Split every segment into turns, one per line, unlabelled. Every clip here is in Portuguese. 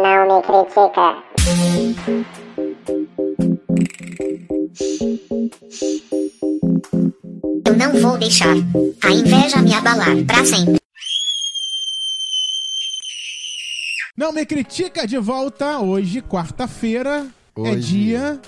me critica.
Eu não vou deixar a inveja me abalar pra sempre.
Não me critica de volta hoje, quarta-feira. É
Hoje.
dia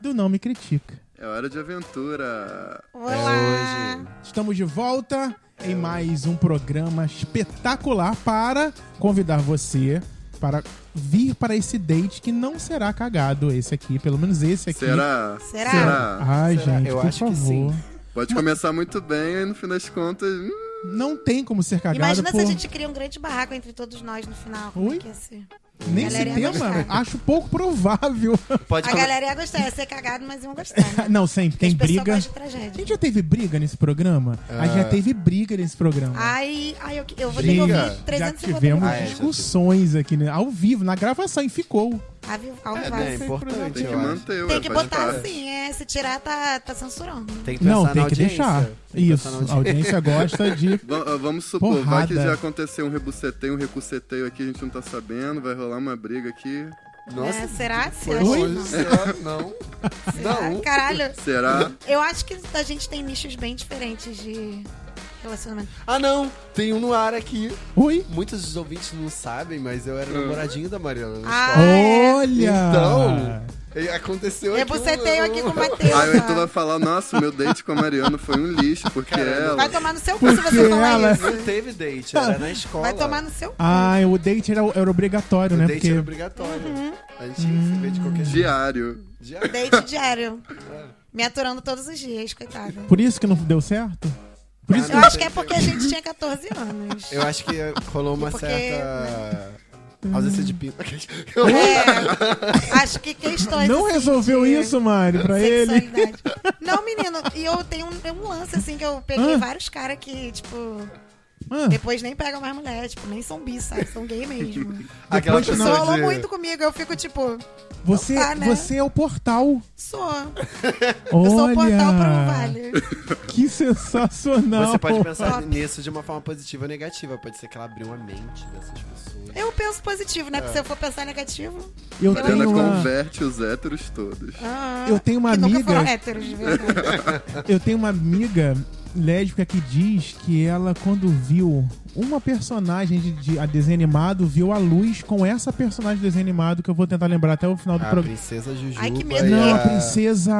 do Não Me Critica.
É hora de aventura.
Olá.
Estamos de volta em mais um programa espetacular para convidar você para vir para esse date que não será cagado. Esse aqui, pelo menos esse aqui.
Será?
Será?
Ai,
Será?
gente,
Eu
por
acho que
favor.
sim.
Pode começar muito bem e no fim das contas. hum,
Não tem como ser cagado
Imagina
por...
se a gente cria um grande barraco entre todos nós no final. Como
Ui.
é que ia ser?
Nesse
Galera ia
tema,
gostar.
acho pouco provável.
Pode
A
come-
galera ia gostar, ia ser cagado, mas iam gostar. Né?
Não, sempre
Porque
tem
as pessoas
briga.
gostam de
A
tragédia.
gente já teve briga nesse programa? A
Ah.
gente já teve briga nesse programa.
Ah, Ai, ai, eu, eu vou ter que
Briga.
ouvir
já
350
tivemos um
Ah, é, já
discussões aqui, né? Ao vivo, na gravação, e ficou.
Ao vivo- ao
É,
vivo.
né, é
Tem
importante,
Tem que
eu acho.
manter, ué,
Tem que
faz
botar
parte.
assim, é, se tirar tá, tá censurando.
Tem que pensar
Não,
Então é
tem
na
que
audiência.
deixar.
Tem que
Isso,
pensar na
a audiência gosta de...
Va- ah, Vamos supor, vai
Porrada.
que já aconteceu um rebuceteio, um recuceteio aqui, a gente não tá sabendo, vai rolar uma briga aqui.
Nossa,
É, será? Se
foi
acha que
Oi?
não?
Será? Não.
Será?
Não.
Caralho,
Será?
eu acho que a gente tem nichos bem diferentes de relacionamento.
Ah, não. Tem um no ar aqui.
Oi?
Muitos dos ouvintes não sabem, mas eu era namoradinho da Mariana. na
Ah,
escola.
é.
Olha!
Então, e- aconteceu
Eu
aqui um-
buceteio aqui com o Matheus.
Aí o
ó.
Heitor vai falar, nossa, meu date com a Mariana foi um lixo, porque
Vai
ela.
tomar no seu cu se
Porque
você falar
ela-
isso.
Não teve date, era na escola.
Vai tomar no seu cu.
Ah, o date era, era obrigatório,
O
né?
date
Porque
era obrigatório.
Uhum.
A gente
Hum.
se vê de qualquer jeito.
Diário.
Dia.
Date diário. Me aturando todos os dias, coitada.
Por isso que não deu certo? Por isso
Eu
que...
acho que é porque a gente tinha 14 anos.
Eu acho que rolou uma
Porque,
certa... Ausência de pinto.
É, acho que questões.
Não
assim,
resolveu
de
isso, Mário, pra ele.
sexualidade. Não, menino, e eu tenho um, tem um lance assim que eu peguei
Ah.
vários caras que, tipo,
Ah,
depois nem pegam mais mulher, tipo, nem são bis, sabe? São gay mesmo.
Aquela
Depois
Isso
não,
rolou
de-
muito comigo, eu fico tipo,
você,
tá, né?
você é o portal.
sou.
Olha,
Eu sou o portal pra um vale.
Que sensacional.
Você pode pensar
Top.
nisso de uma forma positiva ou negativa. Pode ser que ela abriu a mente dessas pessoas.
Eu penso positivo, né? Porque se eu for pensar negativo.
Eu
Mariana
tenho uma...
converte os héteros todos.
ah,
Eu tenho uma
que
amiga.
Nunca foram héteros, de verdade.
Eu tenho uma amiga lésbica que diz que ela, quando viu uma personagem de, de- a desenho animado, viu a luz com essa personagem de desenho animado que eu vou tentar lembrar até o final do
A
programa.
princesa Jujuba.
Ai, que medo.
e
Não,
a
a princesa.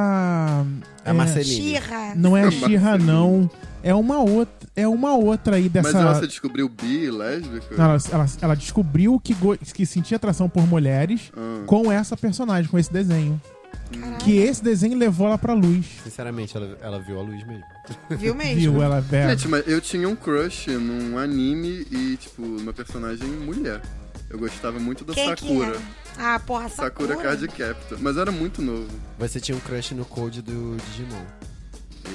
A Marceline.
Xirra.
Não é a Xirra, não. É uma outra. É uma outra aí dessa.
Mas ela se descobriu bi e lésbico?
Não, Ela, ela- ela descobriu que, go- que sentia atração por mulheres
Ah.
com essa personagem, com esse desenho.
Caraca.
Que esse desenho levou ela pra luz.
Sinceramente, ela, ela viu a luz mesmo.
Viu mesmo?
Viu? Ela é,
Gente, mas eu tinha um crush num anime e, tipo, numa personagem mulher. Eu gostava muito da
Quem que
Sakura.
é? Ah, porra, Sakura.
Sakura Card Captor. Mas eu era muito novo.
Você tinha um crush no code do Digimon.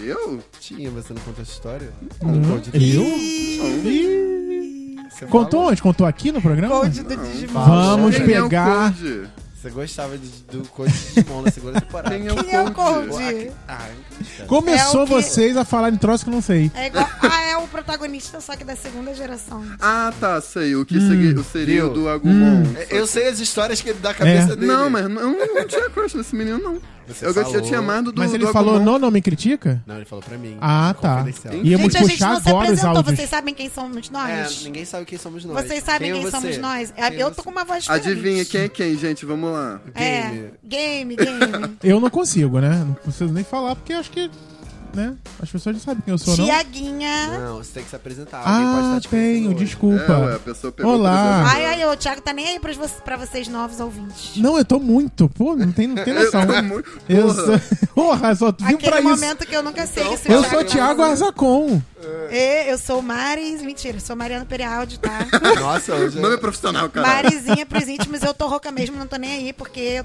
Eu?
Tinha, você não contou essa história?
Hum,
No code do
eu?
Não.
Você
Contou
falou.
onde? Contou aqui no programa?
Code do Digimon.
Vamos
Quem é o
pegar.
Code?
Você gostava de- do code do Digimon na segunda temporada.
Quem é o
Quem é o
Code?
Code?
Ah, eu não acredito.
Começou
É o que-
vocês a falar em troço que eu não sei.
É igual... Ah, é o protagonista, só que da segunda geração.
Ah, tá, sei. O que
Hum,
seria, o seria o
Viu?
do Agumon.
eu sei as histórias que da cabeça
É.
dele.
Não, mas não, eu não tinha crush nesse menino, não.
Você
Eu, gost- eu
falou.
tinha mais do do
Mas ele
do
falou,
Agumon.
não, não me critica?
Não, ele falou pra mim.
Ah, tá.
É Confidencial.
Íamos
gente, a gente
puxar
não se
agora os
apresentou.
áudios.
Vocês sabem quem somos
É,
nós?
ninguém sabe quem somos nós.
Vocês sabem
é
quem,
você?
somos nós?
Quem é
eu tô
você?
com uma voz diferente.
Adivinha quem é quem, gente? Vamos lá.
É,
Game.
game, game.
Eu não consigo, né? Não preciso nem falar, porque acho que. Né? As pessoas já sabem quem eu sou, não?
Tiaguinha.
Não, você tem que se apresentar. Alguém pode
Ah,
estar te conhecendo
tenho,
hoje.
desculpa.
É, ué, a pessoa pegou.
Olá.
Ai, ai, o Thiago tá nem aí pros, vo- pra vocês novos ouvintes.
Não, eu tô muito. Pô, não tem, não tem
Eu,
noção.
tô muito-
Eu
Porra.
sou. Porra, eu só vim pra
Aquele
isso.
momento que eu nunca
Então
sei se o
Eu sou
tá
Thiago
fazendo.
Arzacon.
É, eu sou Maris. Mentira, eu sou Mariana Perialdi, tá?
Nossa, hoje é-
Nome profissional, cara.
Marizinha pros íntimos, eu tô rouca mesmo, não tô nem aí, porque.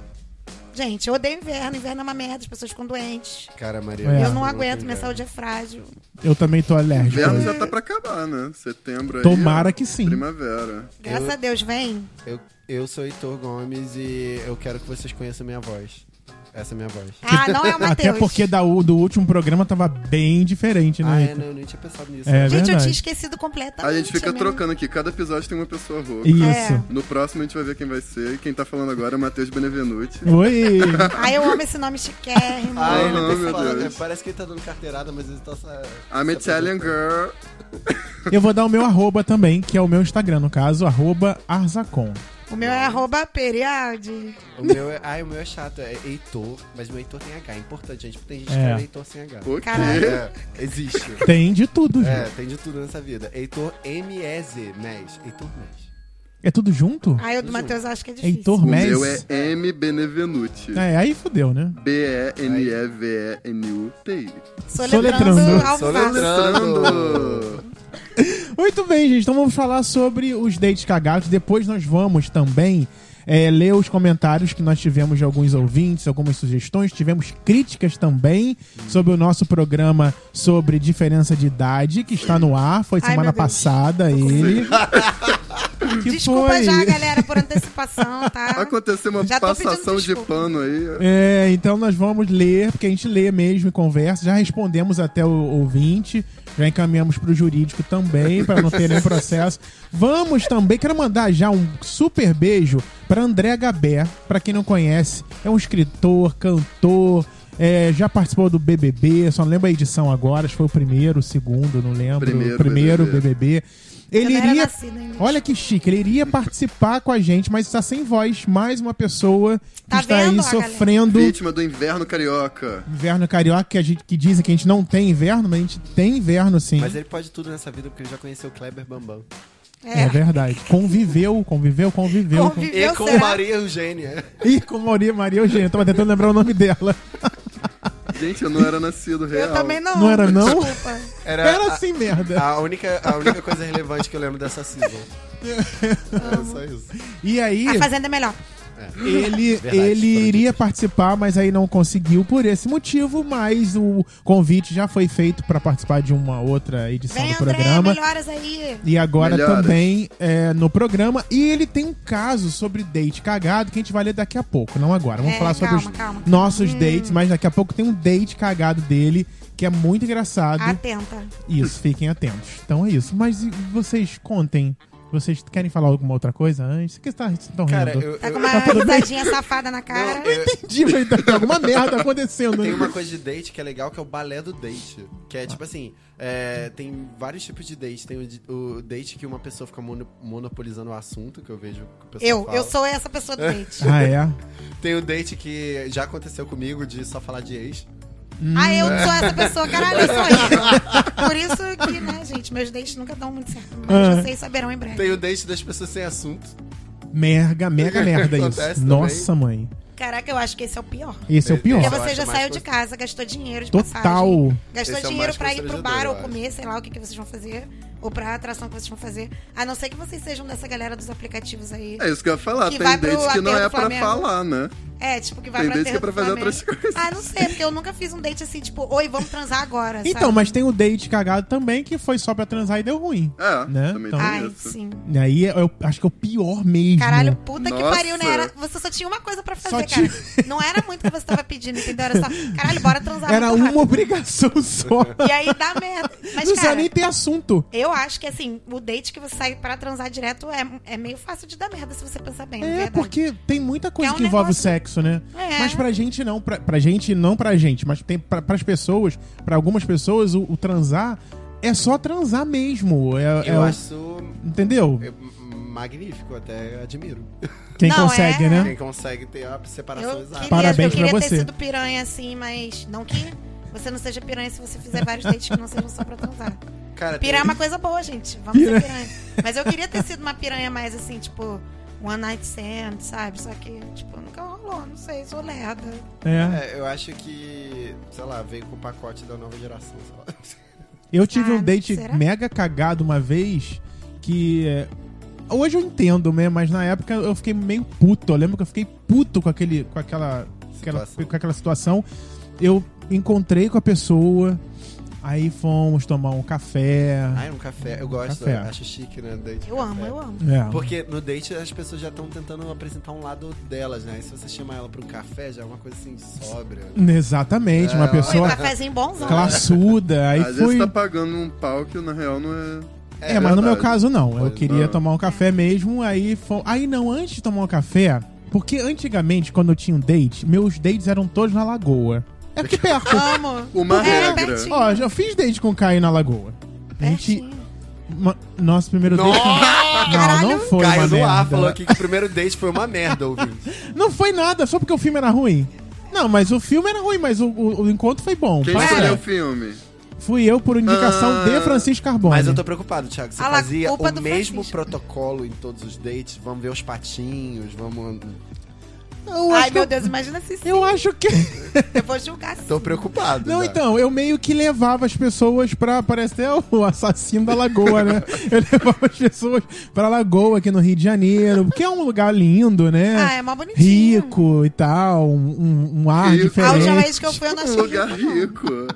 Gente, eu odeio inverno, inverno é uma merda, as pessoas ficam doentes.
Cara, Maria.
É.
eu não aguento, minha saúde é frágil.
Eu também tô alérgico.
Inverno já tá pra acabar, né? Setembro aí.
Tomara
ó,
que sim.
Primavera.
Graças
Eu-
a Deus, vem.
Eu, eu sou Heitor Gomes e eu quero que vocês conheçam minha voz. Essa é a minha voz.
Ah, não é o
Até
Matheus.
porque da, u- do último programa tava bem diferente, né?
Ah, é,
Ita?
não, eu nem tinha pensado nisso.
É.
Gente, eu
verdade.
tinha esquecido completamente.
A gente fica
é mesmo.
trocando aqui. Cada episódio tem uma pessoa rouca.
Isso.
É.
No próximo a gente vai ver quem vai ser. E quem tá falando agora é o Matheus Benevenuti.
Oi!
Ai, eu amo esse nome chiquérrimo.
Ai,
Aham,
ele tá se
Ah, meu
falando,
Deus.
né? Parece que ele tá dando carteirada, mas ele tá. sa-
I'm
se
Italian Girl.
Eu vou dar o meu arroba também, que é o meu Instagram, no caso, arroba Arzacon.
O meu é arroba perialdi.
apresentando. O meu é, ai, o meu é chato, é Heitor, mas meu Heitor tem H, é importante, gente. Porque tem gente que
É.
é Heitor sem H.
O
Caralho.
quê?
É, existe.
Tem de tudo,
É,
gente.
tem de tudo nessa vida. Heitor M-E-Z, MES. Heitor MES.
É tudo junto?
Ai, o do Matheus acho que é difícil.
Heitor
O
Mes.
meu é M Benevenuti.
É, aí fudeu, né?
B-E-N-E-V-E-N-U-T-I.
Soletrando,
Soletrando.
alface.
Soletrando!
Muito bem, gente. Então vamos falar sobre os dates cagados. Depois nós vamos também é, ler os comentários que nós tivemos de alguns ouvintes, algumas sugestões. Tivemos críticas também sobre o nosso programa sobre diferença de idade, que está no ar. Foi
Ai,
semana
meu Deus.
passada ele. que
Desculpa
foi?
já, galera, por antecipação, tá?
Aconteceu uma
Já tô pedindo
passação de
desculpa.
pano aí.
É, então nós vamos ler, porque a gente lê mesmo e conversa. Já respondemos até o ouvinte, já encaminhamos pro jurídico também, para não ter nenhum processo. Vamos também, quero mandar já um super beijo para André Gabé, para quem não conhece, é um escritor, cantor, é, já participou do BBB, só não lembro a edição agora, acho que foi o primeiro, o segundo, não lembro.
Primeiro
primeiro
BBB.
BBB.
Eu
Ele
não era
iria
nascida ainda.
Olha que chique, ele iria participar com a gente, mas está sem voz. Mais uma pessoa que
Tá
está aí
vendo, ó,
sofrendo
Vítima do inverno carioca.
inverno carioca, que, a gente, que dizem que a gente não tem inverno, mas a gente tem inverno sim.
Mas é- ele pode tudo nessa vida, porque ele já conheceu o Kleber Bambam.
é.
É.
verdade. Conviveu, conviveu, conviveu.
Convi-
E
Meu
com
será?
Maria Eugênia.
Com... Ih, com Maria, Maria Eugênia, tava tentando lembrar o nome dela.
Gente, eu não era nascido real.
Eu também não.
Não era, não?
Desculpa.
Era,
Era
a-
assim, merda.
a, única, a única coisa relevante que eu lembro dessa season. Era só isso.
E aí,
A Fazenda é melhor.
ele,
Ah, Verdade,
ele
foram
iria participar, mas aí não conseguiu por esse motivo, mas o convite já foi feito para participar de uma outra edição
Vem,
do
André,
programa.
melhoras aí.
E agora
Melhoras.
também é, no programa. E ele tem um caso sobre date cagado que a gente vai ler daqui a pouco, não agora. Vamos
É,
falar sobre
calma,
os
calma. Hum.
nossos dates, mas daqui a pouco tem um date cagado dele que é muito engraçado.
Ah. Atenta.
Isso, fiquem atentos. Então é isso. Mas e vocês contem. Vocês querem falar alguma outra coisa antes? O que vocês estão rindo?
Cara, eu,
Tá
eu-
com uma
tudo bem?
risadinha safada na cara.
eu-
entendi, mas tá- tem alguma merda acontecendo.
Tem
né?
uma coisa de date que é legal, que é o balé do date. Que é tipo assim, é, tem vários tipos de date. Tem o, de- o date que uma pessoa fica mono- monopolizando o assunto, que eu vejo que o pessoal
Eu,
fala.
eu sou essa pessoa do date.
Ah, é?
Tem o date que já aconteceu comigo, de só falar de ex.
Hum.
Ah, eu sou essa pessoa, caralho, eu sou eu. Por isso que, né, gente, meus dates nunca dão muito certo. Mas
Ah.
vocês saberão em breve.
Tem o date das pessoas sem assunto.
Merga, mega merda
Acontece
isso.
também.
Nossa, mãe.
Caraca, eu acho que esse é o pior.
Esse é o pior.
Porque
Eu
você
acho
já
mais
saiu de
coisa-
casa, gastou dinheiro de
Total.
passagem. Gastou
Esse é o
dinheiro
mais
pra ir pro
constrangedor,
bar ou
eu
comer, sei lá o que, que vocês vão fazer. Ou pra atração que vocês vão fazer. A não ser que vocês sejam dessa galera dos aplicativos aí.
É isso que eu ia falar.
Que
Tem
vai pro
date que não
aterro
é
do
pra
Flamengo.
falar, né?
É, tipo, que vai
Tem
pra
date
terra
que é
do
pra fazer
Flamengo.
outras coisas.
Ah, não sei, porque eu nunca fiz um date assim, tipo, oi, vamos transar agora.
Então,
sabe?
mas tem o date cagado também que foi só pra transar e deu ruim.
É,
Né?
também
Então-
tem
Ai,
isso.
sim.
E aí eu acho que é o pior mesmo.
Caralho, puta que
Nossa.
pariu, né? Era- você só tinha uma coisa pra fazer,
Só
cara.
tinha-
Não era muito o que você tava pedindo, entendeu? Era só, caralho, bora transar
Era
muito
uma
rápido.
obrigação só.
E aí dá merda. Mas,
não precisa
cara,
nem ter assunto.
eu acho que, assim, o date que você sai pra transar direto é, é meio fácil de dar merda, se você pensar bem, na
É,
verdade.
porque tem muita coisa
É um
que envolve o
negócio-
sexo, né?
É.
Mas pra gente não, pra, pra gente não pra gente, mas tem pra, pras pessoas, pra algumas pessoas, o, o transar é só transar mesmo. É, é
Eu
o-
acho isso
Entendeu?
é, magnífico, até admiro.
Quem
Não,
consegue,
é-
né?
Quem consegue ter a separação
Eu
exata.
queria,
Parabéns
eu queria
pra
ter
você.
sido piranha, assim, mas não que você não seja piranha se você fizer vários dates que não sejam só pra transar.
Cara, tem-
Piranha é uma coisa boa, gente. Vamos
Piranha.
ser piranha. Mas eu queria ter sido uma piranha mais assim, tipo, one night stand, sabe? Só que, tipo, nunca rolou, não sei, sou lerda.
É.
é, eu acho que, sei lá, veio com o pacote da nova geração, sei lá.
Eu tive
Ah,
um date
será?
mega cagado uma vez que. é, Hoje eu entendo, né? Mas na época eu fiquei meio puto. Eu lembro que eu fiquei puto com, aquele, com, aquela, aquela-
Situação.
com aquela situação. Eu encontrei com a pessoa. Aí fomos tomar um café.
Ah, era um café. Eu gosto,
Café.
eu acho chique, né? Date
Eu
café.
amo, eu amo.
É.
Porque no date as pessoas já estão tentando apresentar um lado delas, né? E se você chamar ela pra um café, já é uma coisa assim, sóbria.
Exatamente, uma
Foi um
pessoa
cafezinho bonzão.
classuda. Aí
É, tá Às
fui.
vezes tá pagando um pau que na real não é.
É, mas no
verdade.
meu caso não. Eu
Pois
queria
não.
tomar um café mesmo, aí fo... Aí não, antes de tomar um café, porque antigamente, quando eu tinha um date, meus dates eram todos na lagoa. É aqui perto.
Amo.
Uma
É,
regra.
pertinho.
Ó, já fiz date com o Caio na lagoa. A gente.
Pertinho.
ma- Nosso primeiro date. Não, não
Caralho.
foi
Caio
uma
no ar falou
merda.
aqui que o primeiro date foi uma merda, ouvinte.
Não foi nada, só porque o filme era ruim. Não, mas o filme era ruim, mas o, o- o encontro foi bom.
Quem
Para.
escolheu o filme?
Fui eu por indicação
Ah,
de Francisco Carbone.
Mas eu tô preocupado, Thiago. Você
Ah lá,
fazia
culpa
o
do
mesmo
Francisco.
protocolo em todos os dates? Vamos ver os patinhos, vamos.
Eu
Ai,
acho que-
meu Deus, imagina se sim.
Eu acho que.
Eu vou julgar assim. sim.
Tô preocupado.
Não,
já.
então, eu meio que levava as pessoas pra. Parece até o assassino da lagoa, né? Eu levava as pessoas pra lagoa aqui no Rio de Janeiro, porque é um lugar lindo, né?
Ah, é mó bonitinho.
Rico e tal, um- um, um ar
Rico.
A última
diferente,
vez que eu fui, eu não
Um
achei
lugar
rico, não.
rico.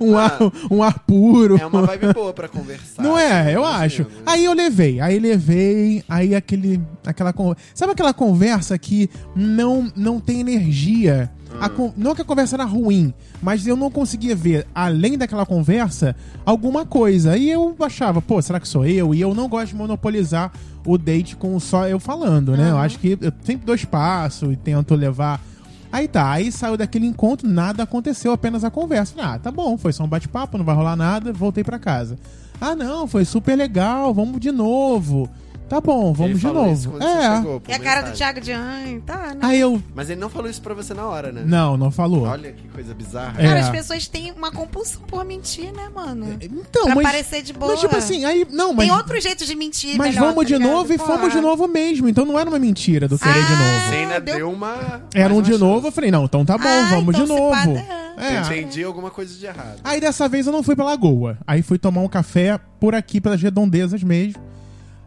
um ar, um ar puro.
É uma vibe boa pra conversar.
Não é, eu
Assim,
acho.
né?
Aí eu levei, aí levei, aí aquele, aquela con- sabe aquela conversa que não não tem energia. A con- Não que a conversa era ruim, mas eu não conseguia ver além daquela conversa alguma coisa. E eu achava, pô, será que sou eu? E eu não gosto de monopolizar o date com só eu falando, né? Eu acho que eu sempre dou espaço e tento levar. Aí tá, aí saiu daquele encontro, nada aconteceu, apenas a conversa. Falei, Ah, tá bom, foi só um bate-papo, não vai rolar nada, voltei pra casa. Ah, não, foi super legal, vamos de novo. Tá bom, vamos
Ele
de
falou isso
novo.
quando você
É.
chegou, por
E a cara do
mensagem.
Thiago de Ai, tá, né?
Aí eu.
Mas ele não falou isso pra você na hora, né?
Não, não falou.
Olha que coisa bizarra.
É.
Cara, as pessoas têm uma compulsão por mentir, né, mano?
Então,
pra
mas.
parecer de boa.
Mas tipo assim, aí. Não, mas.
Tem outro jeito de mentir,
Mas
melhor,
vamos
tá
de
ligado?
novo e
Porra.
fomos de novo mesmo. Então não era uma mentira do querer de
Ah,
novo.
Você ainda
deu-
deu uma.
Era um
mais uma
de
chance.
novo, eu falei, não, então tá bom,
Ah,
vamos
então
de
se pá,
novo.
tá.
É.
Entendi alguma coisa de errado.
Aí dessa vez eu não fui pra Lagoa. Aí fui tomar um café por aqui, pelas redondezas mesmo.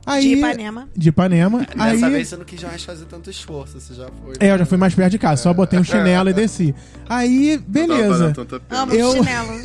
Aí,
De Ipanema.
De Ipanema. aí,
Dessa vez você não quis jamais fazer tanto esforço, você já foi.
É, eu já fui mais perto de casa, só
É.
botei um chinelo e desci. Aí,
Não tava
beleza.
valendo tanta pena.
Amo
Eu-
chinelo.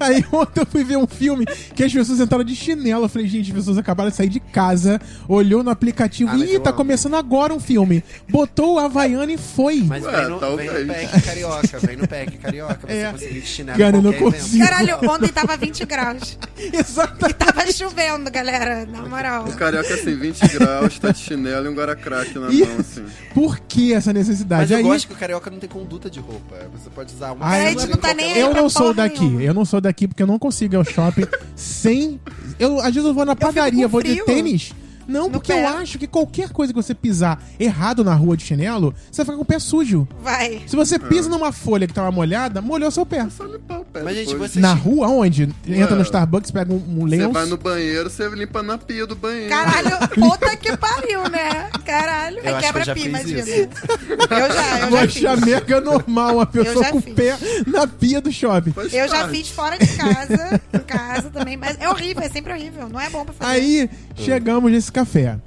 Aí ontem eu fui ver um filme que as pessoas entraram de chinelo. Eu falei, gente, as pessoas acabaram de sair de casa, olhou no aplicativo,
Ah, mas
ih,
eu
tá
amo.
começando agora um filme. Botou o Havaiana e foi.
Mas
Ué,
vem, no, vem no
talvez.
pack carioca, vem no pack carioca, você
É.
conseguiu destinar
Cara, eu não
qualquer evento.
consigo.
Caralho, ontem tava 20 graus.
Exatamente.
Tava chovendo, galera, na moral.
O carioca assim, 20 graus, tá de chinelo e um guaracraque na
Ih.
mão, assim.
Por que essa
Mas
necessidade?
eu
aí,
gosto que o carioca não tem conduta de roupa. Você pode usar uma
Ah,
camisa
a gente
em
não tá
qualquer
nem aí
lugar.
eu
pra
não sou
porra
daqui.
nenhuma.
Eu não sou daqui porque eu não consigo ir ao shopping sem. Eu, às vezes eu vou na padaria,
com
vou de
frio.
tênis. Não, porque
pé.
eu acho que qualquer coisa que você pisar errado na rua de chinelo, você fica com o pé sujo.
Vai.
Se
É.
você pisa numa folha que tava molhada, molhou seu pé.
Só limpar o pé.
Mas, gente,
depois.
você-
Na rua, onde? Entra
Ué.
no Starbucks, pega um, um
É. Você
Leons.
vai no banheiro, você limpa na pia do banheiro.
Caralho, puta que pariu, né? Caralho.
Eu
É
acho que eu já
quebra-pi,
fiz
imagina.
isso.
Eu já, eu já fiz.
Guaxameca normal, uma pessoa
já
com o
fiz.
pé na pia do shopping.
Faz
Eu já
parte.
fiz fora de casa, em casa também, mas é horrível, é sempre horrível, não é bom pra fazer.
Aí chegamos nesse café.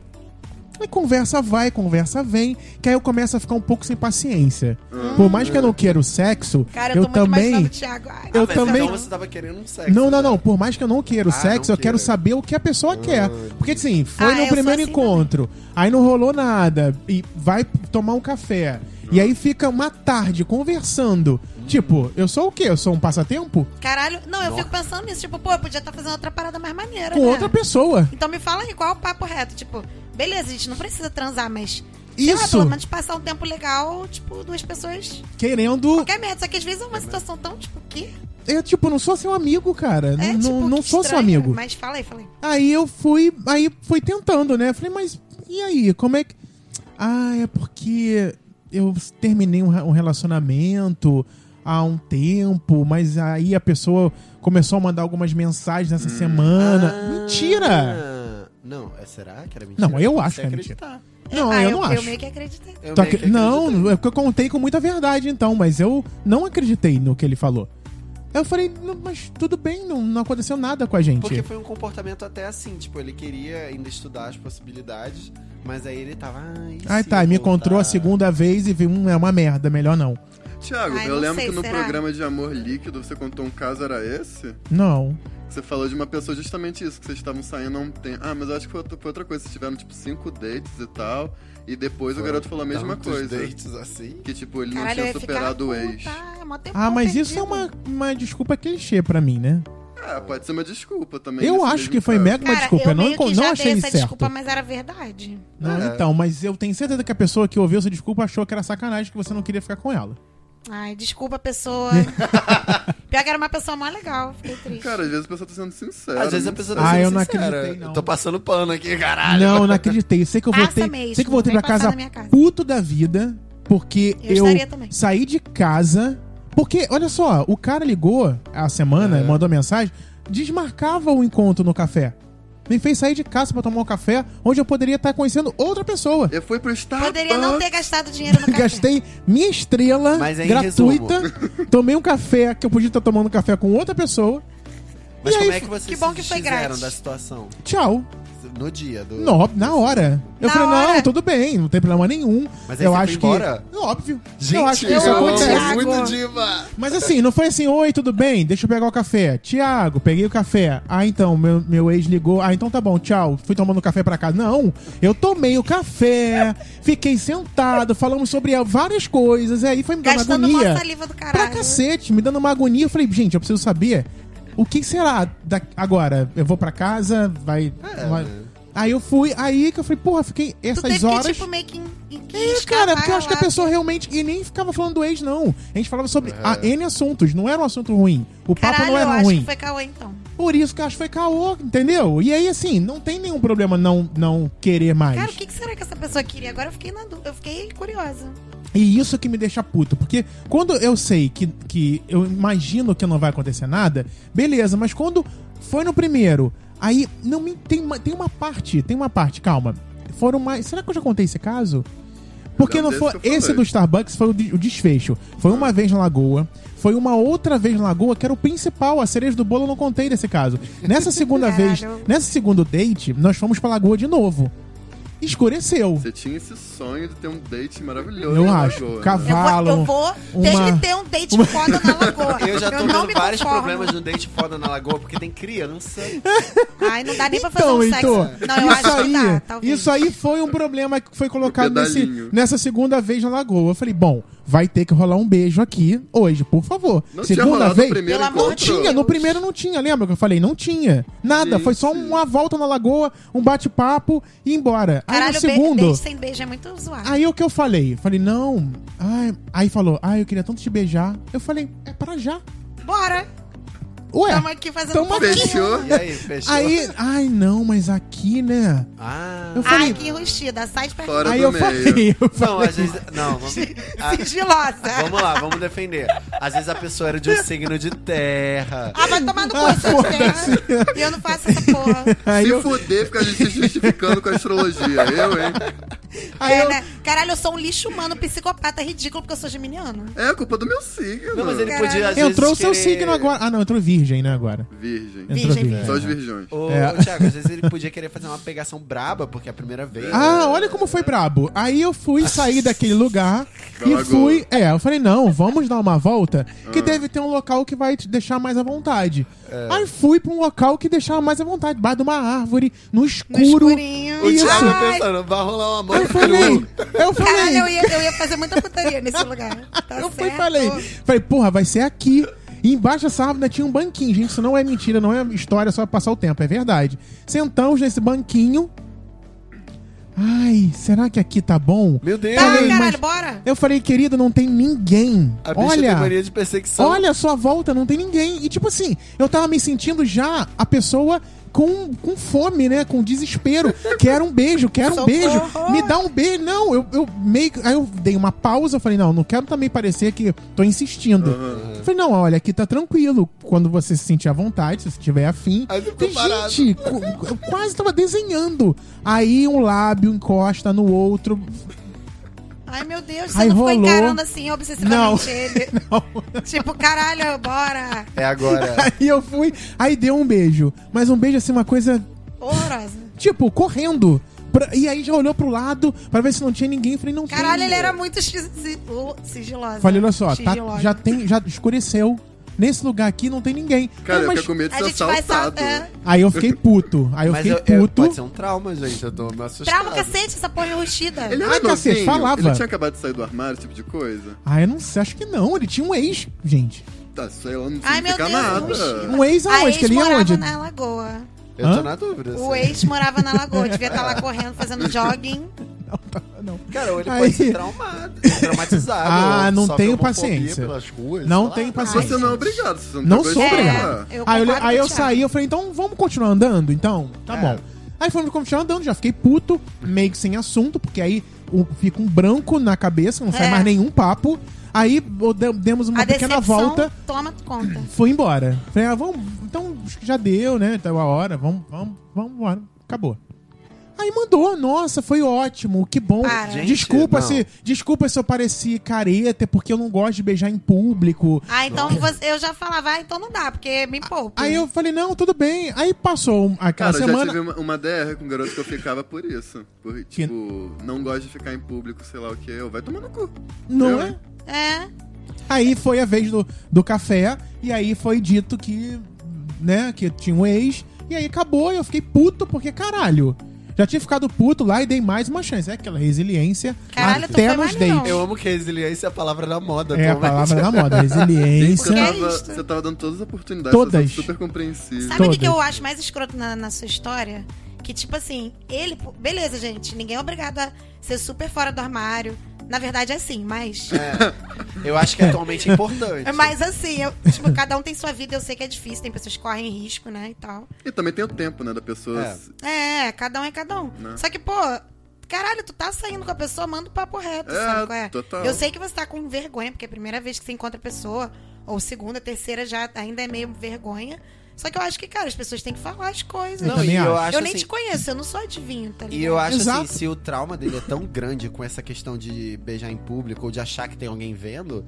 Aí conversa vai, conversa vem, que aí eu começo a ficar um pouco sem paciência. Por mais que eu não queira o sexo,
Cara,
eu,
eu tô muito imaginando
também.
o Thiago. Ai,
eu
mas é
também-
Então você tava querendo um sexo.
Não, não,
né?
não. Por mais que eu não queira o
Ah,
sexo,
não
eu quero
queira. Ah,
saber o que a pessoa quer. Porque assim, foi
Ah, eu
no
sou
primeiro
assim
encontro, aí não rolou nada, e vai tomar um café. E aí fica uma tarde conversando.
Hum.
Tipo, eu sou o quê? Eu sou um passatempo?
Caralho, não, eu fico pensando nisso, tipo, pô, eu podia estar fazendo outra parada mais maneira,
Com
né?
outra pessoa.
Então me fala aí, qual é o papo reto? Tipo, beleza, a gente não precisa transar, mas. Sei lá,
Isso,
pelo menos passar um tempo legal, tipo, duas pessoas.
querendo.
Qualquer merda. Só que às vezes é uma situação tão, tipo, que.
Eu, tipo, não sou seu amigo, cara.
É,
não
tipo,
não, não
que
sou seu
estranho,
amigo.
Mas fala aí, fala aí.
Aí eu fui, aí fui tentando, né? Falei, mas e aí? Como é que. Ah, é porque eu terminei um, re- um relacionamento há um tempo, mas aí a pessoa começou a mandar algumas mensagens nessa
Hum.
semana. Mentira!
Ah, Não, é, será que era mentira?
Não, eu acho
Você
que é
acreditar.
Não,
Ah,
eu, não acho.
Eu meio que acreditei.
Eu
Tu
meio
acre-
que acreditei.
Não, é porque eu contei com muita verdade, então, mas eu não acreditei no que ele falou. Eu falei, "Não, mas tudo bem, não, não aconteceu nada com a gente.
Porque foi um comportamento até assim, tipo, ele queria ainda estudar as possibilidades, mas aí ele tava. Ai,
Ai, tá, me encontrou a
segunda
segunda vez e viu, hum, é uma merda, melhor não.
Tiago,
Ai,
eu
não
lembro
sei,
que no
será?
programa de Amor Líquido você contou um caso, era esse?
Não.
Você falou de uma pessoa justamente isso, que vocês estavam saindo há um tempo. Ah, mas eu acho que foi outra, foi outra coisa. Vocês tiveram, tipo, cinco dates e tal. E depois o garoto falou a mesma
Tantos
coisa.
dates assim?
Que, tipo, ele não
Caralho, eu
tinha
ia ficar
superado o ex.
puta, é mó tempão
Ah, mas isso é
perdido.
uma, uma desculpa clichê pra mim, né?
É.
Ah, pode ser uma desculpa também.
Eu
nesse
acho
mesmo
que foi
caso.
mega uma
Cara,
desculpa.
eu
Eu não,
meio
encon- não
que já dei
achei
essa
certo.
desculpa, mas era verdade.
Não,
É.
então, mas eu tenho certeza que a pessoa que ouviu essa desculpa achou que era sacanagem que você não queria ficar com ela.
Ai, desculpa, pessoa. Pior que era uma pessoa mó legal, fiquei triste.
Cara, às vezes a pessoa tá sendo sincera.
Às vezes a
né?
pessoa tá
Ah,
sendo
eu não
sincera.
acreditei, não.
Tô passando pano aqui, caralho.
Não, não acreditei. Sei que eu
Passa
voltei,
mesmo,
sei que eu voltei pra
vem passar
casa,
na minha casa.
puto da vida, porque
Eu
eu,
estaria também.
saí de casa, porque olha só, o cara ligou a
É.
semana, mandou mensagem, desmarcava o encontro no café. Me fez sair de casa pra tomar um café, onde eu poderia estar conhecendo outra pessoa.
Eu fui pro Starbucks.
Poderia não ter gastado dinheiro no café.
Gastei minha estrela
Mas é aí,
gratuita, tomei um café que eu podia estar tomando café com outra pessoa.
Mas
E
como
aí,
é que vocês
que bom
se
que foi
desfizeram
grátis.
da situação?
Tchau.
No dia do...
Não, na hora. Eu
Na
falei, não,
hora?
tudo bem, não tem problema nenhum.
Mas aí
eu
você foi
acho
embora?
que. É Óbvio.
Gente, é
eu acho que
eu
isso
amo o
acontece.
Thiago.
muito diva.
Mas assim, não foi assim, oi, tudo bem? Deixa eu pegar o café. Tiago, peguei o café. Ah, então, meu, meu ex ligou. Ah, então tá bom, tchau. Fui tomando café pra casa. Não, eu tomei o café, fiquei sentado, falamos sobre várias coisas, e aí foi me dando uma
Gastando
agonia.
mó saliva do
Pra
caralho.
cacete, me dando uma agonia. Eu falei, gente, eu preciso saber o que será. Da... Agora, eu vou pra casa, vai. vai-
né?
Aí eu fui, aí que eu falei, porra, fiquei
Tu
essas
teve que,
horas.
tipo, meio que... en- en- que
É,
escavar
cara, porque eu acho que a
lá.
pessoa realmente. E nem ficava falando do ex, não. A gente falava sobre a N assuntos, não era um assunto ruim. O papo não
Caralho, eu
era
acho
ruim.
que foi caô, então.
Por isso que eu acho que foi caô, entendeu? E aí, assim, não tem nenhum problema não, não querer mais.
Cara, o que, que será que essa pessoa queria? Agora eu fiquei na dúvida, eu fiquei curiosa.
E isso que me deixa puto, porque quando eu sei que, que eu imagino que não vai acontecer nada, beleza, mas quando foi no primeiro, aí não me tem uma, tem uma parte, tem uma parte, calma. Foram mais, será que eu já contei esse caso? Porque
Já
não
desse
foi
que eu falei.
esse do Starbucks foi o de- o desfecho. Foi uma vez na Lagoa, foi uma outra vez na Lagoa que era o principal, a cereja do bolo eu não contei nesse caso. Nessa segunda vez,
Caralho.
nessa segundo date, nós fomos pra Lagoa de novo. Escureceu.
Você tinha esse sonho de ter um date maravilhoso.
Eu
na
acho.
Lagoa, né?
Eu
Cavalo.
vou, eu vou
um- uma-
ter que ter um date foda na lagoa.
Eu já tô
não
tendo
me
vários
conformo.
problemas no date foda na lagoa, porque tem criança.
Ai, não dá nem pra fazer
Então,
um
Heitor,
sexo. Não, eu
isso,
acho que dá,
aí,
talvez.
isso aí foi um problema que foi colocado nesse-
Um pedalinho.
nessa segunda vez na Lagoa. Eu falei, bom, vai ter que rolar um beijo aqui hoje, por favor.
Não tinha
segunda
rolado
vez,
o primeiro
Pelo amor
encontro.
não tinha, no
Deus.
primeiro não tinha, lembra que eu falei? Não tinha. Nada, foi só
Gente.
uma volta na Lagoa, um bate-papo e ir embora. aí
Caralho,
no
be-
um segundo...
date sem beijo é muito zoado.
Aí o que eu falei? Falei, não. Ai, aí falou, ai, eu queria tanto te beijar. Eu falei, é pra já.
Bora!
Ué,
Tamo aqui fazendo
é. tamo
um pouquinho.
Fechou?
E aí, fechou?
aí, ai, não, mas aqui, né?
Ah...
Eu falei,
Ai, que enrustida. Sai de perto.
Fora
aí
do
eu
meio.
falei, eu
Não,
falei.
às vezes... Não, vamos... Ah,
Sigilosa.
Vamos lá, vamos defender. Às vezes a pessoa era de um signo de terra.
Ah, vai tomar no cu
Ah,
essa terra. E eu não faço essa porra.
Aí
Se
eu,
fuder, fica a gente se justificando com a astrologia. Eu, hein?
aí
É,
eu,
né? Caralho, eu sou um lixo humano, psicopata ridículo porque eu sou geminiano.
É a culpa do meu signo.
Não, mas ele
Caralho.
podia, às vezes,
Entrou o seu
querer-
signo agora. Ah, não, entrou virgem, né, agora.
Virgem.
Entrou
Virgem,
Só os virgões.
Ô,
É.
ô, Thiago, às vezes ele podia querer fazer uma pegação braba, porque é a primeira vez.
Ah, olha como foi brabo. Aí eu fui sair daquele lugar
Da
e
lagoa.
fui. É, eu falei, não, vamos dar uma volta, que deve ter um local que vai te deixar mais à vontade. Aí fui pra um local que deixava mais à vontade, debaixo de uma árvore, no
No
escuro.
escurinho.
O
isso.
Thiago tá
Ai,
pensando, vai rolar um uma
eu
mão
falei, eu
Caralho, eu
falei.
ia, eu ia fazer muita putaria nesse lugar. Tá
Eu fui e
certo.
falei, falei, porra, vai ser aqui. E embaixo dessa árvore ainda tinha um banquinho, gente. Isso não é mentira, não é história, só pra passar o tempo, é verdade. Sentamos nesse banquinho. Ai, será que aqui tá bom?
Meu Deus!
Tá,
Falei,
caralho,
mas-
bora.
Eu falei, querido, não tem ninguém.
A bicha tem
Olha,
mania de perseguição.
olha a sua volta, não tem ninguém. E tipo assim, eu tava me sentindo já a pessoa com, com fome, né? Com desespero. Quero um beijo, quero um
Socorro.
beijo. Me dá um beijo. Não, eu, eu meio que- Aí eu dei uma pausa, eu falei, não, não quero também parecer que tô insistindo. Eu Falei, não, olha, aqui tá tranquilo. Quando você se sentir à vontade, se você tiver afim.
Aí você ficou
Falei,
parado.
gente, qu- eu quase tava desenhando. Aí um lábio encosta no outro.
Ai, meu Deus, você
Aí
não
rolou.
ficou encarando assim obsessivamente
Não.
ele.
Não.
Tipo, caralho, bora.
É agora.
Aí eu fui, aí deu um beijo. Mas um beijo assim, uma coisa,
Horrorosa.
tipo, correndo. pra- E aí já olhou pro lado pra ver se não tinha ninguém. Falei, não tem.
Caralho, ele era muito si- si- oh, sigiloso.
Falei, olha só, tá-
Sigiloso.
já tem, já escureceu. Nesse lugar aqui não tem ninguém. Ah,
Cara, eu
mas-
fico com medo de
A
ser
gente vai
assaltado.
saltar. É.
Aí eu fiquei puto. Aí eu
Mas
fiquei
eu- eu-
puto.
pode ser um trauma, gente. Eu tô me assustado.
Trava o cacete, essa porra é enrustida.
Ele
Ah,
era novinho,
cacete, falava.
Ele tinha acabado de sair do armário, esse tipo de coisa.
Ah, eu não sei, acho que não. Ele tinha um ex, gente.
Tá, isso aí não significa
Ai, meu Deus,
nada.
mochila.
Um ex
A
aonde?
ex
que ele ia
morava
aonde?
Ah, na lagoa.
Eu
Hã?
tô na dúvida.
O
assim.
ex morava na lagoa, devia estar lá correndo, fazendo jogging.
Não, tá- não.
Cara, ou ele
Aí-
pode ser traumado, traumatizado.
Ah,
ou
não
sofre
tenho
homofobia
paciência.
Pelas ruas,
Não
sei lá.
tenho paciência.
Você não é obrigado. Você não,
Não
tem
sou
coisa pra
obrigado.
falar.
É, eu
aí eu,
concordo
aí
com o
eu
Thiago.
saí, eu falei, então vamos continuar andando? Então, tá
É.
bom. Aí fomos continuar andando, já fiquei puto, meio que sem assunto, porque aí um- fica um branco na cabeça, não sai
É.
mais nenhum papo. Aí o- de- demos uma
a
pequena
decepção
volta,
toma conta.
fui embora. Falei, ah, vamos, então acho que já deu, né? Tá a hora, vamos, vamos, vamos embora. Acabou. Aí mandou, nossa, foi ótimo, que bom.
Para.
Gente,
desculpa
não.
se desculpa se eu pareci careta, é porque eu não gosto de beijar em público.
Ah, então você- eu já falava, ah, então não dá, porque me poupa.
Aí eu falei, não, tudo bem. Aí passou um- aquela
Cara, eu já
semana.
tive uma, uma DR com um garoto que eu ficava por isso. Por, tipo, não gosta de ficar em público, sei lá o que. Eu, vai tomar no cu.
Não
Eu-
é?
É.
Aí foi a vez do, do café, e aí foi dito que, né, que tinha um ex, e aí acabou, e eu fiquei puto, porque caralho. Já tinha ficado puto lá e dei mais uma chance. É aquela resiliência
Caralho, tu
até
foi
nos
maneirão.
dentes.
Eu amo que resiliência é a palavra da moda.
É a
atualmente.
palavra da moda,
Gente, você,
resiliência.
é
tava,
isso?
você tava dando todas as oportunidades.
Todas.
Você tava super compreensível.
Sabe o que que
Todas.
eu acho mais escroto na, na sua história? Que, tipo assim, ele. Beleza, gente, ninguém é obrigado a ser super fora do armário. Na verdade, é assim, mas.
Eu acho que atualmente é importante.
Mas assim, eu- tipo, cada um tem sua vida, eu sei que é difícil, tem pessoas que correm risco, né? E tal.
E também tem o tempo, né, da pessoa...
É.
se-
É, cada um é cada um.
Né?
Só que, pô, caralho, tu tá saindo com a pessoa, manda o papo reto,
É,
sabe qual é?
total.
Eu sei que você tá com vergonha, porque é a primeira vez que você encontra a pessoa, ou segunda, terceira, já ainda é meio vergonha. Só que eu acho que, cara, as pessoas têm que falar as coisas. né?
Eu também
e
acho.
eu nem
assim-
te conheço, eu não sou adivinho, tá ligado?
E eu acho
Exato.
assim, se o trauma dele é tão grande com essa questão de beijar em público ou de achar que tem alguém vendo,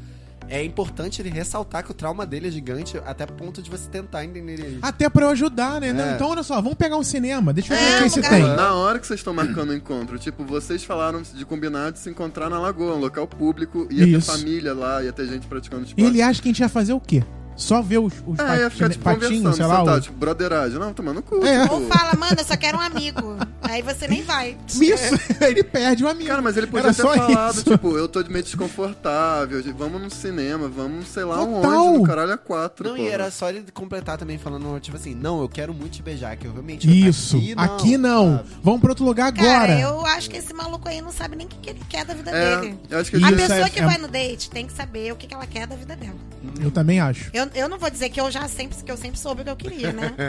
é importante ele ressaltar que o trauma dele é gigante até o ponto de você tentar entender ele.
Até pra eu ajudar, né? Não,
É.
então, olha só, vamos pegar um cinema. Deixa eu
É,
ver o
um
que se
lugar-
tem.
Na hora que vocês estão marcando o encontro, tipo, vocês falaram de combinar de se encontrar na lagoa, um local público, ia ter
Isso.
família lá, ia ter gente praticando
E
esporte.
ele acha que a gente ia fazer o quê? Só ver os, os
É, ia ficar,
patin- patinhos,
tipo, conversando,
sei lá.
sentado,
o-
tipo, broderagem. Não, tomando cu,
É.
tipo.
Ou fala, mano, eu só quero um amigo. Aí você nem vai.
Isso, ele perde o amigo.
Cara, mas ele podia
Era
ter
só
falado,
isso.
tipo, eu tô meio desconfortável, gente, vamos no cinema, vamos, sei lá
Total.
onde, no caralho a quatro,
Não,
pô.
e era só ele completar também falando, tipo assim, não, eu quero muito te beijar, que eu realmente...
Isso, aqui não.
sabe?
Vamos pra outro lugar agora.
Cara, eu acho que esse maluco aí não sabe nem o que, que ele quer da vida
É,
dele.
eu acho que
E
ele
A
Isso
pessoa
é-
que
é-
vai no date tem que saber o que, que ela quer da vida dela.
Eu também acho.
Eu, eu não vou dizer que eu já sempre, que eu sempre soube o que eu queria, né?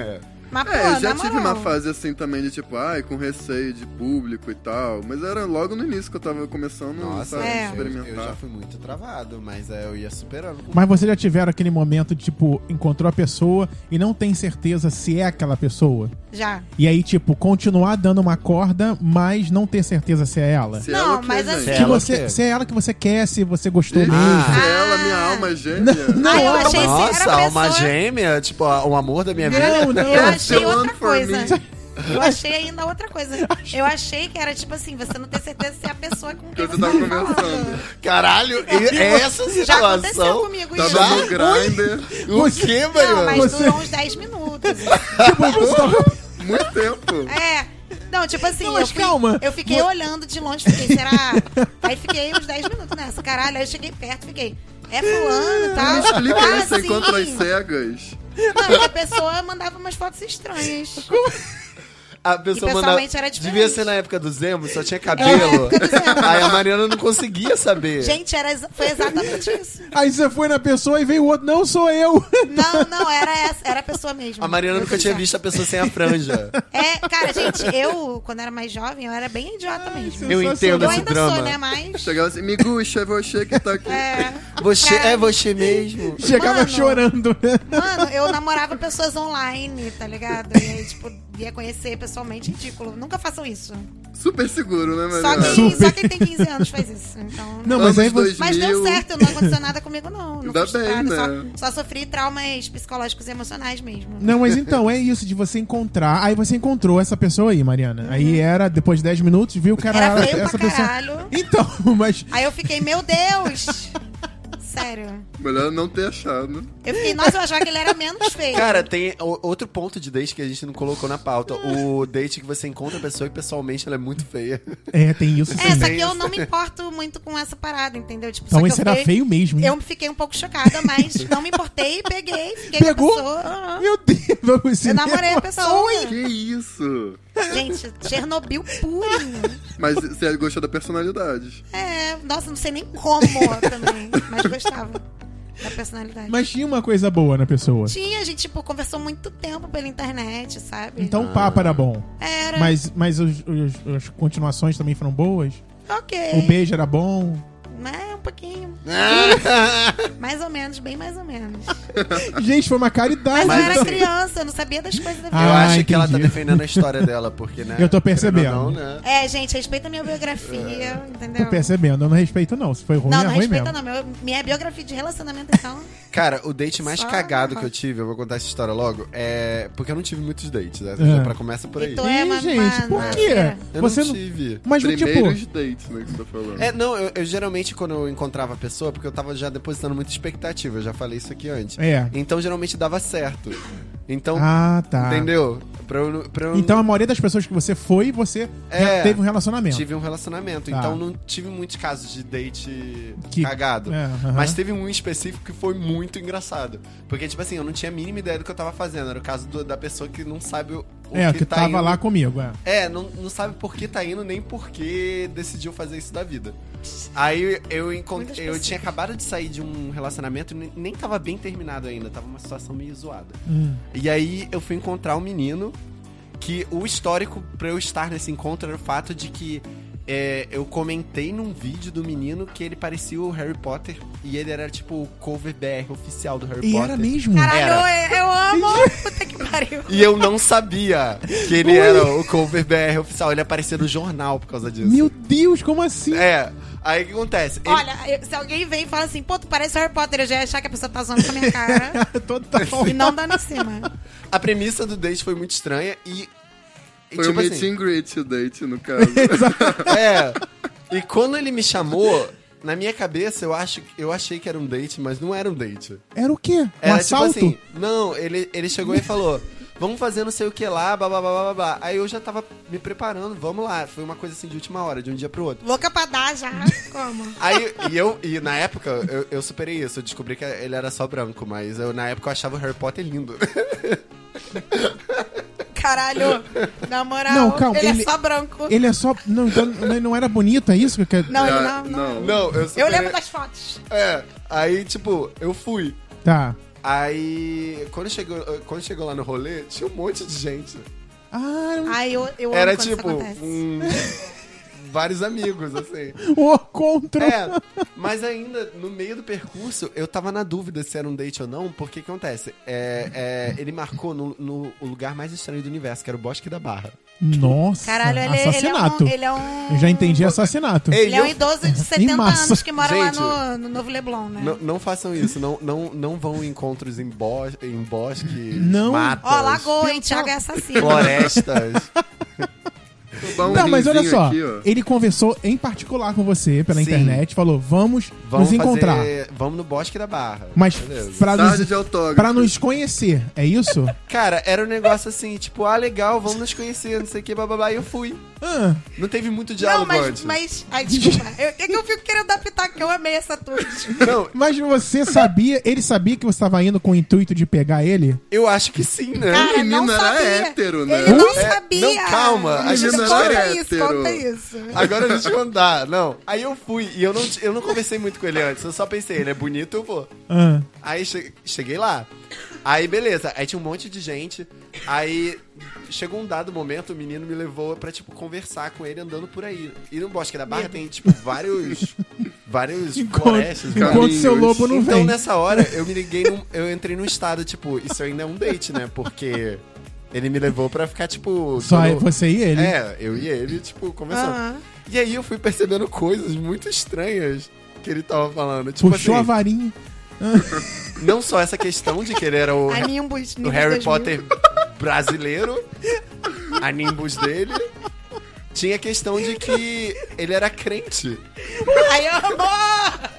Mas, pô,
É, eu já
na
tive
moral,
uma fase assim também de tipo, ai, com receio de público e tal. Mas era logo no início que eu tava começando,
Nossa,
sabe, a
É.
eu, eu já
experimentar.
fui muito travado, mas é, eu ia superando. com-
Mas vocês já tiveram aquele momento de, tipo, encontrou a pessoa e não tem certeza se é aquela pessoa?
Já.
E aí, tipo, continuar dando uma corda, mas não ter certeza se é ela?
Se
Não,
ela o quê,
mas assim-
gente?
Que
ela
você,
quer.
se é ela que você quer, se você gostou
Gente,
mesmo.
Ah.
se ela, minha alma gêmea.
Não,
Ah, eu
alma.
achei se era
Nossa,
pessoa...
alma gêmea, tipo, a- o amor da minha vida.
Não, não.
Eu achei
The one
outra
for
coisa.
me.
Eu achei ainda outra coisa. Eu achei que era tipo assim, você não ter certeza se é a pessoa com
Que
quem você
você
tá
tava
falando.
conversando.
Caralho, e- é essa
Já aconteceu
situação?
comigo isso.
Tava no grinder
O que,
Não,
Mariana?
mas
Você-
durou uns 10 minutos.
Tipo, você tava-
muito tempo.
É. Não, tipo assim,
Não,
eu,
mas
fui-
calma.
eu fiquei olhando de longe, fiquei, será? Aí fiquei uns 10 minutos nessa, caralho. Aí eu cheguei perto, fiquei, é fulano e tal.
Explica
Ah,
isso, você
sim.
encontra as cegas.
Não, e a pessoa mandava umas fotos estranhas.
A pessoa
E
mandava.
pessoalmente era diferente. É,
Devia ser na época do Zemo, só tinha cabelo. Aí a Mariana não conseguia saber.
Gente, era, exa- foi exatamente isso.
aí você foi na pessoa e veio o outro, não sou eu.
Não, não, era essa, era a pessoa mesmo.
a Mariana
Eu
nunca
fiz
tinha
certo.
visto a pessoa sem a franja.
É, cara, gente, eu, quando era mais jovem, eu era bem idiota mesmo.
Eu entendo
Eu
esse
ainda
drama.
sou, né? Mas.
Chegava assim, miguxa, é você que tá aqui.
É,
Você
Cara.
é você mesmo.
Chegava
Mano.
chorando.
mano, eu namorava pessoas online, tá ligado? E aí, tipo, ia conhecer pessoalmente, ridículo. Nunca façam isso.
Super seguro, né,
Só
Mariana?
quem,
Super.
só quem tem 15 anos faz isso. Então,
Não, mas aí você.
Mas deu
2000.
certo, não aconteceu nada comigo, não. Não
Ainda
fiz
bem,
nada,
né?
só, só sofri traumas psicológicos e emocionais mesmo.
Não, mas então, é isso de você encontrar. Aí você encontrou essa pessoa aí, Mariana. Aí era, depois de 10 minutos, viu que era,
Uhum. Era feio pra
essa pessoa.
caralho.
Então, mas.
Aí eu fiquei, meu Deus! Sério.
Melhor não ter achado.
Eu fiquei, nossa, eu achava que ele era menos feio.
Cara, tem o- outro ponto de date que a gente não colocou na pauta. O date que você encontra a pessoa e pessoalmente ela é muito feia.
É, tem isso.
é,
também.
só que eu não me importo muito com essa parada, entendeu? Tipo, só
Então
que
esse
eu
era
fiquei-
feio mesmo. hein?
Eu fiquei um pouco chocada, mas não me importei, peguei, fiquei
Pegou?
com a pessoa. aham.
Meu Deus, você
Eu namorei a pessoa.
Que isso?
Gente, Chernobyl puro.
Mas você gostou da personalidade.
É, nossa, não sei nem como também, mas gostava da personalidade.
Mas tinha uma coisa boa na pessoa.
Tinha, a gente, tipo, conversou muito tempo pela internet, sabe?
Então o papo era bom.
Era,
Mas, mas os- os- as continuações também foram boas. O
ok.
beijo era bom.
Né, um pouquinho. Ah! mais ou menos, bem mais ou menos.
Gente, foi uma
Mas,
caridade.
eu era
assim-
criança, eu não sabia das coisas da vida.
Ah,
eu acho que ela tá
entendi.
defendendo a história dela, porque, né?
Eu tô percebendo.
querendo ou Não, né?
É, gente, respeita a minha biografia, entendeu?
Tô percebendo, eu não respeito não. Se foi ruim,
não,
é
não
ruim
respeita
mesmo.
não. Meu, minha biografia de relacionamento, então.
Cara, o date mais
Só-
cagado que eu tive, eu vou contar essa história logo, é. Porque eu não tive muitos dates, né?
É.
Já pra começa por aí.
Então é
Ih,
uma-
gente,
uma-
por quê?
Eu
Você
não
não...
tive.
Mas, não,
Primeiros
tipo...
dates, né, que você tá falando.
É, não, eu, eu geralmente quando eu encontrava a pessoa, porque eu tava já depositando muita expectativa, eu já falei isso aqui antes.
É.
Então geralmente dava certo. Então,
Ah, tá.
entendeu? Pra eu, não- pra eu
Então a maioria das pessoas que você foi, você
É.
já teve um relacionamento.
tive um relacionamento.
Tá.
Então não tive muitos casos de date
Que-
cagado.
É, aham.
Mas teve um específico que foi muito engraçado. Porque, tipo assim, eu não tinha a mínima ideia do que eu tava fazendo. Era o caso do- da pessoa que não sabe o, o
É, que,
tá
tava
indo.
lá comigo, é.
É, não, não sabe por que tá indo, nem por que decidiu fazer isso da vida. Aí eu
Muitas
encontrei. Eu
pessoas.
tinha acabado de sair de um relacionamento, nem nem tava bem terminado ainda, tava uma situação meio zoada.
Hum.
E aí eu fui encontrar um menino que o histórico pra eu estar nesse encontro era o fato de que é, eu comentei num vídeo do menino que ele parecia o Harry Potter e ele era tipo o cover BR oficial do Harry
E
Potter.
era mesmo?
Caralho, eu, eu amo. Puta que pariu.
E eu não sabia que ele era o cover BR oficial. Ele aparecia no jornal por causa disso.
Meu Deus, como assim?
É, aí o que acontece? Ele-
Olha, eu- se alguém vem e fala assim, pô, tu parece o Harry Potter, eu já ia achar que a pessoa tá zoando com a minha cara
É.
Total.
e não dando em cima.
a premissa do date foi muito estranha e. e
Foi um
tipo
meet
assim,
and greet o date, no caso.
É. E quando ele me chamou, na minha cabeça eu, acho, eu achei que era um date, mas não era um date.
Era o quê? Um
Era
assalto?
tipo assim, não, ele, ele chegou e falou, vamos fazer não sei o que lá, blá, blá, blá, blá, blá. Aí eu já tava me preparando, vamos lá. Foi uma coisa assim de última hora, de um dia pro outro.
Louca pra dar já. Como?
Aí, e eu, e na época, eu, eu superei isso, eu descobri que ele era só branco, mas eu, na época eu achava o Harry Potter lindo.
Caralho. Na moral,
Não, calma,
ele,
ele-
é só branco.
Ele é só... Não, então, não não era bonito, é isso? que eu quero-
Não, ele
Ah,
não, não.
Não, eu superei.
Eu lembro das fotos.
É, aí, tipo, eu fui.
Tá.
Aí, quando chegou, quando chegou lá no rolê, tinha um monte de gente.
Ah, era um-
Ai, eu, eu amo
Era
quando
tipo,
isso acontece.
um- vários amigos, assim.
um o encontro.
É, mas ainda no meio do percurso, eu tava na dúvida se era um date ou não, porque o que acontece? É, é, ele marcou no, no- o lugar mais estranho do universo, que era o Bosque da Barra.
Nossa,
Caralho, ele, ele é
assassinato.
um... Ele é um...
Eu já entendi assassinato.
Ei,
Ele é um
eu-
idoso de
Em
70
massa.
anos que mora
Gente,
lá no, no Novo Leblon, né?
Não, não façam isso, não, não, não vão em encontros em, bo em bosque,
Não.
matas,
Ó, lagoa, hein? Thiago é assassino.
florestas.
Roubar um
Não, mas olha
vinzinho
só,
aqui, ó.
ele conversou em particular com você pela
Sim.
internet, falou, vamos,
Vamos
nos encontrar.
fazer- Vamos no Bosque da Barra.
Mas
Beleza.
pra
Tarde
tá nos,
de autógrafo.
pra nos conhecer, é isso?
Cara, era um negócio assim, tipo, ah, legal, vamos nos conhecer, não sei o que, blá blá blá, e eu fui.
Ah,
Não teve muito diálogo
Não, mas,
antes.
mas. Ai, desculpa. Eu, é que eu fico querendo adaptar, que eu amei essa atitude.
Não,
mas você sabia, ele sabia que você estava indo com o intuito de pegar ele?
eu acho que sim, né?
Cara,
menino
não
era
sabia.
hétero, né?
Ele não
É,
sabia.
não, calma, a
gente
conta
era
isso,
hétero.
conta isso.
Agora deixa eu andar. Não, aí eu fui e eu não, eu não conversei muito com ele antes. Eu só pensei, ele é bonito, eu vou.
Ah,
Aí che- cheguei lá. Aí beleza, aí tinha um monte de gente. Aí chegou um dado momento, o menino me levou pra, tipo, conversar com ele andando por aí. E no Bosque da Barra tem, tipo, vários. vários
enquanto,
florestas,
cara.
enquanto seu
Caminhos.
lobo não
Então
vem.
nessa hora eu me liguei, num- eu entrei num estado, tipo, isso ainda é um date, né? Porque Ele me levou pra ficar, tipo.
Só
todo-
você e ele.
É, eu e ele, tipo, conversando.
Aham.
E aí eu fui percebendo coisas muito estranhas que ele tava falando. Tipo
Puxou a
assim,
varinha.
não só essa questão de que ele era o,
A Nimbus,
o
Nimbus
Harry
2000.
Potter brasileiro, a Nimbus dele. Tinha a questão de que ele era crente.
Aí eu amor!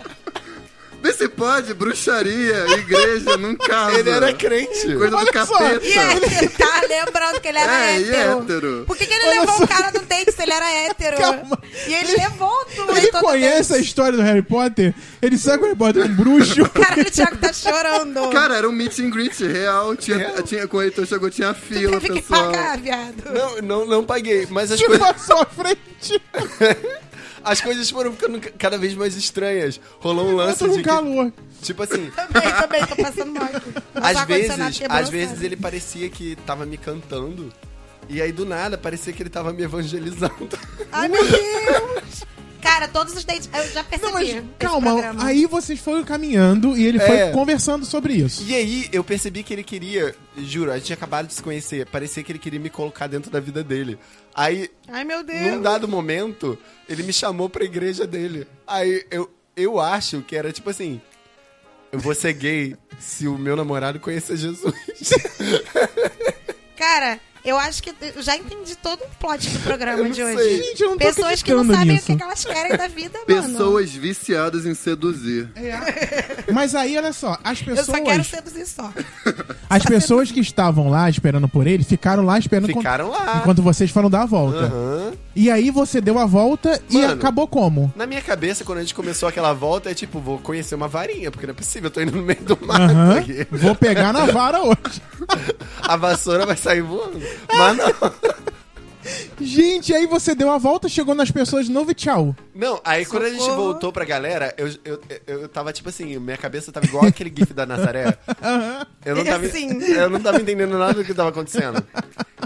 Vê se pode, bruxaria, igreja, num carro.
Ele era crente.
Coisa do
Olha só,
capeta.
E hétero, tá? Lembrando que ele era
É, e
hétero.
hétero.
Por que, que ele levou o cara do Takes? Ele era hétero.
Calma.
E ele, levou tudo.
Ele conhece a história do Harry Potter? Ele sabe que o Harry Potter é um bruxo?
Cara, o Thiago tá chorando.
Cara, era um meet and greet real. Tinha,
Real.
Tinha, quando o Heitor chegou, tinha fila,
teve que
pessoal.
pagar, viado.
Não, não, não paguei, mas as
Te
coisas.
passou à frente.
As coisas foram ficando ca- cada vez mais estranhas. Rolou um
Eu
lance
tô com
de que,
calor.
tipo assim,
Também, também, tô passando mal aqui. Mas o
às
ar-condicionado
vezes,
quebrou,
às vezes
sabe?
ele parecia que tava me cantando. E aí do nada parecia que ele tava me evangelizando.
Ai, meu Deus! Cara, todos os dates. Eu já percebi.
Não, mas
esse
calma.
programa.
Aí vocês foram caminhando e ele
É.
foi conversando sobre isso.
E aí eu percebi que ele queria, juro, a gente tinha acabado de se conhecer, parecia que ele queria me colocar dentro da vida dele. Aí,
Ai, meu
num
Deus!
dado momento, ele me chamou pra igreja dele. Aí eu, eu acho que era tipo assim. Eu vou ser gay se o meu namorado conhecer Jesus.
Cara, eu acho que eu já entendi todo o plot do programa de
sei.
hoje.
Gente, eu não tô
Pessoas que não
acreditando
sabem o
nisso.
que, que elas querem da vida, mano.
Pessoas viciadas em seduzir.
Mas aí, olha só, as
é Eu só quero
pessoas,
seduzir só.
as pessoas que estavam lá esperando por ele ficaram lá esperando enquanto-
Ficaram lá.
enquanto vocês foram dar a volta.
Aham.
E aí você deu a volta e
Mano.
acabou como?
Na minha cabeça, quando a gente começou aquela volta, é tipo, vou conhecer uma varinha, porque não é possível, eu tô indo no meio do mato
Aham.
aqui.
Vou pegar na vara hoje.
A vassoura vai sair voando. Mas não.
Gente, aí você deu a volta, chegou nas pessoas de novo e tchau.
Não, aí quando a gente
Socorro.
voltou pra galera, eu, eu, eu, eu tava tipo assim, minha cabeça tava igual aquele gif da Nazaré. Eu não,
Ele
tava,
assim.
eu não tava entendendo nada do que tava acontecendo.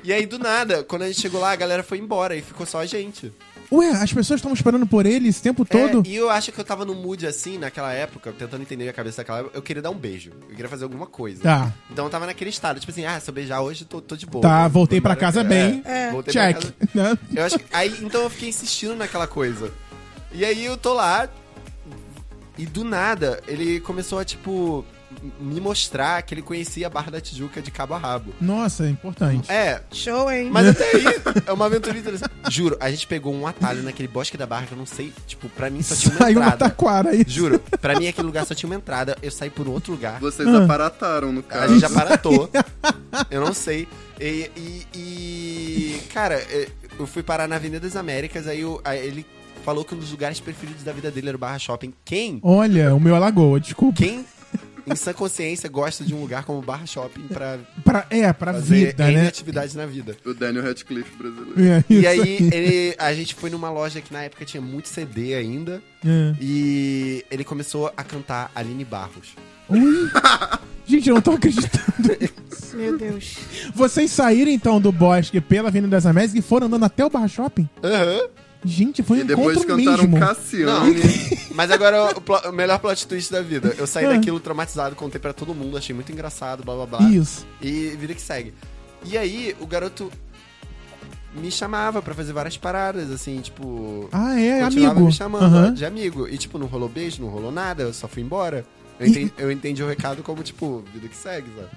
E aí, do nada, quando a gente chegou lá, a galera foi embora e ficou só a gente.
Ué, as pessoas estavam esperando por ele esse tempo todo?
É, e eu acho que eu tava num mood assim, naquela época, tentando entender a cabeça daquela época, eu queria dar um beijo. Eu queria fazer alguma coisa.
Tá.
Então eu tava naquele estado, tipo assim, ah, se eu beijar hoje, tô, tô de boa.
Tá, voltei
Embora-
pra casa bem.
É, voltei pra
Check.
casa-
né?
Eu acho que- aí, então eu fiquei insistindo naquela coisa. E aí eu tô lá, e do nada, ele começou a, tipo, me mostrar que ele conhecia a Barra da Tijuca de cabo a rabo.
Nossa, é importante.
É,
Show, hein?
mas até aí, é uma aventura interessante. Juro, a gente pegou um atalho naquele bosque da Barra que eu não sei, tipo, pra mim só tinha uma
Saiu um uma
entrada.
taquara aí.
Juro, pra mim aquele lugar só tinha uma entrada, eu saí por outro lugar.
Vocês
Ah.
aparataram no
A
carro.
gente já paratou. Eu não sei. E, e- e, cara, é, eu fui parar na Avenida das Américas, aí, eu- aí ele falou que um dos lugares preferidos da vida dele era o Barra Shopping. Quem?
Olha, o meu alagoa, desculpa.
Quem em sã consciência gosta de um lugar como o Barra Shopping pra
Pra, é, pra
fazer
vida,
N
né?
atividade na vida?
O Daniel Radcliffe brasileiro.
É,
E
isso
aí ele- a gente foi numa loja que na época tinha muito CD ainda.
É.
E ele começou a cantar Aline Barros.
Ui. Gente, eu não tô acreditando.
Meu Deus.
Vocês saíram então do bosque pela Avenida das Américas e foram andando até o Barra Shopping?
Aham.
Gente, foi um
E depois
encontro
cantaram
mesmo.
Não,
Cassiane.
mas agora o, plo- o melhor plot twist da vida. Eu saí daquilo traumatizado, contei pra todo mundo, achei muito engraçado, blá blá blá.
Isso.
E vida que segue. E aí, o garoto me chamava pra fazer várias paradas, assim, tipo.
Ah, é,
continuava
amigo.
me chamando
Aham.
de amigo. E tipo, não rolou beijo, não rolou nada, eu só fui embora. Eu entendi, eu entendi o recado como, tipo, vida que segue, sabe?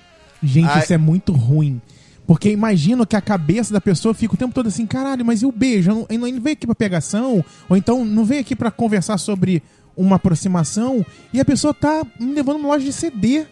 Gente,
Ai.
isso é muito ruim. Porque imagino que a cabeça da pessoa fica o tempo todo assim, caralho, mas e o beijo? Eu não, eu não veio aqui pra pegação? Ou então não veio aqui pra conversar sobre uma aproximação? E a pessoa tá me levando numa loja de CD.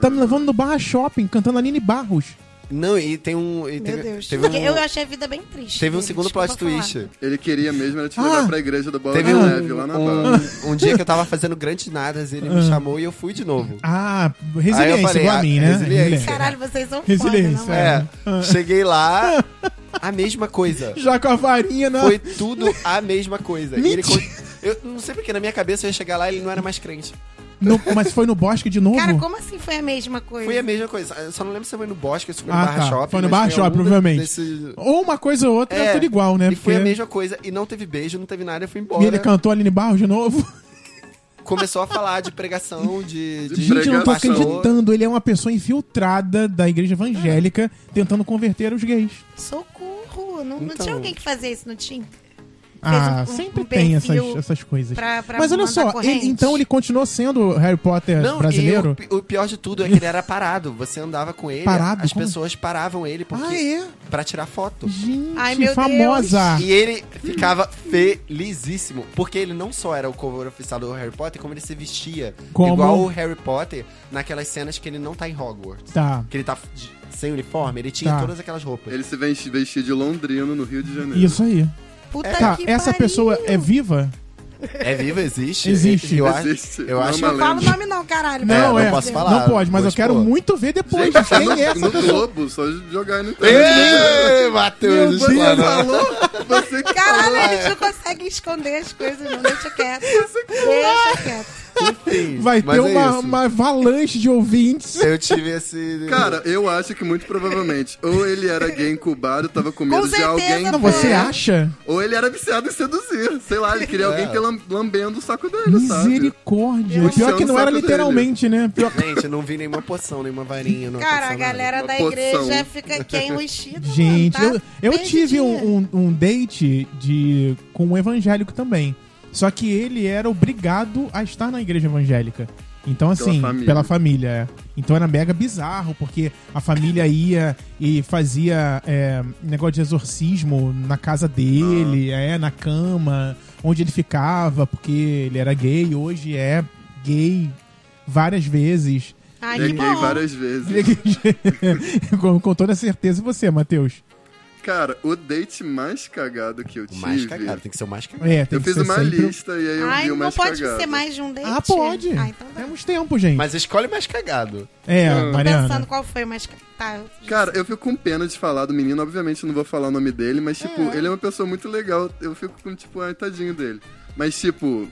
Tá me levando no Barra Shopping, cantando Aline Barros.
Não, e tem um. E
Meu
teve,
Deus.
Teve um,
Porque eu achei a vida bem triste.
teve um
dele,
segundo
desculpa
plot twist.
Ele queria mesmo era te
Ah.
levar pra igreja do Bola de
Teve um,
Neve, lá na
um-
Barra.
um dia que eu tava fazendo grandes nadas, ele me chamou e eu fui de novo.
Ah,
Aí eu
resiliência,
falei,
igual
ah,
a mim, né?
resiliência.
falar. Caralho, vocês são
Resiliência,
foda, não é?
É, cheguei lá, a mesma coisa.
Já com a varinha, né?
Foi tudo a mesma coisa. E ele
Mentira.
con- Eu não sei porque na minha cabeça eu ia chegar lá e ele não era mais crente.
No- mas foi no bosque de novo?
Cara, como assim foi a mesma coisa?
Foi a mesma coisa. Eu só não lembro se foi no Bosque, se foi no
Ah,
Barra
tá.
Shopping.
Foi no
mas
Barra
algum
Shopping, provavelmente.
desse-
Ou uma coisa ou outra,
É,
é tudo igual, né?
E foi a
Porque
mesma coisa. E não teve beijo, não teve nada, eu fui embora.
Ele cantou Aline Barros de novo.
começou a falar de pregação, de. de
Gente, eu não tô
pastor.
acreditando. Ele é uma pessoa infiltrada da igreja evangélica tentando converter os gays.
Socorro! Não, não
Então.
tinha alguém que fazia isso, não tinha?
Ah,
um- um
sempre tem
perfil
essas, essas coisas.
Pra, pra
Mas olha
mandar
só,
corrente.
ele- então ele continuou sendo Harry Potter
Não,
brasileiro?
e o pi- o, pior de tudo é que ele era parado. Você andava com ele,
Parado?
as
Como?
pessoas paravam ele porque,
Ah, é?
pra tirar foto.
Gente,
Ai, meu
famosa.
E ele ficava felizíssimo. Porque ele não só era o cover oficial do Harry Potter, como ele se vestia.
Como?
Igual o Harry Potter naquelas cenas que ele não tá em Hogwarts.
Tá.
Que ele tá de- sem uniforme, ele tinha
Tá.
todas aquelas roupas.
Ele se vesti- vestia de londrino no Rio de Janeiro.
Isso aí.
Puta
Tá,
que
essa
pariu.
pessoa é viva?
É vivo? Existe?
Existe.
Eu acho.
Existe.
Eu
Não
acho.
é uma
Não fala o
lenda.
nome não, caralho.
É,
Não,
não
é.
posso falar,
Não pode, mas eu
pois,
quero
pô.
muito ver depois.
Gente,
Quem
no,
é essa
no
pessoa?
Globo, só jogar no
Ê, Matheus,
Meu
não
Deus.
fala não.
É.
Você que
Caralho, eles não conseguem esconder as coisas, não. Deixa quieto. Deixa quieto.
Enfim,
Vai
mas
ter
é
uma,
isso.
uma avalanche de ouvintes.
Eu tive esse.
Cara, eu acho que muito provavelmente ou ele era gay incubado, tava com medo de
certeza,
alguém.
Não,
Você
É.
acha?
Ou ele era viciado em seduzir. Sei lá, ele queria
É.
alguém que lam- lambendo o saco dele, sabe?
Misericórdia.
Eu
Pior que
puxando
não
o
era
saco
literalmente, né? Pior...
Gente, eu não vi nenhuma poção, nenhuma varinha. Não
Cara, a
aconteceu
galera
Uma
da
poção.
igreja fica aqui enrustida.
Gente,
mano,
eu,
tá
eu
perdidinha.
tive um, um, um date de, com um evangélico também. Só que ele era obrigado a estar na igreja evangélica. Então, assim,
família.
pela família. é. Então era mega bizarro, porque a família ia e fazia é, negócio de exorcismo na casa dele, é, na cama, onde ele ficava, porque ele era gay, hoje é gay várias vezes.
Ai, que
Neguei
bom.
várias vezes.
com, com toda certeza, e você, Matheus?
Cara, o date mais cagado que eu
nada. O
tive.
mais cagado, tem que ser o mais cagado.
É, tem
Eu
que
fiz
ser
uma
sempre o-
lista e aí eu
Ai,
vi o
não
mais
pode
cagado.
ser mais de um date?
Ah, pode.
Ah, então tá.
Temos tempo, gente.
Mas escolhe o mais cagado.
é,
eu tô
Mariana.
Pensando qual foi o mais... ca- Tá, eu-
Cara, eu fico com pena de falar do menino, obviamente eu não vou falar o nome dele, mas tipo, ele é uma pessoa muito legal. Eu fico com, tipo, ai, tadinho dele. Mas, tipo,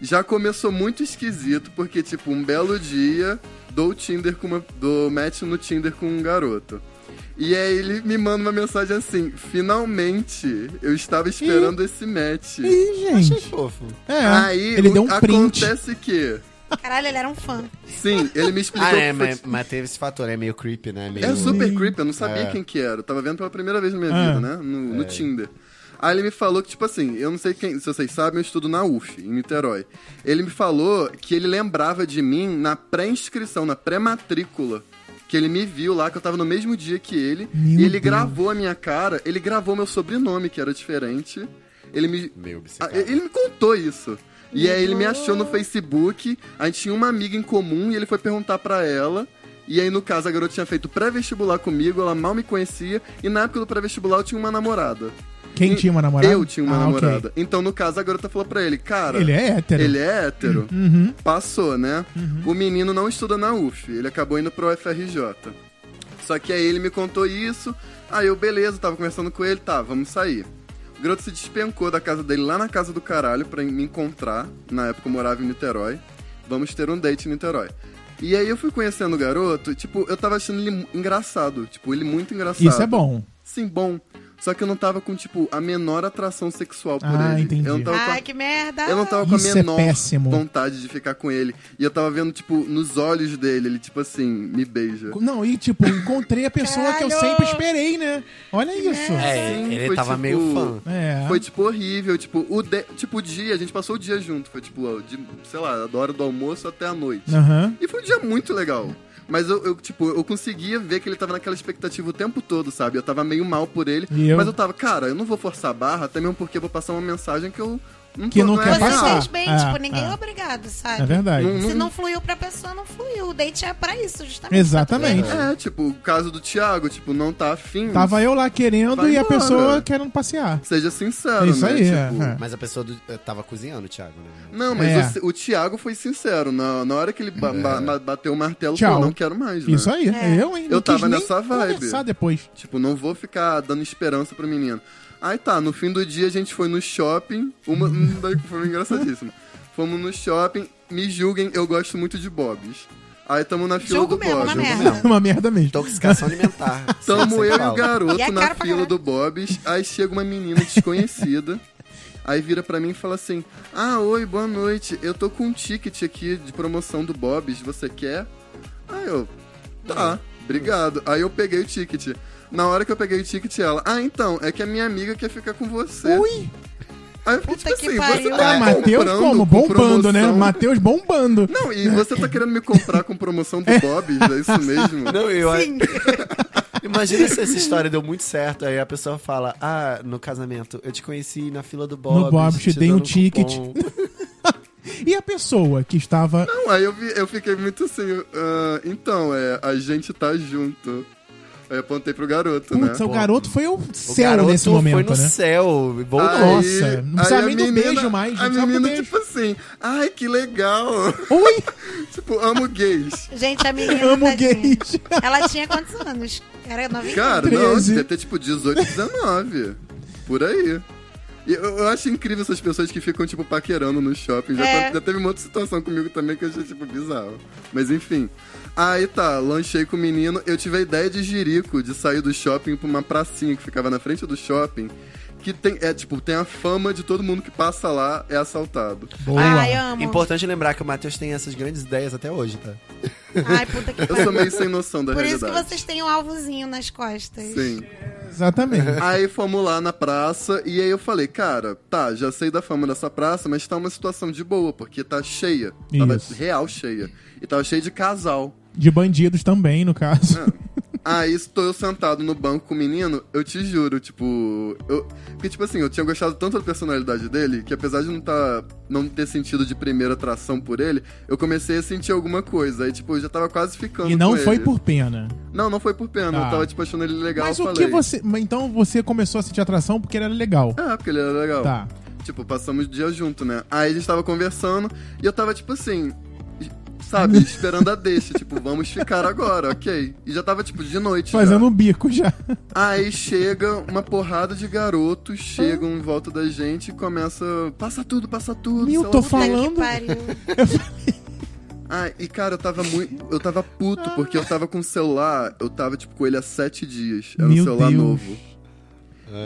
já começou muito esquisito, porque, tipo, um belo dia dou o Tinder com uma. dou match no Tinder com um garoto. E aí ele me manda uma mensagem assim, finalmente eu estava esperando esse match.
Ih,
Achei
gente.
fofo.
É,
Aí
ele
o-
deu um print.
acontece que.
Caralho, ele era um fã.
Sim, ele me explicou.
Ah, é,
que Então foi,
mas, mas teve esse fator, é meio creepy, né? Meio...
É super creepy, eu não sabia
É.
quem que era. Eu tava vendo pela primeira vez na minha
Ah.
vida, né? No, no Tinder. Aí ele me falou que, tipo assim, eu não sei quem, se vocês sabem, eu estudo na UF, em Niterói. Ele me falou que ele lembrava de mim na pré-inscrição, na pré-matrícula. Que ele me viu lá, que eu tava no mesmo dia que ele.
Meu
e ele
Deus.
gravou a minha cara, ele gravou meu sobrenome, que era diferente. Ele me.
Meio
Ah,
obcecado.
ele me contou isso. E aí ele me achou no Facebook, a gente tinha uma amiga em comum e ele foi perguntar pra ela. E aí, no caso, a garota tinha feito pré-vestibular comigo, ela mal me conhecia, e na época do pré-vestibular eu tinha uma namorada.
Quem
E-
tinha uma namorada?
Eu tinha uma
Ah, ok.
namorada. Então, no caso, a garota falou pra ele, cara.
Ele é hétero.
Ele é hétero.
Uhum.
Passou, né? O menino não estuda na UF, ele acabou indo pro FRJ. Só que aí ele me contou isso, aí eu, beleza, tava conversando com ele, tá, vamos sair. O garoto se despencou da casa dele lá na casa do caralho pra me encontrar. Na época eu morava em Niterói. Vamos ter um date em Niterói. E aí eu fui conhecendo o garoto, tipo, eu tava achando ele mu- engraçado. Tipo, ele muito engraçado.
Isso é bom.
Sim, bom. Só que eu não tava com, tipo, a menor atração sexual por
Ah,
ele.
entendi.
Eu não tava com a-
Ai, que merda.
eu não tava com a
Isso é
menor
péssimo.
vontade de ficar com ele. E eu tava vendo, tipo, nos olhos dele, ele, tipo assim, me beija.
Não, e tipo, encontrei a pessoa que eu
Caralho!
sempre esperei, né? Olha isso.
É,
Sim,
ele
foi
tava
tipo-
meio fã.
É.
Foi, tipo, horrível. Tipo o, de- tipo, o dia, a gente passou o dia junto. Foi, tipo, ó, de, sei lá, da hora do almoço até a noite.
Aham.
E foi um dia muito legal. Mas eu, eu, tipo, eu conseguia ver que ele tava naquela expectativa o tempo todo, sabe? Eu tava meio mal por ele.
E eu?
Mas eu tava, cara, eu não vou forçar a barra, até mesmo porque eu vou passar uma mensagem que eu não
Que
tô-
não
é
quer
Você
real.
passar.
fez bem,
Ah,
tipo, ninguém
ah.
é obrigado, sabe?
É verdade.
Não-
Se não fluiu pra pessoa, não fluiu. O date é pra isso, justamente.
Exatamente.
É, tipo, o caso do Thiago, tipo, não tá afim.
Tava eu lá querendo
Vai
e a
embora.
pessoa querendo passear.
Seja sincero,
É isso
né?
aí,
tipo,
é.
Mas a pessoa do- eh, tava cozinhando, Thiago, né?
Não, mas
É.
o, o Thiago foi sincero. Na, na hora que ele ba- ba- ba- bateu o martelo,
Tchau.
falou, não quero mais, né?
Isso aí.
É.
Eu, hein?
Eu
não quis
tava
nem
nessa vibe.
conversar depois.
Tipo, não vou ficar dando esperança pro menino. Aí tá, no fim do dia a gente foi no shopping. Uma, hum, daí foi engraçadíssimo. Fomos no shopping, me julguem, eu gosto muito de Bob's. Aí tamo na fila
Jogo
do
mesmo,
Bob's.
uma
né?
merda.
Uma merda mesmo.
Então,
Intoxicação alimentar.
Tamo eu Então e o
garoto.
garoto
E é
na
caro pra
fila
caralho.
do Bob's. Aí chega uma menina desconhecida. Aí vira pra mim e fala assim: Ah, oi, boa noite. Eu tô com um ticket aqui de promoção do Bob's, você quer? Aí eu, tá,
É.
obrigado. Aí eu peguei o ticket. Na hora que eu peguei o ticket, ela, ah, então, é que a minha amiga quer ficar com você.
Ui!
Aí eu fiquei
Puta
tipo
que
assim, você
pariu.
né? tá
Ah,
me
Matheus
comprando
como?
com
Bombando, né?
promoção-
Matheus bombando.
Não, e você tá querendo me comprar com promoção do Bob's, é isso mesmo?
Não, eu
Sim.
Imagina se essa história deu muito certo, aí a pessoa fala, ah, no casamento, eu te conheci na fila do Bob.
No Bob's, te dei um ticket."
Cupom.
E a pessoa que estava.
Não, aí eu, vi- eu fiquei muito assim, "Ah, então, é, a gente tá junto. Aí eu apontei pro garoto,
Putz,
né?
o garoto foi o
O
céu
garoto
nesse
foi
momento,
no
né?
céu, voltou.
Ah,
Ai. Nossa, não sabe
a
nem do beijo mais,
A
não sabe do
menina,
beijo.
tipo assim, ai, que legal.
Ui!
tipo, amo gays.
Gente, a menina.
Amo
tadinha.
gays.
Ela tinha quantos anos? Era novinha?
Cara, não,
13.
devia ter tipo 18, 19. por aí. E eu, eu acho incrível essas pessoas que ficam, tipo, paquerando no shopping. Já,
É.
tá- já teve uma outra situação comigo também que eu achei, tipo, bizarro. Mas enfim. Aí tá, lanchei com o menino. Eu tive a ideia de jirico, de sair do shopping pra uma pracinha que ficava na frente do shopping. Que tem, é, tipo, tem a fama de todo mundo que passa lá é assaltado.
Boa.
Ai, amo.
Importante lembrar que o Matheus tem essas grandes ideias até hoje, tá?
Ai, puta que
Eu sou
pariu.
meio sem noção da
Por isso que
realidade.
vocês têm um alvozinho nas costas.
Sim.
Exatamente.
Aí fomos lá na praça e aí eu falei, cara, tá, já sei da fama dessa praça, mas tá uma situação de boa, porque tá cheia. Tava
Isso.
real cheia. E tava cheia de casal.
De bandidos também, no
É,
caso.
Aí estou eu sentado no banco com o menino, eu te juro, tipo. Eu, porque, tipo assim, eu tinha gostado tanto da personalidade dele que apesar de não, tá, não ter sentido de primeira atração por ele, eu comecei a sentir alguma coisa. Aí, tipo, eu já tava quase ficando.
E não
com
foi
ele.
por pena.
Não, não foi por pena.
Tá.
Eu tava, tipo, achando ele legal.
Mas
eu
o
falei.
que você. mas Então você começou a sentir atração porque ele era legal.
Ah, porque ele era legal.
Tá.
Tipo, passamos o dia junto, né? Aí a gente tava conversando e eu tava, tipo assim, sabe, esperando a deixa. tipo, vamos ficar agora, ok. E já tava, tipo, de noite. já.
Fazendo um bico já.
Aí chega uma porrada de garotos, chegam em volta da gente e começa. Passa tudo, passa tudo.
Meu,
sei
tô
lá o quê.
Puta
Falando-
que pariu.
Ah, e cara, eu tava muito. Eu tava puto, porque eu tava com o celular, eu tava, tipo, com ele há sete dias. Era
Meu
um celular
Deus.
novo.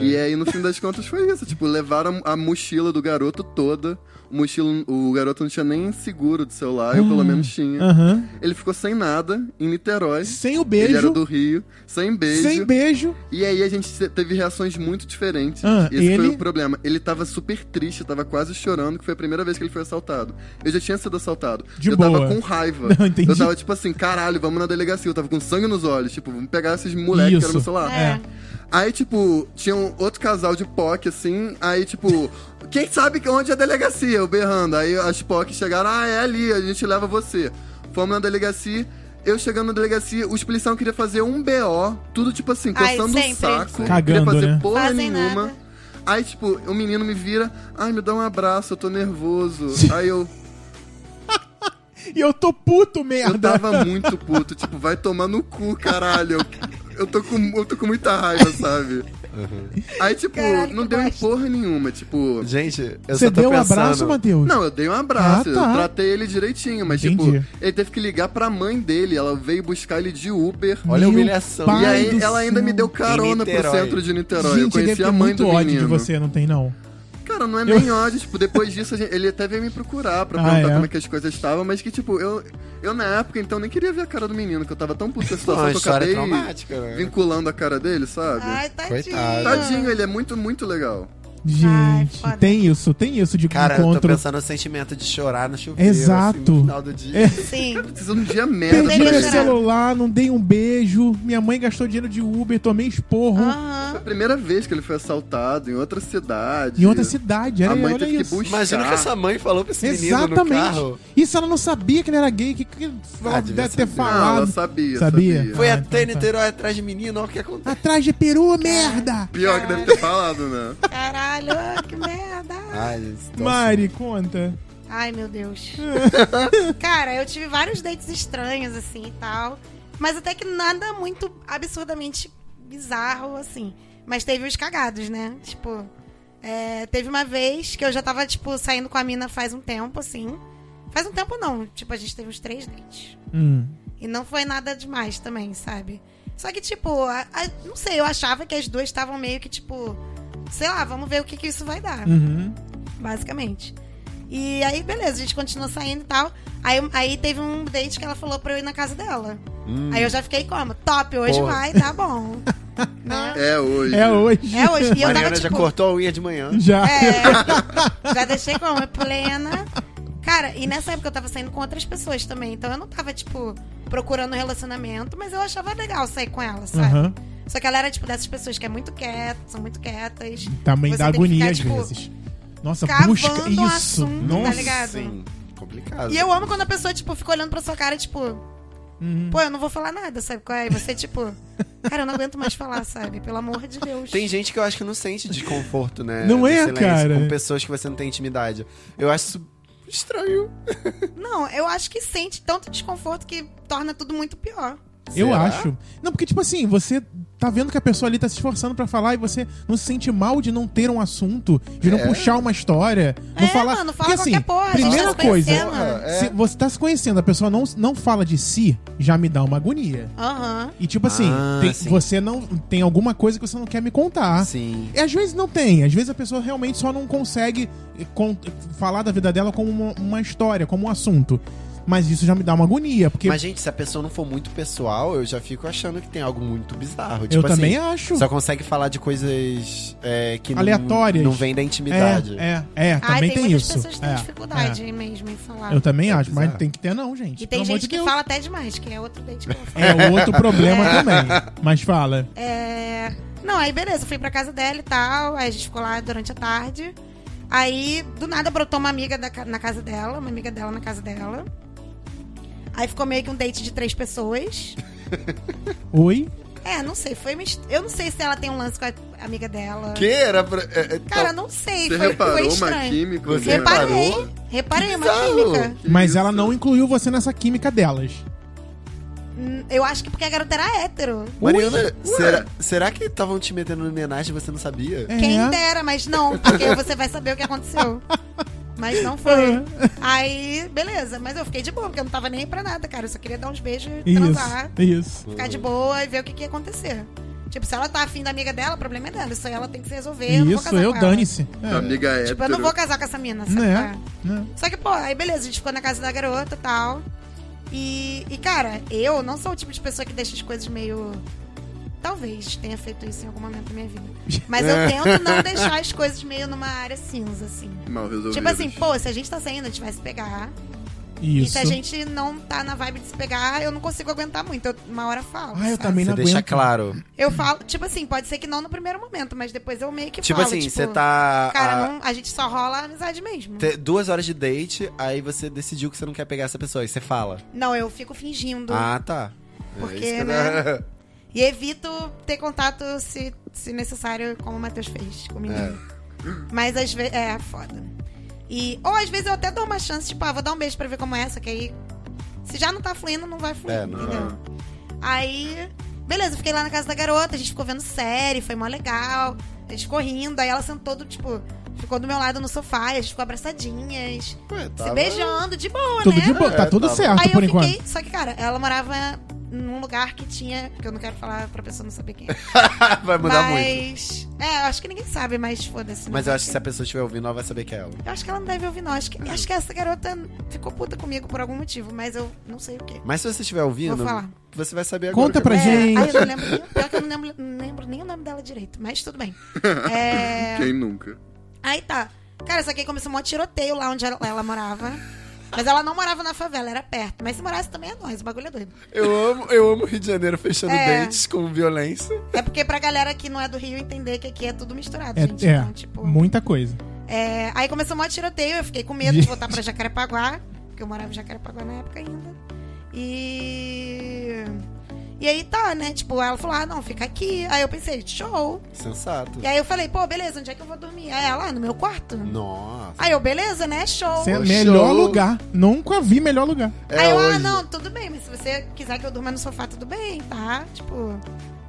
E aí, no fim das contas, foi isso. Tipo, levaram a mochila do garoto toda. O, mochila, o garoto não tinha nem seguro de celular, eu
Ah.
pelo menos tinha.
Aham.
Ele ficou sem nada, em Niterói.
Sem o
Ele era
beijo.
do Rio, sem beijo.
Sem beijo.
E aí a gente te- teve reações muito diferentes.
Ah,
Esse foi
ele-
o problema. Ele tava super triste, tava quase chorando, que foi a primeira vez que ele foi assaltado. Eu já tinha sido assaltado.
De
eu
boa.
tava com raiva.
Não, entendi.
Eu tava tipo assim, caralho, vamos na delegacia. Eu tava com sangue nos olhos, tipo, vamos pegar esses moleques que eram no
Isso.
celular.
É.
Aí, tipo, tinha um outro casal de POC, assim, aí, tipo, quem sabe que- onde é a delegacia? Eu berrando. Aí as POC chegaram, ah, é ali, a gente leva você. Fomos na delegacia, eu chegando na delegacia, os policiais queriam fazer um BO, tudo, tipo assim,
Ai,
coçando o
sempre.
saco.
Cagando,
não queria fazer
né?
porra
Fazem
nenhuma.
nada.
Aí, tipo, o menino me vira, ai, me dá um abraço, eu tô nervoso. Aí eu,
E eu tô puto, merda.
eu tava muito puto, tipo, vai tomar no cu, caralho. Eu, eu tô, com, eu tô com muita raiva, sabe?
Uhum.
Aí, tipo,
Caralho,
não
que
deu em
bosta.
porra nenhuma, tipo.
Gente, eu
Você
só tô
deu um
pensando...
abraço, Matheus?
Não, eu dei um abraço,
Ah, tá.
eu tratei ele direitinho, mas
Entendi.
tipo, ele teve que ligar pra mãe dele, ela veio buscar ele de Uber.
Olha a
Meu
humilhação.
pai
e aí
do
ela ainda
céu.
me deu carona
Em
pro
Niterói.
centro de Niterói. eu
Gente, deve
conheci
ter
a mãe
muito
do
ódio
menino.
de você, não tem não.
Cara, não é
Eu-
nem ódio, tipo, depois disso a gente- ele até veio me procurar pra
Ah,
perguntar
é?
como é que as coisas estavam, mas que tipo, eu eu na época então nem queria ver a cara do menino, que eu tava tão puto com a
Não,
situação
a
que eu
história é
acabei
traumática, né?
vinculando a cara dele, sabe?
Ai, tadinho.
Coitado.
Tadinho, ele é muito, muito legal.
Ai,
Gente,
foda.
tem isso, tem isso de
Cara, eu tô
encontro.
pensando no sentimento de chorar no chuveiro,
Exato.
assim, no final do
É.
dia.
Sim.
Precisa de um dia merda
Perdi
pra
meu
ele.
chorar.
celular, não dei um beijo. Minha mãe gastou dinheiro de Uber, tomei esporro.
Ah.
Foi
Aham.
a primeira vez que ele foi assaltado em outra cidade.
Em outra cidade, era
a mãe
olha
teve
isso.
que buscar.
Imagina o que a sua mãe falou pra esse menino no
Exatamente.
carro.
Isso ela não sabia que ele era gay, que, que ela
devia
deve ter
saber.
Ah, ela
falado.
sabia,
Sabia?
sabia.
Foi
Ah,
até
então tá.
Niterói atrás de menino, olha o que acontece.
Atrás de peru, merda!
Pior que deve ter falado, né?
Caralho, que merda.
Mari, conta.
Ai, meu Deus. Cara, eu tive vários dates estranhos, assim, e tal. Mas até que nada muito absurdamente bizarro, assim. Mas teve os cagados, né? Tipo, é, teve uma vez que eu já tava, tipo, saindo com a mina faz um tempo, assim. Faz um tempo não. Tipo, a gente teve uns três dates.
Hum.
E não foi nada demais também, sabe? Só que, tipo, a- a- não sei, eu achava que as duas estavam meio que, tipo, sei lá, vamos ver o que, que isso vai dar.
Uhum.
basicamente. E aí, beleza, a gente continuou saindo e tal. Aí, aí teve um date que ela falou pra eu ir na casa dela. Aí eu já fiquei como? Top, hoje
Hum. Porra.
vai, tá bom. Né?
É hoje.
É hoje.
É hoje. E eu
assim. Mariana
tava
já
tipo.
cortou a unha de manhã.
Já.
É. Já deixei como? Plena. Cara, e nessa época eu tava saindo com outras pessoas também. Então eu não tava, tipo, procurando um relacionamento, mas eu achava legal sair com ela, sabe?
Aham.
Só que ela era, tipo, dessas pessoas que é muito quieta, são muito quietas.
Também
Você
dá
tem que
agonia
ficar,
às
tipo,
vezes. Nossa,
cavando
busca
o
isso.
assunto, tá
Nossa.
ligado?
Sim. Complicado.
E eu amo quando a pessoa, tipo, fica olhando pra sua cara, tipo,
Uhum.
pô, eu não vou falar nada, sabe? qual é? E você, tipo, cara, eu não aguento mais falar, sabe? Pelo amor de Deus.
Tem gente que eu acho que não sente desconforto, né?
Não
do
é,
silêncio
cara.
Com pessoas que você não tem intimidade. Eu acho isso estranho.
Não, eu acho que sente tanto desconforto que torna tudo muito pior.
Eu
Será?
acho. Não, porque, tipo assim, você tá vendo que a pessoa ali tá se esforçando pra falar e você não se sente mal de não ter um assunto, de não
É.
puxar uma história. Não
É,
falar.
mano, fala
porque, assim,
qualquer porra, a gente
primeira
tá se
coisa,
conhecendo.
Porra,
se você tá se conhecendo, a pessoa não, não fala de si, já me dá uma agonia.
Aham.
E, tipo assim,
Ah,
tem-
sim.
você não. Tem alguma coisa que você não quer me contar.
Sim.
E às vezes não tem, às vezes a pessoa realmente só não consegue eh, con- falar da vida dela como uma, uma história, como um assunto. Mas isso já me dá uma agonia, porque
Mas, gente, se a pessoa não for muito pessoal, eu já fico achando que tem algo muito bizarro.
eu
Tipo assim,
também acho.
Só consegue falar de coisas é, que não-
Aleatórias.
Não, vem da intimidade.
É, é, é
Ah,
também
tem,
tem,
muitas
isso.
pessoas que têm
É,
dificuldade mesmo em falar.
é. Eu também
É
acho, mas
bizarro.
não tem que ter, não, gente.
E tem
Pelo amor
gente
de
que
Deus.
fala até demais, que é outro date que eu vou falar.
É outro problema também. Mas fala.
É... Não, aí beleza, eu fui pra casa dela e tal, aí a gente ficou lá durante a tarde. Aí, do nada, brotou uma amiga da ca- na casa dela, uma amiga dela na casa dela. Aí ficou meio que um date de três pessoas.
Oi?
É, não sei, foi... mis- Eu não sei se ela tem um lance com a amiga dela.
Que era pra- é, é,
Cara,
tal-
não
Você
sei, foi, foi
reparou uma
estranho.
química?
Você
né?
reparei,
reparou?
reparei uma
bizarro.
química.
Mas
isso?
ela não incluiu você nessa química delas.
Hum, Eu acho que porque a garota era hétero.
Mariana,
Ui,
será,
ué.
será que estavam te metendo no homenagem e você não sabia?
É.
Quem dera, mas não, porque você vai saber o que aconteceu. Mas não
É,
foi. Aí, beleza, mas eu fiquei de boa, porque eu não tava nem aí pra nada, cara. Eu só queria dar uns beijos, transar,
Isso, isso.
ficar de boa e ver o que, que ia acontecer. Tipo, se ela tá afim da amiga dela, o problema é dela. Isso aí ela tem que se resolver. eu não vou
Isso,
casar
eu
com ela.
dane-se.
Sua
É.
Amiga hétero.
Tipo, eu não vou casar com essa mina, sabe? é?
Né? né.
Só que, pô, aí beleza, a gente ficou na casa da garota e tal. E, e, cara, eu não sou o tipo de pessoa que deixa as coisas meio. Talvez tenha feito isso em algum momento da minha vida. Mas
É.
eu tento não deixar as coisas meio numa área cinza, assim.
Mal resolvido.
Tipo assim, pô, se a gente tá saindo, a gente vai se pegar. E
Isso.
se a é gente não tá na vibe de se pegar, eu não consigo aguentar muito. Eu, uma hora eu falo.
Ah, eu
sabe?
também
Você
não
deixa
aguento.
claro.
Eu falo, tipo assim, pode ser que não no primeiro momento, mas depois eu meio que
Tipo
falo.
assim, você tá.
Cara,
a-
não- é. a gente só rola a amizade mesmo.
te- duas horas de date, aí você decidiu que você não quer pegar essa pessoa. Aí você fala.
Não, eu fico fingindo.
Ah, tá.
Porque,
isso que eu-
né? E evito ter contato se, se necessário, como o Matheus fez comigo. Mas às vezes. É, foda. E, ou às vezes eu até dou uma chance, tipo, ah, vou dar um beijo pra ver como é, só que aí. Se já não tá fluindo, não vai fluir,
É, não.
entendeu? Aí. Beleza, eu fiquei lá na casa da garota, a gente ficou vendo série, foi mó legal. A gente ficou rindo, aí ela sentou, do, tipo, ficou do meu lado no sofá, e a gente ficou abraçadinhas,
Ué,
se
tá,
tava-
beijando, de boa,
Tudo
né?
de boa, tá
É,
tudo
tá.
certo
Aí
por
eu
enquanto.
fiquei, só que, cara, ela morava num lugar que tinha. Que eu não quero falar pra pessoa não saber quem é.
Vai mudar muito.
mas. É, eu acho que ninguém sabe, mas foda-se. né?
Mas eu acho que se a pessoa estiver ouvindo, ela vai saber que é ela.
Eu acho que ela não deve ouvir, não. Acho que, acho que essa garota ficou puta comigo por algum motivo, mas eu não sei o quê.
Mas se você estiver ouvindo,
Vou falar.
você vai saber agora.
Conta
que-
pra gente.
Ai, eu não lembro nem, pior que eu não lembro, não lembro nem o nome dela direito, mas tudo bem. É,
né? Quem nunca?
aí tá. Cara, só que aí começou um tiroteio lá onde ela, ela morava. Mas ela não morava na favela, era perto. Mas se morasse também é nós, o bagulho é doido.
Eu amo, eu amo Rio de Janeiro fechando
É.
dates com violência.
É porque pra galera que não é do Rio entender que aqui é tudo misturado,
É,
gente.
é,
Então, tipo.
muita coisa.
É, aí começou o maior tiroteio, eu fiquei com medo de voltar pra Jacarepaguá, porque eu morava em Jacarepaguá na época ainda. E. E aí tá, né? Tipo, ela falou, ah, não, fica aqui. Aí eu pensei, show.
Sensato.
E aí eu falei, pô, beleza, onde é que eu vou dormir? Aí ela, ah, no meu quarto.
Nossa.
Aí eu, beleza, né? Show.
Cê é
Show.
melhor lugar. Nunca vi melhor lugar.
aí eu,
hoje.
ah, não, tudo bem, mas se você quiser que eu durma no sofá, tudo bem, tá? Tipo.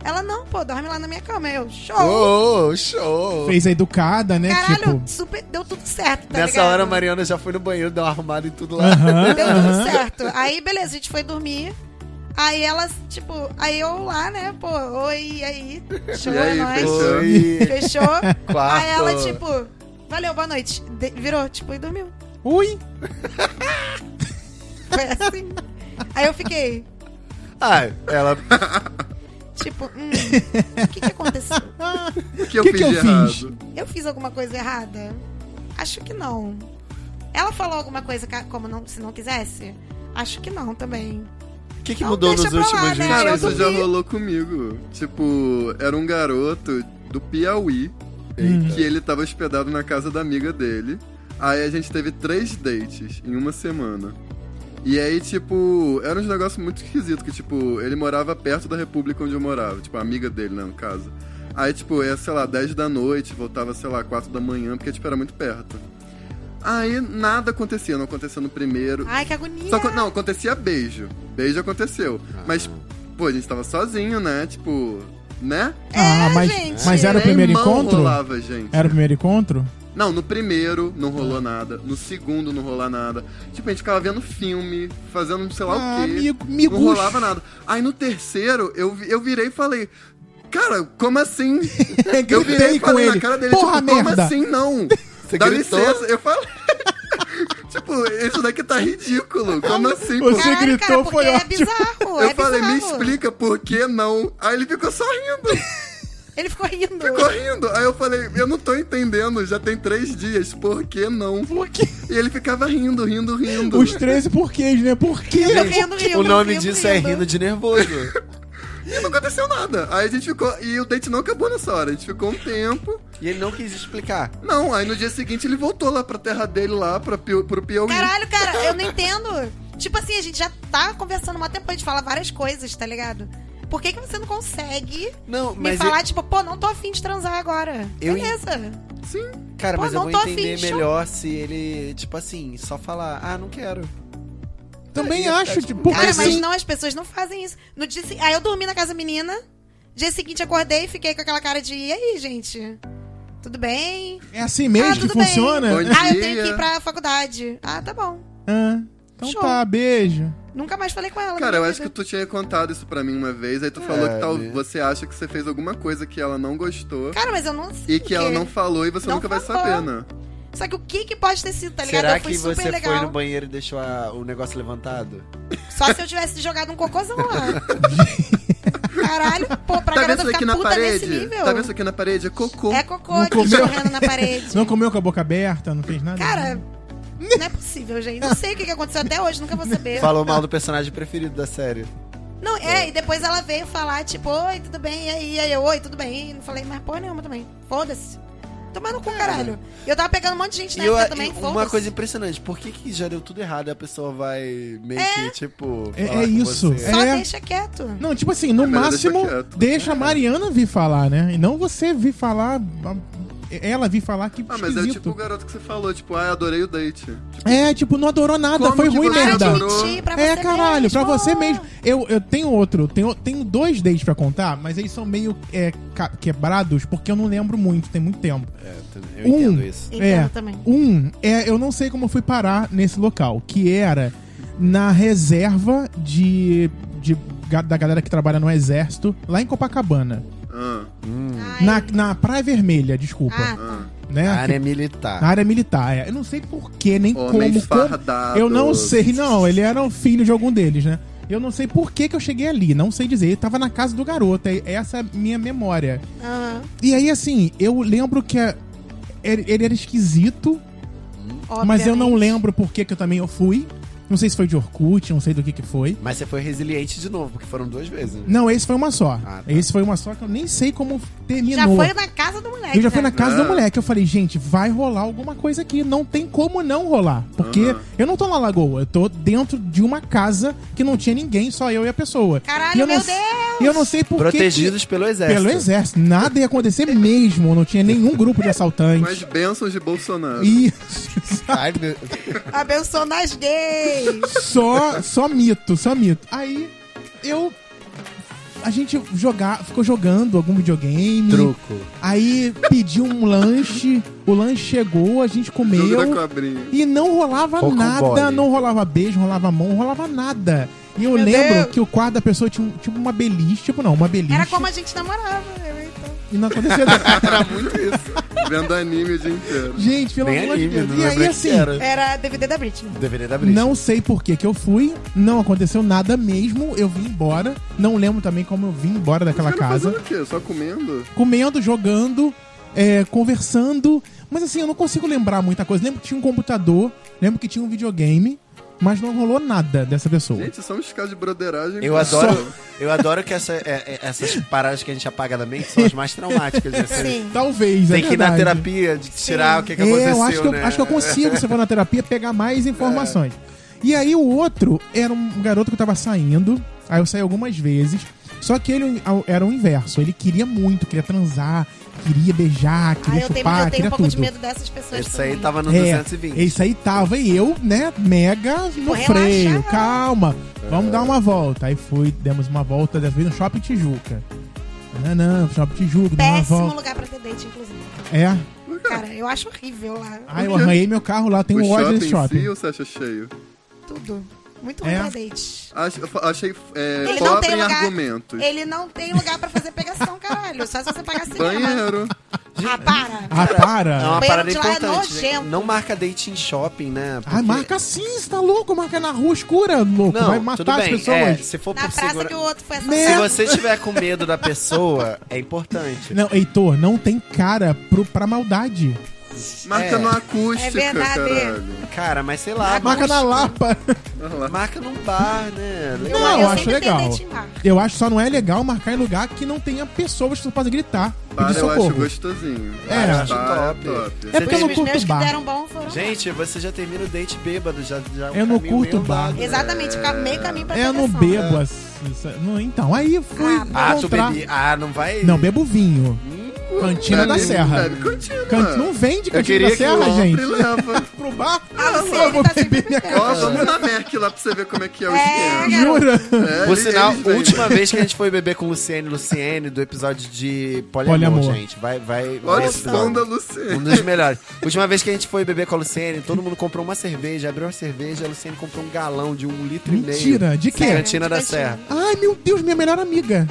Ela, não, pô, dorme lá na minha cama. Eu, Tá show.
Oh, show.
Fez a educada, né?
Caralho,
Tipo.
super, deu tudo certo, tá
Nessa
ligado?
hora a Mariana já foi no banheiro, deu uma arrumada e tudo lá.
Aham,
Deu tudo
aham.
certo. Aí, beleza, a gente foi dormir. Aí elas, tipo, aí eu lá, né, pô, oi, e aí? Show,
E aí,
é nóis.
fechou?
Oi.
Fechou.
Quarto.
Aí ela, tipo, valeu, boa noite. De- virou, tipo, e dormiu.
Ui!
Foi assim. Aí eu fiquei,
Ah, ela.
tipo, hum, o que, que aconteceu?
O que eu
Que
fiz
que eu
de
fiz?
errado?
Eu fiz alguma coisa errada? Acho que não. Ela falou alguma coisa ca- como não, se não quisesse? Acho que não também.
O que, que
Não,
mudou
deixa
nos
pra lá,
últimos
né?
20
Cara,
eu
isso
dormi.
já rolou comigo. Tipo, era um garoto do Piauí que ele tava hospedado na casa da amiga dele. Aí a gente teve três dates em uma semana. E aí, tipo, era um negócio muito esquisito, que, tipo, ele morava perto da república onde eu morava, tipo, a amiga dele, né, no caso. Aí, tipo, ia, sei lá, 10 da noite, voltava, sei lá, 4 da manhã, porque, tipo, era muito perto. Aí, nada acontecia, não acontecia no primeiro,
Ai, que agonia.
só que, não, acontecia beijo. Beijo aconteceu. Mas, pô, a gente tava sozinho, né? Tipo, né?
Ah, mas,
É, gente.
mas era o
Nem
primeiro
mão
encontro? É.
rolava, gente.
Era o primeiro encontro?
Não, no primeiro não rolou nada. No segundo não rolou nada. Tipo, a gente ficava vendo filme, fazendo sei lá
Ah,
o quê.
amigo- amigos.
Não rolava nada. Aí no terceiro, eu, vi- eu virei e falei... Cara, como assim? eu virei
Gritei
e
com
falei na
ele.
cara dele,
Porra,
tipo, como
merda.
assim não?
Você
Dá
gritou?
licença, eu falei... tipo, isso daqui tá ridículo, como assim? pô?
Você
Caralho,
gritou,
cara,
foi
porque é
ótimo.
Eu
bizarro. é
falei, me
bizarro.
explica por que não. Aí ele ficou só rindo,
Ele ficou rindo.
ficou rindo. Aí eu falei, eu não tô entendendo, já tem três dias, por que não?
Por quê?
E ele ficava rindo, rindo, rindo.
Os 13 porquês, né? Por quê?
rindo, rindo,
O nome
rindo,
disso é rindo de nervoso.
E não aconteceu nada. Aí a gente ficou, e o date não acabou nessa hora, a gente ficou um tempo.
e ele não quis explicar.
Não, aí no dia seguinte ele voltou lá pra terra dele, lá pra, Pio- pro Piauí.
Caralho, cara, eu não entendo. Tipo assim, a gente já tá conversando uma tempo, a gente fala várias coisas, tá ligado? Por que, que você não consegue
Não,
me
mas.
falar, tipo, pô, não tô afim de transar agora?
Eu-
Beleza.
Sim.
eu- cara,
Pô,
mas eu
não
vou
tô
entender
afim, show.
melhor se ele, tipo assim, só falar, ah, não quero.
Também acho, tipo, porque
Cara, mas
assim...
não, as pessoas não fazem isso. No dia, se- aí eu dormi na casa da menina, dia seguinte acordei e fiquei com aquela cara de, e aí, gente? Tudo bem?
É assim mesmo
Ah,
que
tudo bem.
funciona?
Bom
Ah, eu tenho
dia.
que ir pra faculdade. Ah, tá bom.
Ah, então
Show.
tá, beijo.
Nunca mais falei com ela.
Cara,
na
eu
minha
acho que tu
vida.
tinha contado isso pra mim uma vez, aí tu falou que tal,
né?
você acha que você fez alguma coisa que ela não gostou
Cara, mas eu não sei.
e que ela não falou e você
Não
nunca vai
falou.
saber, né?
Só que o que que pode ter sido, tá ligado?
Será
eu fui
que
super
você
legal.
foi no banheiro e deixou a- o negócio levantado?
Só se eu tivesse jogado um cocôzão lá. Caralho, pô, pra
tá vendo
garota
isso
ficar
aqui
puta
na
nesse
parede? Tá
nível.
vendo isso aqui na parede? É cocô.
É cocô
Não
aqui
comeu?
escorrendo na parede.
Não comeu com a boca aberta, não fez nada?
Cara, não é possível, gente. Não sei o que que aconteceu até hoje, nunca vou saber.
Falou mal do personagem preferido da série.
Não, é, e depois ela veio falar, tipo, oi, tudo bem? E aí, e aí eu, oi, tudo bem? E não falei mais porra nenhuma também. Foda-se. Tomar no cu, caralho. E eu tava pegando um monte de gente na
E eu,
época também,
e
foda-se.
uma coisa impressionante, por que, que já deu tudo errado e a pessoa vai meio que, tipo.
É-
falar
é
com
isso.
você?
Só
É.
deixa quieto.
Não, tipo assim, no
É melhor
máximo,
deixar
deixa,
quieto. né?
a Mariana vir falar, né? E não você vir falar... a- Ela vir falar que
Ah, mas
esquisito.
é tipo o garoto que você falou, tipo, ah, adorei o date. Tipo,
É, tipo, não adorou nada,
Como
foi
que
ruim,
você
merda.
adorou?
Admitir pra
É,
você
caralho,
mesmo. Tipo,
pra você mesmo. Eu, eu tenho outro, tenho, tenho dois dates pra contar, mas eles são meio é, ca- quebrados porque eu não lembro muito, tem muito tempo.
É, eu
Um.
entendo isso.
ah, Entendo
É.
também.
Um, é, eu não sei como eu fui parar nesse local, que era na reserva de, de ga- da galera que trabalha no exército, lá em Copacabana.
ah,
Hum.
Ai.
Na, na Praia Vermelha, desculpa.
Ah,
ah.
né?
Área é
Na
militar.
área militar. é. Eu não sei porquê, nem
Homens
como, como.
fardados.
Eu não sei, não. Ele era um filho de algum deles, né? Eu não sei por que, que eu cheguei ali, não sei dizer. Eu tava na casa do garoto, é- essa é a minha memória.
Aham.
E aí, assim, eu lembro que a- ele, ele era esquisito, mas eu não
ah, Obviamente.
lembro por que, que eu também eu fui. Não sei se foi de Orkut, não sei do que que foi.
Mas você foi resiliente de novo, porque foram duas vezes. né?
Não, esse foi uma só.
Ah, tá.
Esse foi uma só que eu nem sei como
Já
terminou.
foi na casa do moleque.
Eu já fui
né?
na casa da
Ah.
mulher que eu falei, gente, vai rolar alguma coisa aqui. Não tem como não rolar. Porque
Aham.
eu não tô na lagoa, eu tô dentro de uma casa que não tinha ninguém, só eu e a pessoa.
Caralho,
E eu não
meu
se-
Deus!
E eu não sei por que que-
Protegidos pelo exército.
pelo exército. Nada ia acontecer mesmo. Não tinha nenhum grupo de
Mas
assaltantes.
bênçãos de Bolsonaro.
E
Ai, meu-
Abençoa nas gays!
só, só mito, só mito. Aí eu. A gente jogar, ficou jogando algum videogame.
Truco.
Aí pediu um lanche. O lanche chegou, a gente comeu.
Jogo da cobrinha.
E não rolava
Pocahontas.
nada, não rolava beijo, não rolava mão, não rolava nada. E eu
Meu
lembro
Deus.
que o quarto da pessoa tinha um- tipo uma beliche, tipo não, uma beliche.
Era como a gente namorava. eu, então.
E não acontecia nada.
Era muito isso.
Vendo anime o dia inteiro.
Gente, pelo
Nem
amor de
anime,
Deus.
não
E aí,
lembrei
assim,
que era.
Era DVD da Britney.
Deveria dar brisa.
não sei por que que eu fui, não aconteceu nada mesmo, eu vim embora. Não lembro também como eu vim embora daquela
Os caras
casa.
fazendo o quê? Só comendo?
comendo, jogando, é, conversando. Mas assim, eu não consigo lembrar muita coisa. Lembro que tinha um computador, lembro que tinha um videogame, mas não rolou nada dessa pessoa.
Gente, somos caras de broderagem.
Eu
cara.
adoro, eu adoro que essa- é- é- essas paradas que a gente apaga da mente são as mais traumáticas. né? Você
Sim.
Talvez, é
Tem que ir na
verdade.
terapia, de tirar o que, que
É,
aconteceu,
eu acho que eu,
né?
acho que eu consigo, se eu for na terapia, pegar mais informações. E aí o outro era um garoto que eu tava saindo, aí eu saí algumas vezes, só que ele ao- era o inverso, ele queria muito, queria transar, queria beijar,
Ah,
queria
eu tenho,
chupar,
eu tenho
queria
um pouco
tudo.
de medo dessas pessoas.
Esse aí
também.
tava no
É,
220.
isso aí tava e eu, né, mega no
relaxa.
freio. Calma, vamos dar uma volta. Aí fui, demos uma volta, dessa vez no Shopping Tijuca. Não, não, Shopping Tijuca, deu uma
Péssimo
volta.
lugar pra ter date, inclusive.
É.
Cara, eu acho horrível lá.
Aí eu arranhei meu carro lá, tem
o
um ódio
shopping,
desse shopping.
em si ou você acha cheio?
Tudo. Muito ruim
É.
pra date.
Ach- Achei é,
Ele não
pobre
tem
em
lugar.
argumentos.
Ele não tem lugar pra fazer pegação, caralho. Só se você pagar cinema.
Banheiro.
Ah, para.
Ah,
É
para!
uma
Banheiro
parada
de lá é
importante. né?
nojento.
Não marca date em shopping, né?
Ah, marca sim, você tá louco? Marca na rua escura, louco.
Não,
Vai
tudo
matar as
bem. é,
pessoas. É.
se for
Na
por
praça
segura...
que o outro foi
Se
assassinado.
você tiver com medo da pessoa, é importante.
Não, Heitor, não tem cara pro, pra maldade.
Marca
É.
no acústica,
É verdade.
caralho.
Cara, mas sei
Tá
lá,
Marca na Lapa.
Olha lá.
marca num bar, né?
Eu-
Não, eu
eu
acho
sempre
legal.
tenho date em bar.
Eu acho só não é legal marcar em lugar que não tenha pessoas que você possa gritar.
Para,
Pedir
eu acho
socorro.
gostosinho.
É.
Para,
Acho
é
top.
É porque eu não
Os
curto
meus que
bar.
deram bom foram.
Gente, você já termina o date bêbado, já, já é um
Eu não
caminho
curto
meio
bar.
andado, né?
Exatamente, ficar meio caminho pra
É, Eu não
pegação.
bebo assim. sa- não, então, aí eu fui
né? Ah,
Ah, tu
encontrar.
bebi. Hum. Ah, não vai.
Não, bebo vinho. Cantina da
Bebe-
Serra.
bebe cantina.
Can- Não vende cantina
né? queria
da
que
Serra,
o
gente.
Sempre leva.
Pro bar.
Ah, você
eu vou
tá sempre
beber minha
Ó, vamos na Merck lá pra você ver como é que é o
É,
esquema.
garoto.
Jura?
É,
Por
eles-
sinal,
eles vendem.
última vez que a gente foi beber com Luciene, Luciene, do episódio de Poliamor,
Poliamor.
gente. Vai, vai. vai
Olha o
esse episódio.
som da
Um
Luciana.
dos melhores. Última vez que a gente foi beber com a Luciene, todo mundo comprou uma cerveja, abriu uma cerveja, a Luciene comprou um galão de um litro e
Mentira, é?
meio.
de quê?
Na Cantina da
Sério, de
Serra.
Ai, meu Deus, minha melhor amiga.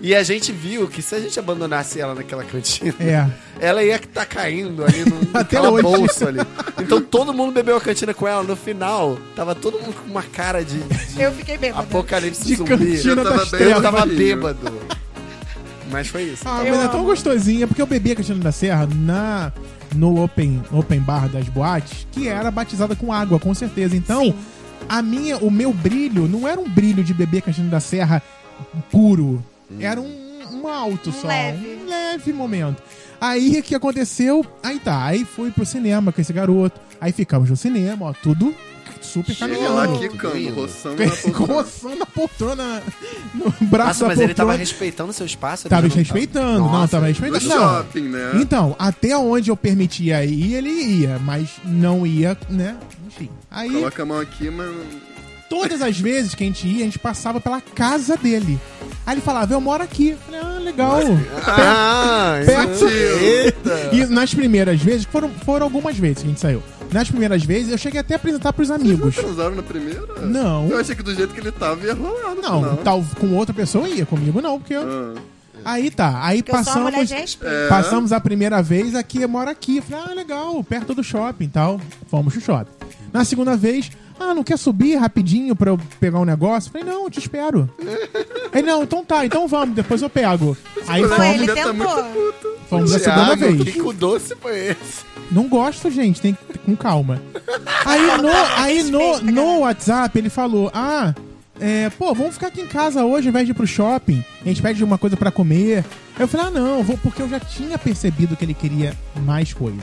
E a gente viu que se a gente abandonasse ela naquela cantina,
É.
ela ia estar caindo ali no
Até
naquela
hoje.
bolsa ali. Então todo mundo bebeu a cantina com ela. No final, tava todo mundo com uma cara de, de
Eu fiquei bêbada.
apocalipse
De
zumbi.
cantina
Eu tava
das
bem-
Eu
trevas.
tava
Tava
bêbado. Mas foi isso.
Ah,
Eu
mas é tão
amo.
gostosinha, porque eu bebi a Cantina da Serra na, no open, open Bar das boates, que era batizada com água, com certeza. Então, a minha, o meu brilho não era um brilho de beber Cantina da Serra puro.
Hum.
Era um, um alto
Um
só.
leve.
Um leve momento. Aí, o que aconteceu? Aí tá, aí fui pro cinema com esse garoto. Aí ficamos no cinema, ó, tudo super
Chega lá
caminhando.
quicando, roçando na poltrona.
Roçando a poltrona, no braço
Nossa,
da
mas ele tava
poltrona.
respeitando seu espaço? ele
Tava
já não
respeitando, não,
Nossa.
tava
No
respeitando. Não.
shopping, né?
Então, até onde eu permitia ir, ele ia, mas não ia, né? Enfim. Aí,
Coloca a mão aqui, mas...
todas as vezes que a gente ia, a gente passava pela casa dele. Aí ele falava, eu moro aqui. Eu falei, ah, legal.
Ah,
Perto.
Eita.
E nas primeiras vezes, foram, foram algumas vezes que a gente saiu. Nas primeiras vezes, eu cheguei até a apresentar pros
Não
amigos.
transaram na primeira?
Não.
Eu achei que do jeito que ele tava ia rolar no
Não, tá.
final.
tal, com outra pessoa ia, comigo não, porque eu...
Ah.
Aí tá, aí
Porque eu sou uma mulher
passamos...
de respeito.
É.
Passamos a primeira vez aqui, eu moro aqui. Eu Falei, ah, legal, perto do shopping e tal. Fomos pro shopping. Na segunda vez, ah, não quer subir rapidinho pra eu pegar um negócio? Eu Falei, não, eu te espero. Ele, não, então tá, então vamos, depois eu pego. Aí
Não,
Fome
ele
já
fomos,
tá muito
tentou.
fomos a segunda
Thiago,
vez.
Que cu doce foi esse?
Não gosto, gente, tem que com calma. Aí no, aí no, no WhatsApp ele falou: Ah, é, pô, vamos ficar aqui em casa hoje ao invés de ir pro shopping. A gente pede uma coisa pra comer. Eu falei: Ah, não, vou, porque eu já tinha percebido que ele queria mais coisas.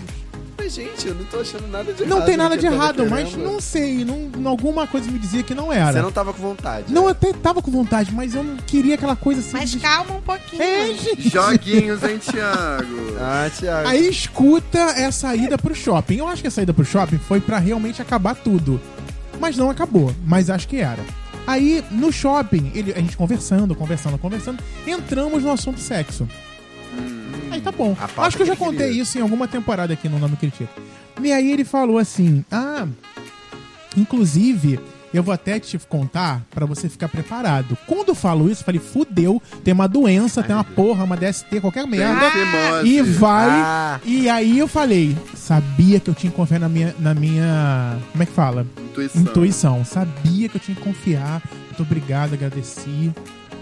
Mas, gente, eu não tô achando nada de errado.
Não tem nada
no
de
que eu tava
errado, mas
querendo.
não sei, não, alguma coisa me dizia que não
Você
era.
não tava com vontade.
Não, eu
né?
até tava com vontade, mas eu não queria aquela coisa assim.
Mas
de-
calma um pouquinho.
É, gente.
Joguinhos, hein, Thiago?
Ah, Thiago.
é- Aí escuta essa ida pro shopping. Eu acho que essa ida pro shopping foi pra realmente acabar tudo. Mas não acabou, mas acho que era. Aí, no shopping, ele- a gente conversando, conversando, conversando, entramos no assunto sexo. Aí tá bom.
Hum, a pauta
Acho que eu já
que ele
contei
queria.
isso em alguma temporada aqui no Nome Critica. E aí ele falou assim: Ah, inclusive, Eu vou até te contar pra você ficar preparado. Quando eu falo isso, eu falei, fudeu, tem uma doença, tem uma porra, uma DST, qualquer merda.
Fimose.
E vai.
Ah.
E aí eu falei, sabia que eu tinha que confiar na minha. Na minha como é que fala?
Intuição.
Intuição. Sabia que eu tinha que confiar. Muito obrigado, agradeci.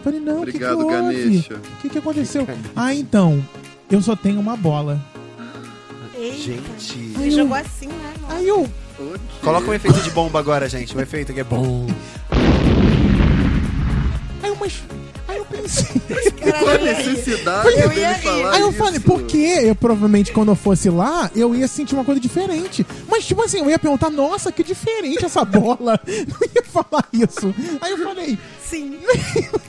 Falei, não, o que, que
Obrigado,
houve?
Ganesha.
O que, que aconteceu? Ah, então, eu só tenho uma bola.
Eita.
Gente.
Ele jogou assim, né? Nossa.
Aí eu.
Ok.
Coloca um efeito de bomba agora, gente. Um efeito que é bom.
Aí eu, mas. Aí eu pensei.
Qual a
Caralho, eu ia-
necessidade
Eu
dele
ia-
falar
Aí eu
isso?
falei, por quê? Eu provavelmente quando eu fosse lá, eu ia sentir uma coisa diferente. Mas tipo assim, eu ia perguntar, nossa, que diferente essa bola. Não ia falar isso. Aí eu falei,
Sim.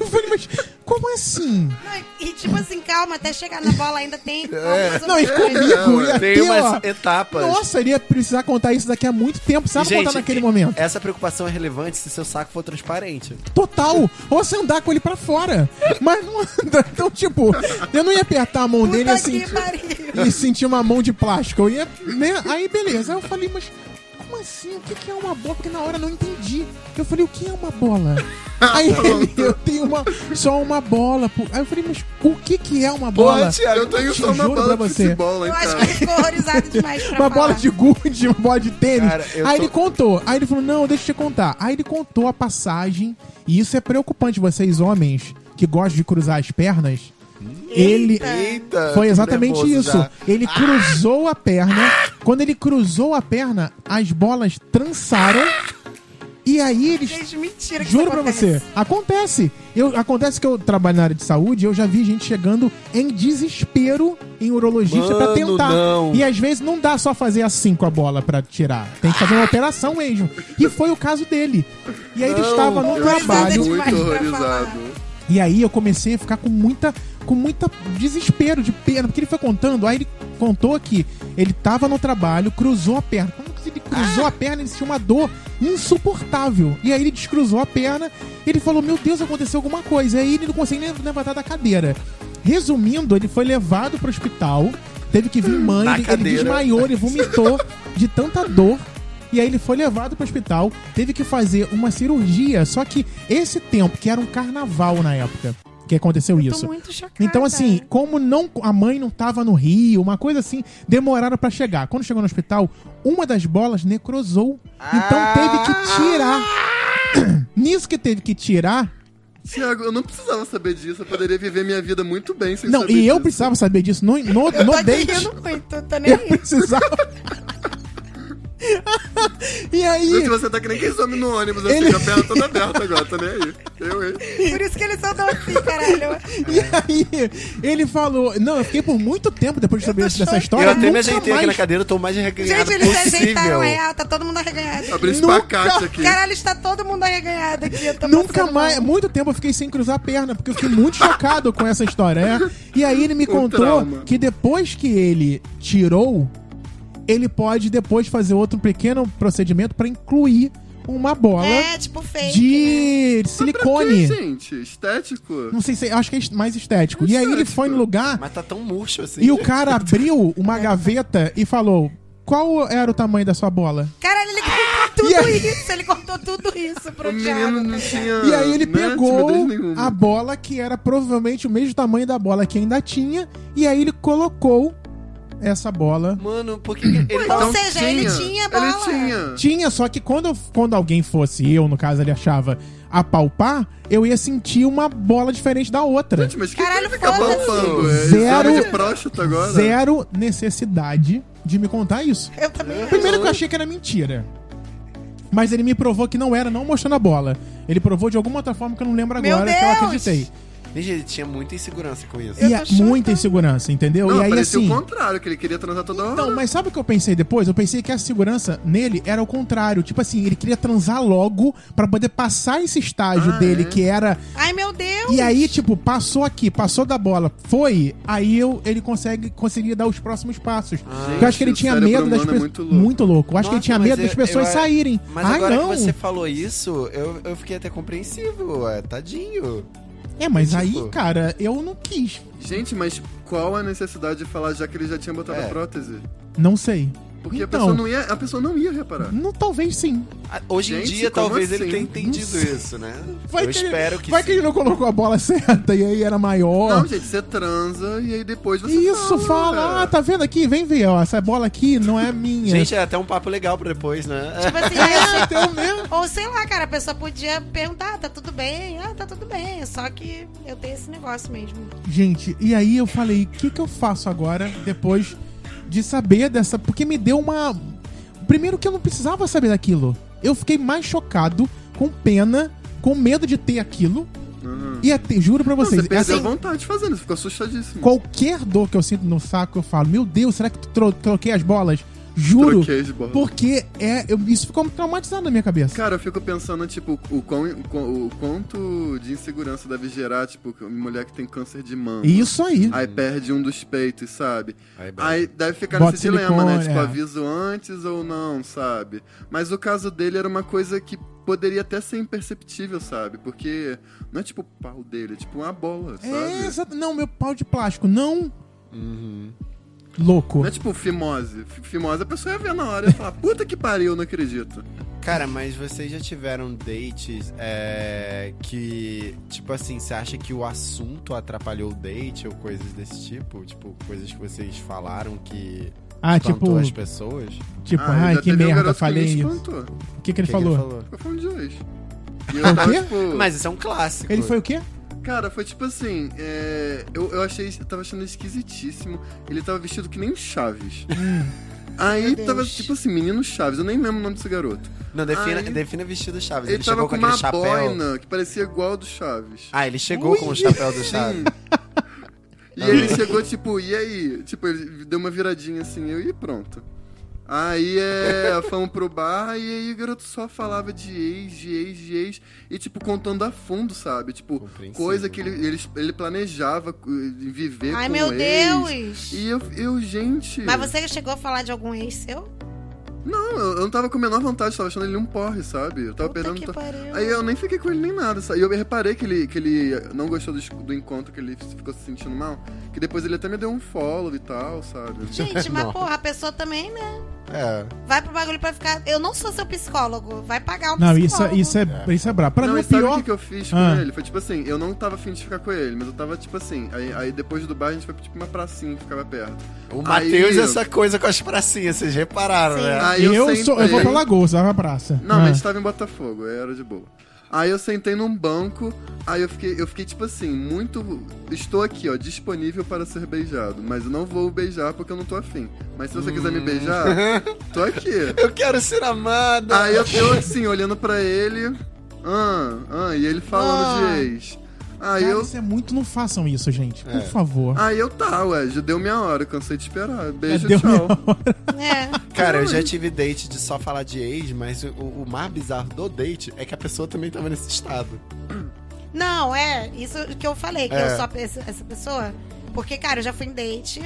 eu falei, mas como assim?
Não, e tipo assim, calma, até chegar na bola ainda tem algumas
É. Não, e
outras coisas.
comigo ia
Tem
ter, ó,
umas etapas.
Nossa, iria precisar contar isso daqui a muito tempo. Sabe
Gente,
contar Tá naquele momento?
Essa preocupação é relevante se seu saco for transparente.
Total. Ou você andar com ele pra fora. Mas não anda. Então, tipo, eu não ia apertar a mão dele
Puta
assim.
que pariu.
e sentir uma mão de plástico. Eu ia, né? Aí beleza. Aí eu falei, mas como assim? O que que é uma bola? Porque na hora eu não entendi. Eu falei, o que é uma bola? Aí ele, eu tenho uma, só uma bola. pô. Aí eu falei, mas o que que é uma bola?
Eu tenho
te
só uma
juro
bola
pra
de
você.
futebol lá em
Eu acho que
casa.
ele ficou horrorizado demais pra
uma
falar.
bola de gude, uma bola de tênis.
Cara, eu
aí
tô-
ele contou. Aí ele falou, não, deixa eu te contar. Aí ele contou a passagem. E isso é preocupante, vocês homens que gostam de cruzar as pernas. Ele,
Eita!
Foi
tô
exatamente
nervoso
isso.
já.
Ele cruzou a perna. Quando ele cruzou a perna, as bolas trançaram. E aí eles.
Gente, mentira que
Juro
isso
pra
acontece.
você, acontece. Eu, acontece que eu trabalho na área de saúde e eu já vi gente chegando em desespero em urologista pra
Mano,
tentar.
não.
E às vezes não dá só fazer assim com a bola pra tirar. Tem que fazer uma operação mesmo. E foi o caso dele. E aí ele
Não,
estava num
Eu fico
Horrorizado
trabalho.
demais
muito
pra
horrorizado.
E aí eu comecei a ficar com muita com muita desespero de pena, porque ele foi contando, aí ele contou que ele tava no trabalho, cruzou a perna. Como que ele
Ah!
cruzou a perna, ele sentiu uma dor insuportável. E aí ele descruzou a perna, ele falou: "Meu Deus, aconteceu alguma coisa". E aí ele não conseguia nem levantar da cadeira. Resumindo, ele foi levado pro hospital, teve que vir mãe,
Hum, Na
ele, ele
cadeira.
desmaiou, ele vomitou de tanta dor. E aí ele foi levado pro hospital, teve que fazer uma cirurgia, só que esse tempo, que era um carnaval na época, que aconteceu
Eu
isso.
Tô muito chocada.
Então, assim, como não a mãe não tava no Rio, uma coisa assim, demoraram pra chegar. Quando chegou no hospital, uma das bolas necrosou. Então
Ah!
teve que tirar. Nisso que teve que tirar,
Tiago, eu não precisava saber disso. Eu poderia viver minha vida muito bem sem
não,
saber
e eu
disso.
precisava saber disso no, no,
Eu tô
no
aqui
date.
rindo muito, tô nem
Eu
aí.
precisava. e aí,
Se você tá que nem quem some no ônibus, eu
Ele-
fico a perna toda aberta agora, tá nem aí. Eu, hein?
Por isso que eles são tão assim, caralho.
E aí, ele falou. Não, eu fiquei por muito tempo depois de saber dessa história.
eu até me
nunca
ajeitei aqui
mais-
na cadeira, eu tô mais
É
reganhado
Gente, eles se
possível.
ajeitaram real, tá todo mundo arreganhado.
Abri esse
Nunca-
pacote aqui.
Caralho, está todo mundo arreganhado aqui. Eu tô
Nunca
passando
mais,
mal.
muito tempo eu fiquei sem cruzar a perna, porque eu fiquei muito chocado com essa história. é. E aí ele me
Um
contou
trauma.
que depois que ele tirou, ele pode depois fazer outro pequeno procedimento pra incluir uma bola
É, tipo fake. né?
de silicone.
Mas pra quê, gente, estético.
Não sei se acho que é mais estético. E aí ele foi no lugar
Mas tá tão murcho assim.
e o cara abriu uma gaveta e falou: "Qual era o tamanho da sua bola?"
Caralho, ele
Ah,
cortou tudo
Yeah.
isso. Ele cortou tudo isso pro
O
Thiago,
menino não
cara.
tinha.
E aí ele
né,
pegou
timidez
a
nenhuma.
bola que era provavelmente o mesmo tamanho da bola que ainda tinha e aí ele colocou essa bola.
Mano, por que que ele
Ou
tá...
Então
seja, ele tinha bola.
Ele tinha.
Tinha, só que quando, eu- quando alguém fosse eu, no caso ele achava apalpar, eu ia sentir uma bola diferente da outra.
Gente, mas quem
Caralho,
que ficar
foda-se.
palpando? É
Zero-
exame de próstata agora?
Zero necessidade de me contar isso.
Eu também.
Primeiro que eu achei que era mentira. Mas ele me provou que não era, não mostrando a bola. Ele provou de alguma outra forma que eu não lembro
Meu
agora, que eu
Deus!
acreditei.
Gente, ele tinha muita insegurança com isso.
E
Eu tô
é
chocada.
muita insegurança, entendeu?
Não,
e aí
parecia
assim.
o contrário, que ele queria transar toda hora.
Não, Então, mas sabe o que eu pensei depois? Eu pensei que a segurança nele era o contrário. Tipo assim, ele queria transar logo pra poder passar esse estágio
Ah,
dele,
é?
que era.
Ai, meu Deus.
E aí, tipo, passou aqui, passou da bola, foi, aí eu, ele consegue conseguia dar os próximos passos. Porque eu acho que ele
Ah, o
tinha
cérebro
medo das
humano é
pessoas.
muito louco.
louco. Eu acho que ele
Nossa,
tinha
mas
medo
eu-
das pessoas
eu-
saírem.
Mas
ah,
agora
não.
que você falou isso, eu, eu fiquei até compreensível, ué, tadinho.
É, mas aí,
Tipo-
cara, eu não quis.
Gente, mas qual a necessidade de falar já que ele já tinha botado
É.
a prótese?
Não sei.
Porque a,
então,
pessoa não ia, a pessoa não ia reparar.
não, talvez sim.
Ah, Hoje em
Gente,
dia,
como
talvez ele
assim?
tenha entendido isso, né?
Vai
Eu
que ele-
espero que
Vai
sim.
que ele não colocou a bola certa e aí era maior.
Não, gente, você transa e aí depois você
Isso, fala. Ah, tá vendo aqui? Vem ver, ó. Essa bola aqui não é minha.
Gente, é até um papo legal pra depois, né?
Tipo
É,
assim, aí,
Então mesmo.
Ou sei lá, cara, a pessoa podia perguntar, "Ah, tá tudo bem? Ah, tá tudo bem. Só que eu tenho esse negócio mesmo.
Gente, e aí eu falei, o que, que eu faço agora depois de saber dessa. Porque me deu uma. Primeiro que eu não precisava saber daquilo. Eu fiquei mais chocado, com pena, com medo de ter aquilo. E até, juro pra
Uhum. Não,
vocês,
você perdeu
assim,
a vontade fazendo, você ficou assustadíssimo.
qualquer dor que eu sinto no saco, eu falo, meu Deus, será que tu tro- troquei as bolas? Juro.
Troquei de bola.
Porque é, eu- isso ficou traumatizado na minha cabeça.
Cara, eu fico pensando, tipo, o, quão- o quão- o quanto de insegurança deve gerar, tipo, uma mulher que tem câncer de mama.
Isso aí.
Aí perde um dos peitos, sabe?
Aí, bem.
Aí deve ficar
Bota
nesse dilema,
silicone,
né? Tipo,
é.
aviso antes ou não, sabe? Mas o caso dele era uma coisa que poderia até ser imperceptível, sabe? Porque não é tipo o pau dele, é tipo uma bola,
É,
sabe? Uhum.
exato. Não, meu pau de plástico, não. Louco.
Não é tipo fimose. F- Fimose a pessoa ia ver na hora e ia falar, puta que pariu, não acredito.
Cara, mas vocês já tiveram dates é, que, tipo assim, você acha que o assunto atrapalhou o date ou coisas desse tipo? Tipo, coisas que vocês falaram que
Ah,
espantou
tipo,
as pessoas? O
tipo,
eu
ai,
já
que
teve um
merda,
garoto que
falei
me
isso.
espantou.
O que, que ele
que
falou?
que
ele
Ficou falando de hoje. E
O
eu tava,
quê?
tipo...
Mas isso é um clássico.
foi o quê?
Cara, foi tipo assim, é, eu, eu achei, eu tava achando esquisitíssimo. Ele tava vestido que nem o Chaves. Aí
Meu
tava
Deus.
tipo assim, menino Chaves, eu nem lembro o nome desse garoto.
Não, defina,
Ai.
defina vestido Chaves. Ele,
Ah, Ele, tava
chegou
com
com
uma
aquele chapéu.
boina que parecia igual ao do Chaves.
Ah, é ele chegou com o chapéu do Chaves.
E ele chegou, tipo, e aí? Tipo, ele deu uma viradinha assim, eu e pronto. Aí é, fomos pro bar e aí o garoto só falava de ex, de ex, de ex. E tipo, contando a fundo, sabe? Tipo,
Compreensível.
coisa que ele,
né?
ele, ele planejava cu- viver
Ai,
com
meu
ex.
Deus!
E eu, eu, gente.
Mas você chegou a falar de algum ex seu?
Não, eu, eu não tava com a menor vontade, eu tava achando ele um porre, sabe? Eu tava
Puta
perdendo.
que
to-
pariu.
Aí eu nem fiquei com ele nem nada, sabe? E eu reparei que ele, que ele não gostou do, es- do encontro, que ele ficou se sentindo mal. Que depois ele até me deu um follow e tal, sabe?
Gente, mas
Não.
porra, a pessoa também, né?
É.
Vai pro bagulho pra ficar. Eu não sou seu psicólogo. Vai pagar um
Não, isso,
psicólogo.
isso é, isso é brabo. Pra
não,
mim,
e
o
sabe o
pior.
que, que eu fiz
Ah.
com ele? Foi tipo assim, eu não tava afim de ficar com ele, mas eu tava tipo assim. Aí, aí depois do bar a gente foi pra, tipo uma pracinha que ficava perto.
O
Aí- Ah,
Matheus, essa coisa com as pracinhas, vocês repararam, né?
Aí
Tá. eu,
eu
sou, eu vou
sentei-
pra Lagoa, você vai pra praça.
Não,
Ah.
mas a gente tava em Botafogo, aí era de boa. Aí eu sentei num banco, aí eu fiquei, eu fiquei tipo assim, muito. Estou aqui, ó, disponível para ser beijado, mas eu não vou beijar porque eu não tô afim. Mas se você quiser me beijar,
Hum.
tô aqui.
Eu quero ser amada.
Aí eu, eu assim, olhando pra ele, ah, ah, e ele falando
Ah.
de ex. Aí
Cara,
eu.
isso é muito. Não façam isso, gente. Por
É.
favor.
Aí eu tá, ué, já deu minha hora, cansei de esperar. Beijo,
Deu
tchau.
minha-
É.
Cara, eu já tive date de só falar de ex, mas o, o mais bizarro do date é que a pessoa também tava nesse estado.
Não, é. Isso que eu falei, que
É.
eu sou a- essa essa pessoa. Porque, cara, eu já fui em date.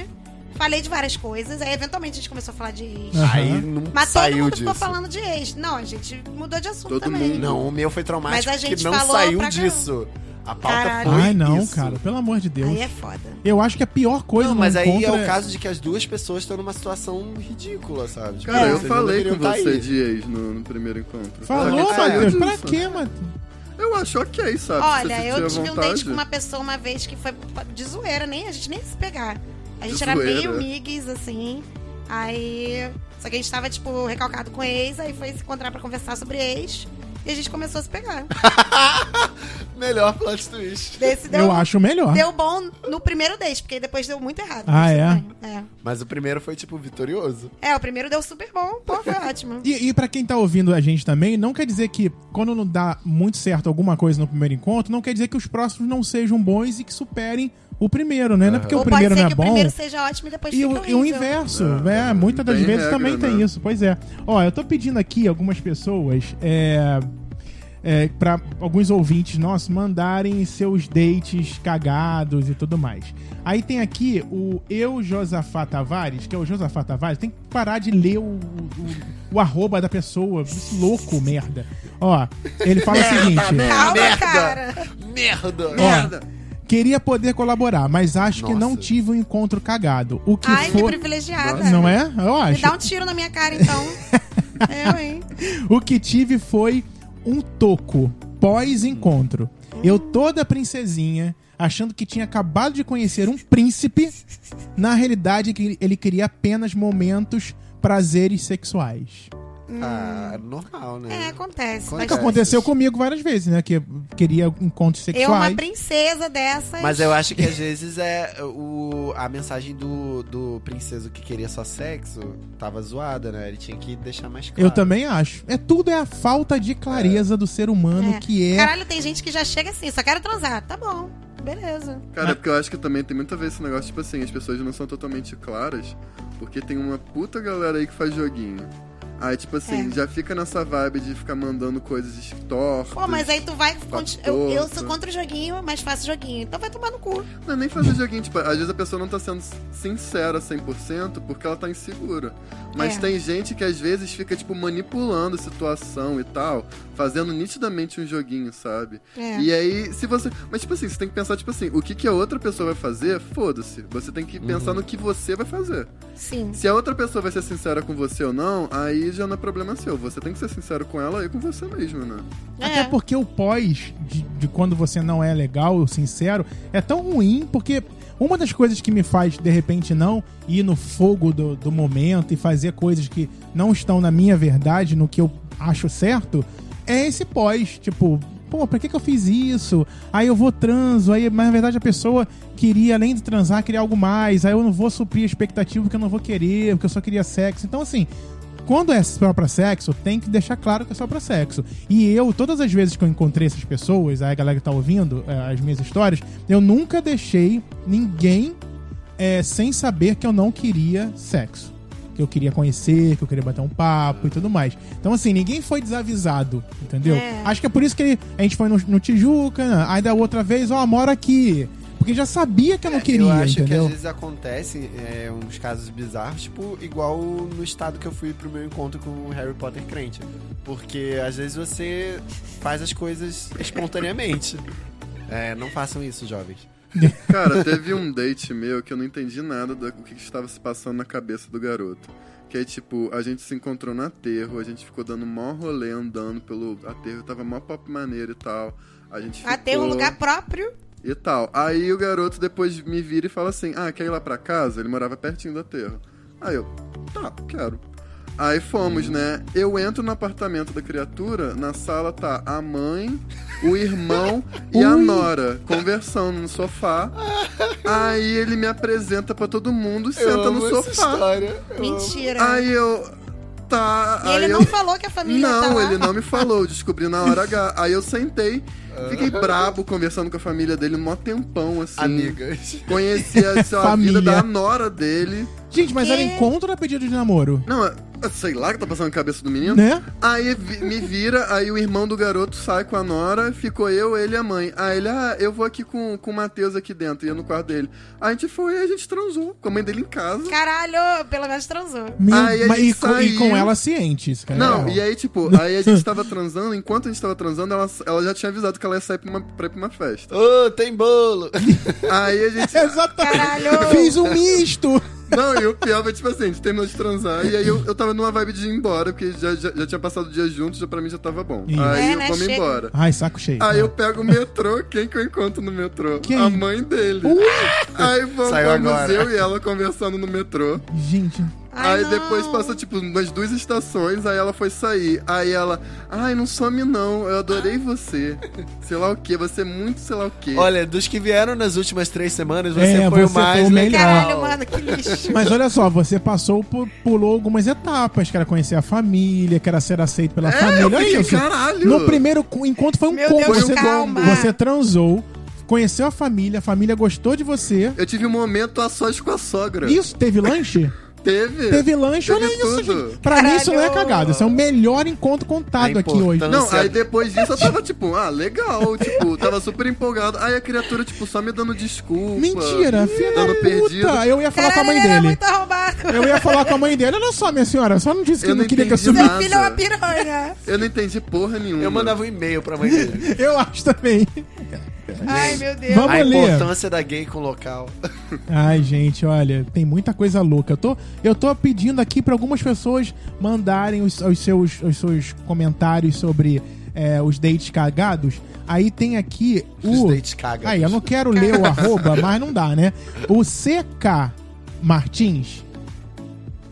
Falei de várias coisas. Aí, eventualmente, a gente começou a falar de ex.
Aham.
Aí não
Mas todo
saiu
mundo
disso.
ficou falando de ex. Não, a gente mudou de assunto
Todo
também.
mundo.
Não, o meu foi traumático
Mas a gente
que não
falou
saiu
pra
disso. A pauta
Caralho.
foi
Ai, não,
isso.
cara. Pelo amor de Deus.
Aí é foda.
Eu acho que a pior coisa
Não, mas
no
aí é
encontro
o caso de que as duas pessoas estão numa situação ridícula, sabe? Tipo,
Cara, eu
vocês não
falei com
deveriam tá
você
aí.
de ex no, no primeiro encontro.
Falou,
Só que saiu
Matheus. Pra
disso.
quê, Matheus?
Eu acho ok, sabe? Ah, Se
Olha,
você
eu
tiver
tive um
vontade.
date com uma pessoa uma vez que foi de zoeira, nem a gente nem se pegar. A
De
gente era
zoeira.
meio migues, assim. Aí. Só que a gente tava, tipo, recalcado com ex, aí foi se encontrar pra conversar sobre ex. E a gente começou a se pegar.
Melhor plot twist.
Desse deu,
Eu acho melhor.
deu bom no primeiro date, porque depois deu muito errado.
Ah,
Mas
é?
tudo bem,
Mas o primeiro foi, tipo, vitorioso.
é? É, o primeiro deu super bom, pô, foi ótimo.
E, e para quem tá ouvindo a gente também, não quer dizer que quando não dá muito certo alguma coisa no primeiro encontro, não quer dizer que os próximos não sejam bons e que superem o primeiro, né? Não é porque
Ou
o primeiro
pode
não é
ser que o
bom.
primeiro seja ótimo e depois
E
fica
o, e o
horrível.
inverso, né? Muitas das
tem
vezes
É, regra,
também tem
né?
isso, pois é. Ó, eu tô pedindo aqui algumas pessoas, é, é, para alguns ouvintes nossos mandarem seus dates cagados e tudo mais. Aí tem aqui o Eu Josafá Tavares, que é o Josafá Tavares, tem que parar de ler o, o, o arroba da pessoa, esse louco, merda. Ó, ele fala o seguinte.
Calma,
Merda!
cara.
Merda!
Ó, Queria poder colaborar, mas acho que não
Nossa.
tive um encontro cagado. O que
Ai, que
for.
privilegiada.
Não é? Eu
Me
acho.
dá um tiro na minha cara, então. Eu, hein?
O que tive foi um toco pós-encontro. Eu toda princesinha, achando que tinha acabado de conhecer um príncipe, na realidade que ele queria apenas momentos, prazeres sexuais.
Ah, normal, né?
É, acontece.
O
Acontece.
que
bastante.
aconteceu comigo várias vezes, né? Que eu queria encontros
Eu, É uma
sexuais.
princesa dessas.
Mas eu acho que às vezes é o, a mensagem do, do princeso que queria só sexo tava zoada, né? Ele tinha que deixar mais claro.
Eu também acho. É tudo é a falta de clareza do ser humano
É.
que é.
Caralho, tem gente que já chega assim, só quero transar. Tá bom, beleza.
Cara, é porque eu acho que também tem muita vez esse negócio, tipo assim, as pessoas não são totalmente claras, porque tem uma puta galera aí que faz joguinho. Aí, tipo assim,
É.
já fica nessa vibe de ficar mandando coisas tortas.
Pô, mas aí tu vai.
Tá
Eu, eu
torto.
sou contra o joguinho, mas faço joguinho. Então vai tomar no cu.
Não, nem fazer joguinho, tipo, às vezes a pessoa não tá sendo sincera 100% porque ela tá insegura. Mas
É.
tem gente que às vezes fica, tipo, manipulando a situação e tal, fazendo nitidamente um joguinho, sabe?
É.
E aí, se você. Mas, tipo assim, você tem que pensar, tipo assim, o que, que a outra pessoa vai fazer, foda-se. Você tem que pensar no que você vai fazer.
Sim.
Se a outra pessoa vai ser sincera com você ou não, aí já não é problema seu. Você tem que ser sincero com ela e com você mesmo, né?
É.
Até porque o pós de, de quando você não é legal, sincero, é tão ruim, porque uma das coisas que me faz, de repente, não ir no fogo do, do momento e fazer coisas que não estão na minha verdade, no que eu acho certo, é esse pós. Tipo, pô, pra que, que eu fiz isso? Aí eu vou transo, aí, mas na verdade a pessoa queria, além de transar, queria algo mais, aí eu não vou suprir a expectativa porque eu não vou querer, porque eu só queria sexo. Então, assim, quando é só pra sexo, tem que deixar claro que é só pra sexo. E eu, todas as vezes que eu encontrei essas pessoas, aí a galera que tá ouvindo é, as minhas histórias, eu nunca deixei ninguém é, sem saber que eu não queria sexo. Que eu queria conhecer, que eu queria bater um papo e tudo mais. Então, assim, ninguém foi desavisado, entendeu?
É.
Acho que é por isso que a gente foi no, no Tijuca, né? aí da outra vez, ó, mora aqui. Porque já sabia que eu não queria,
É, eu acho que
entendeu?
às vezes acontece é, uns casos bizarros, tipo, igual no estado que eu fui pro meu encontro com o Harry Potter crente. Porque às vezes você faz as coisas espontaneamente. É, não façam isso, jovens.
Cara, teve um date meu que eu não entendi nada do do que que estava se passando na cabeça do garoto. Que é tipo, a gente se encontrou no aterro, a gente ficou dando mó rolê andando pelo aterro, tava mó pop maneiro e tal. A gente ficou...
Até um lugar próprio.
E tal. Aí o garoto depois me vira e fala assim: Ah, quer ir lá pra casa? Ele morava pertinho do aterro. Aí eu, tá, quero. Aí fomos, né? Eu entro no apartamento da criatura, na sala tá a mãe, o irmão e a
Ui.
nora conversando no sofá. Aí ele me apresenta pra todo mundo, senta no sofá.
história.
Mentira.
Aí eu, tá.
e ele
aí
não
eu,
falou que a família
não,
tá lá.
ele não me falou, eu descobri na hora H. Aí eu sentei, fiquei
Ah.
brabo conversando com a família dele um mó tempão, assim.
Amigas.
Conheci a, sei lá, a
Família.
vida da nora dele.
Gente, mas era
Quê?
encontro ou era pedido de namoro?
Não, eu sei lá o que tá passando na cabeça do menino.
Né?
Aí vi- me vira, aí o irmão do garoto sai com a nora, ficou eu, ele e a mãe. Aí ele, ah, eu vou aqui com, com o Matheus aqui dentro, ia no quarto dele. A gente foi, a gente transou, com a mãe dele em casa.
Caralho, pelo menos transou.
Meu,
Aí a
mas
gente
e, com, e
saiu.
com ela ciente, isso, é cara.
Não, e aí, tipo, aí a gente tava transando, enquanto a gente tava transando, ela, ela já tinha avisado que ela ia sair pra, uma, pra ir pra uma festa.
Ô, tem bolo!
Aí a gente
Exatamente.
Caralho.
Fiz um misto.
Não, e o pior foi, tipo assim, a gente terminou de transar, e aí eu, eu tava numa vibe de ir embora, porque já, já, já tinha passado o dia junto, já pra mim já tava bom.
Ih.
Aí
É,
eu
né,
vamos
chega.
embora.
Ai, saco cheio.
Aí eu pego o metrô, quem que eu encontro no metrô?
Quem?
A mãe dele. Aí vamos,
Saiu agora.
eu e ela conversando no metrô.
Gente,
Ai,
aí
não.
depois passou, tipo, umas duas estações, aí ela foi sair. Aí ela, ai, não some não, eu adorei você. Sei lá o quê, você é muito sei lá o quê.
Olha, dos que vieram nas últimas três semanas, você
É,
foi o
você foi
mais
o melhor.
legal.
Caralho, mano, que lixo.
mas olha só, você passou, por, pulou algumas etapas, que era conhecer a família, que era ser aceito pela família.
É, eu
Olha
fiquei,
isso.
caralho.
No primeiro co- encontro foi um
Meu
combo.
Deus,
você,
calma.
você transou, conheceu a família, a família gostou de você.
Eu tive um momento a sós com a sogra.
Isso, teve lanche?
Teve.
Teve lanche,
Teve
olha isso,
tudo. É
gente. Pra mim isso não é cagada, isso é o melhor encontro contado
A
aqui hoje.
Tá
importância-
Não,
Ansiedade.
aí depois disso eu tava tipo, ah, legal, tipo, tava super empolgado. Aí a criatura, tipo, só me dando desculpa.
Mentira, filha da
dando
puta.
perdido.
Eu ia falar
Caralho,
com a mãe
ele era
dele.
muito arrombado.
Eu ia falar com a mãe dele. Olha só, minha senhora, a senhora não disse que
Eu
eu não
não
queria que eu
entendi
subisse.
Seu filho é uma piranha.
Eu não entendi porra nenhuma.
Eu mandava um e-mail pra mãe dele.
Eu acho também.
Ai, meu Deus.
Vamos-
A
ler.
importância da gay com o local.
Ai, gente, olha, tem muita coisa louca. Eu tô, eu tô pedindo aqui pra algumas pessoas mandarem os, os seus, os seus comentários sobre é, os dates cagados. Aí tem aqui
Os
o.
dates cagados.
Aí, eu não quero ler o arroba, mas não dá, né? O CK Martins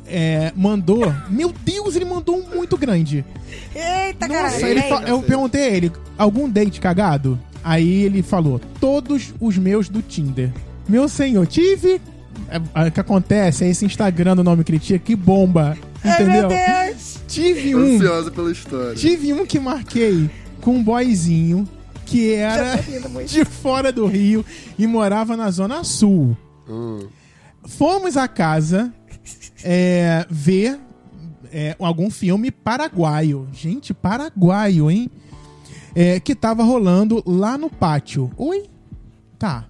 é, mandou. Meu Deus, ele mandou um muito grande.
Eita,
Nossa,
caralho.
ele
Ei,
fa- eu perguntei a ele, algum date cagado? Aí ele falou, todos os meus do Tinder. Meu senhor, tive... É, é, O que acontece é esse Instagram do Nome Critica que bomba,
Ai, meu
entendeu?
Deus.
tive
Tô
um,
ansiosa pela história.
tive um que marquei com um boyzinho que era de fora do Rio e morava na Zona Sul. Fomos à casa é, ver é, algum filme paraguaio. Gente, paraguaio, hein? É, que tava rolando lá no pátio. Ui? Tá.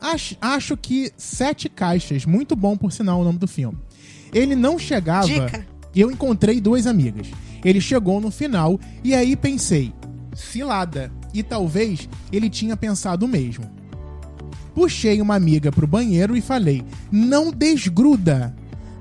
Acho, acho que Sete Caixas. Muito bom, por sinal, o nome do filme. Ele não chegava.
Dica.
Eu encontrei duas amigas. Ele chegou no final e aí pensei, cilada. E talvez ele tinha pensado o mesmo. Puxei uma amiga pro banheiro e falei: "Não desgruda".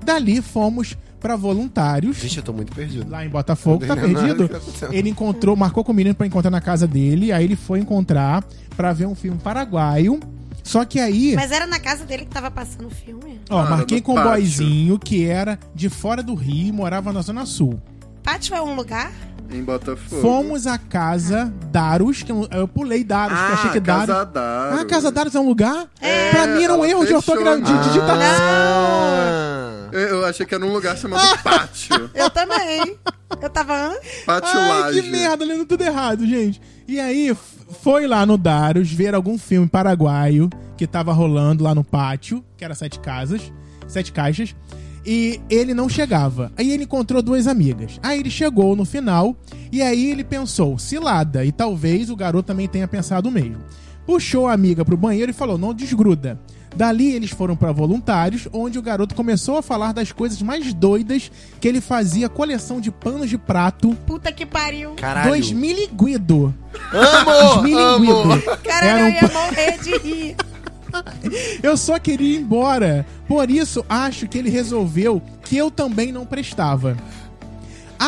Dali fomos pra voluntários
Gente, eu tô muito perdido.
lá em Botafogo, tá perdido. Ele encontrou, marcou com o menino pra encontrar na casa dele, aí ele foi encontrar pra ver um filme paraguaio. Só que aí,
Mas era na casa dele que tava passando o filme?
ó,
Cara,
marquei
no
com um
Ah, pátio.
boyzinho que era de fora do Rio, e morava na zona sul.
Pátio é um lugar?
Em Botafogo.
Fomos à casa Daros, que é um, eu, eu pulei Daros, porque
ah,
achei que Daros.
Casa Daros.
Ah, Casa Daros é um lugar? pra mim era um
ela
erro de
fechou,
ortografia de
né?
digitação.
Ah,
Eu, eu achei que era um lugar
Ah!
chamado Pátio.
Eu também. Eu tava. hã?
Pátio
Ai,
Laje.
que merda, lendo tudo errado, gente. E aí, f- foi lá no Daros ver algum filme paraguaio que tava rolando lá no pátio, que era Sete Casas, Sete Caixas, e ele não chegava. Aí ele encontrou duas amigas. Aí ele chegou no final, e aí ele pensou, cilada, e talvez o garoto também tenha pensado o mesmo. Puxou a amiga pro banheiro e falou, não desgruda. Dali eles foram pra voluntários, onde o garoto começou a falar das coisas mais doidas que ele fazia coleção de panos de prato
Puta que pariu.
caralho.
Dois miliguido. Dois
Amo! Oh, Amo!
miliguido.
Caralho,
Era um
eu ia morrer de rir.
Eu só queria ir embora. Por isso, acho que ele resolveu que eu também não prestava.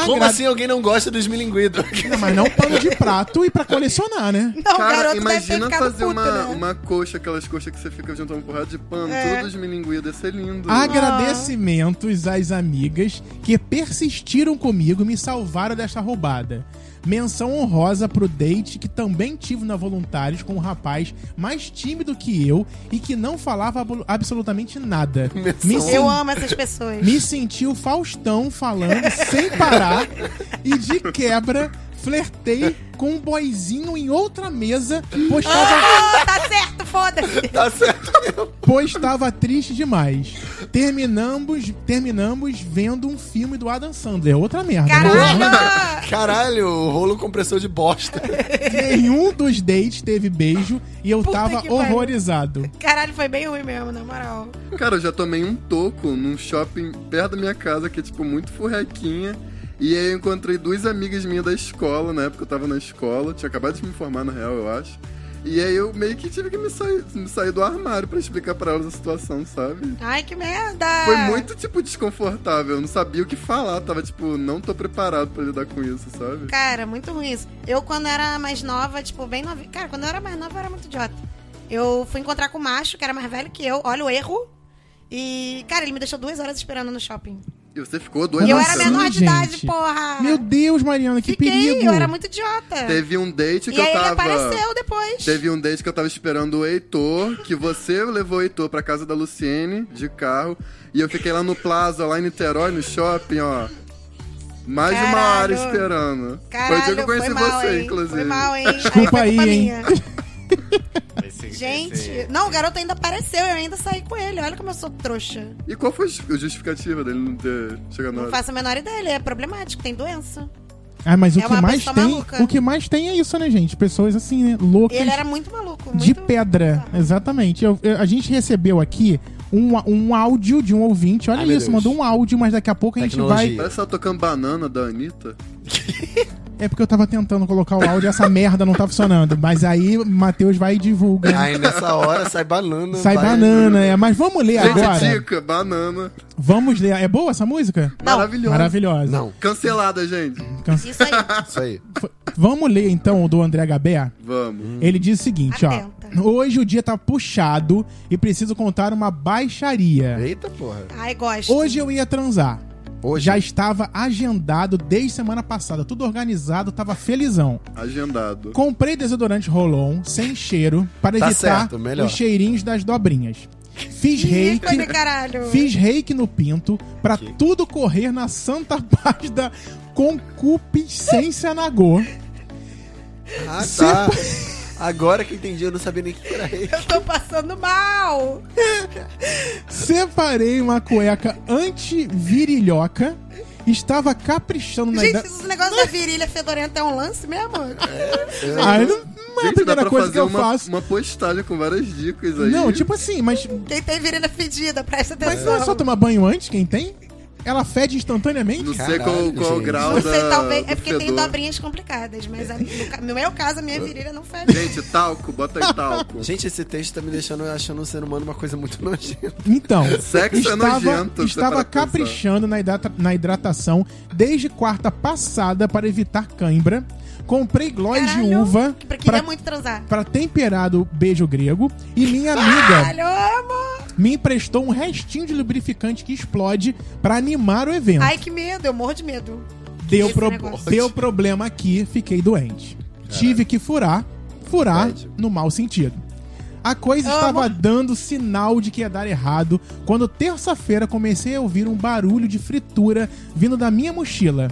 Como
Agra-
assim alguém não gosta dos milinguidos?
Não, Mas não pano de prato e pra colecionar, né?
Não, o
Cara,
garoto deve ter
imagina
ficado
fazer
puto,
uma,
né?
uma coxa, aquelas coxas que você fica juntando um porrada de pano,
É.
todos milinguidos, ia ser lindo.
Ah.
Agradecimentos às amigas que persistiram comigo e me salvaram desta roubada. Menção honrosa pro date que também tive na Voluntários com um rapaz mais tímido que eu e que não falava ablu- absolutamente nada. Me, sen-
Eu amo essas pessoas.
me senti o Faustão falando sem parar e de quebra flertei com um boizinho em outra mesa, pois tava
Ah, tá certo, foda-se.
Tá certo.
pois estava triste demais. Terminamos, terminamos vendo um filme do Adam Sandler. Outra merda. né?
Caralho!
Caralho, o rolo compressor de bosta.
Nenhum dos dates teve beijo e eu
Puta
tava
que pariu.
horrorizado.
Caralho, foi bem ruim mesmo, na moral.
Cara, eu já tomei um toco num shopping perto da minha casa, que é, tipo, muito furrequinha. E aí eu encontrei duas amigas minhas da escola, na época eu tava na escola, tinha acabado de me formar, na real, eu acho. E aí eu meio que tive que me sair, me sair do armário pra explicar pra elas a situação, sabe?
Ai, que merda!
Foi muito, tipo, desconfortável, eu não sabia o que falar, tava, tipo, não tô preparado pra lidar com isso, sabe?
Cara, muito ruim isso. Eu, quando era mais nova, tipo, bem nova. Cara, quando eu era mais nova, eu era muito idiota. Eu fui encontrar com um macho, que era mais velho que eu. Olha o erro. E, cara, ele me deixou duas horas esperando no shopping.
E você ficou dois
e eu
Como
era
assim,
menor de idade,
gente?
porra!
Meu Deus, Mariana, que
Fiquei,
perigo.
eu era muito idiota.
Teve um date que
e aí
eu
ele
tava.
apareceu depois.
Teve um date que eu tava esperando o Heitor, que você levou o Heitor pra casa da Luciene de carro. E eu fiquei lá no Plaza, lá em Niterói, no shopping, ó. Mais de uma
Caralho.
hora esperando.
Caralho,
foi o dia que eu conheci
foi mal,
você,
hein?
inclusive.
Foi mal, hein?
Desculpa
foi culpa
aí, hein?
minha. Gente, não, o garoto ainda apareceu, eu ainda saí com ele. Olha como eu sou trouxa.
E qual foi o justificativo dele não ter chegado na
Não
hora?
faço a menor ideia, ele é problemático, tem doença.
Ah, mas o
É
que
uma
mais
pessoa
tem,
maluca.
o que mais tem é isso, né, gente? Pessoas assim, né, loucas.
Ele era muito maluco, muito...
De pedra, exatamente. Eu- eu- a gente recebeu aqui um, um áudio de um ouvinte. Olha
Ai, meu
isso,
Deus.
mandou um áudio, mas daqui a pouco a gente
Tecnologia.
vai.
Parece que ela tocando banana da Anitta.
É porque eu tava tentando colocar o áudio e essa merda não tá funcionando. Mas aí o Matheus vai e divulga.
Aí nessa hora sai banana.
Sai
vai-
banana, é. Mas vamos ler
Gente,
agora.
dica, banana.
Vamos ler. É boa essa música?
Maravilhosa.
Maravilhosa.
Não,
Cancelada, gente.
Isso aí.
isso aí.
Vamos ler então o do André Gabé?
Vamos.
Hum.
Ele diz o seguinte,
Atenta.
ó. Hoje o dia tá puxado e preciso contar uma baixaria.
Eita porra.
Ai, gosto.
Hoje eu ia transar.
Hoje.
Já estava agendado desde semana passada, tudo organizado, tava felizão.
Agendado.
Comprei desodorante Rolon, sem cheiro, para
Tá
evitar
certo, melhor.
os cheirinhos das dobrinhas. Fiz reiki,
Ícone, caralho.
fiz reiki no pinto, para tudo correr na santa paz da concupiscência nagô.
Ah, tá. Agora que eu entendi, eu não sabia nem o que era ele.
Eu tô passando mal.
Separei uma cueca anti-virilhoca, estava caprichando na
Gente,
idade...
esse negócio da virilha fedorenta é um lance mesmo?
Ah, não, não é a
Gente, dá
primeira
pra
coisa que
fazer
eu
uma,
faço.
uma postagem com várias dicas aí.
Não, tipo assim, mas
Quem tem virilha fedida, presta
Mas
atenção.
não é só tomar banho antes, quem tem? Ela fede
Não
instantaneamente?
sei qual,
Caralho,
qual o
gente.
grau
Não
da.
sei, talvez.
do
É porque tem
fedor.
dobrinhas complicadas, mas a- no, ca- no meu caso, a minha virilha não fede.
Gente, talco, bota aí talco.
Gente, esse texto tá me deixando achando o ser humano uma coisa muito nojenta.
Então,
Sexo é nojento, você
estava
para pra
caprichando na, hidrata- na hidratação desde quarta passada para evitar cãibra. Comprei gloss de
Caralho,
uva
que- Porque
pra-
queria muito transar.
para temperar o beijo grego e minha amiga
Caralho, amor.
me emprestou um restinho de lubrificante que explode para animar o evento.
Ai, que medo, eu morro de medo.
deu,
esse
pro-
negócio.
deu problema aqui, fiquei doente. Tive que furar, furar
Médio.
no mau sentido. A coisa
Amo.
estava dando sinal de que ia dar errado quando terça-feira comecei a ouvir um barulho de fritura vindo da minha mochila.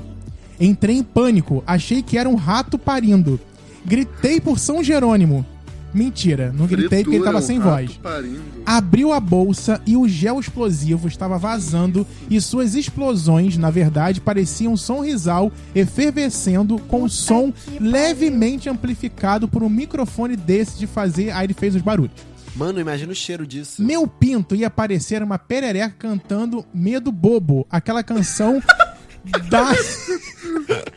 Entrei em pânico, achei que era um rato parindo. Gritei por São Jerônimo. Mentira, não gritei porque ele
Fritura,
tava
um
sem
rato
voz
parindo.
abriu a bolsa e o gel explosivo estava vazando e suas explosões, na verdade, pareciam um sonrisal efervescendo com um som levemente amplificado por um microfone desse de fazer, aí ele fez os barulhos.
Mano, imagina o cheiro disso.
Meu pinto ia parecer uma perereca cantando Medo Bobo, aquela canção da,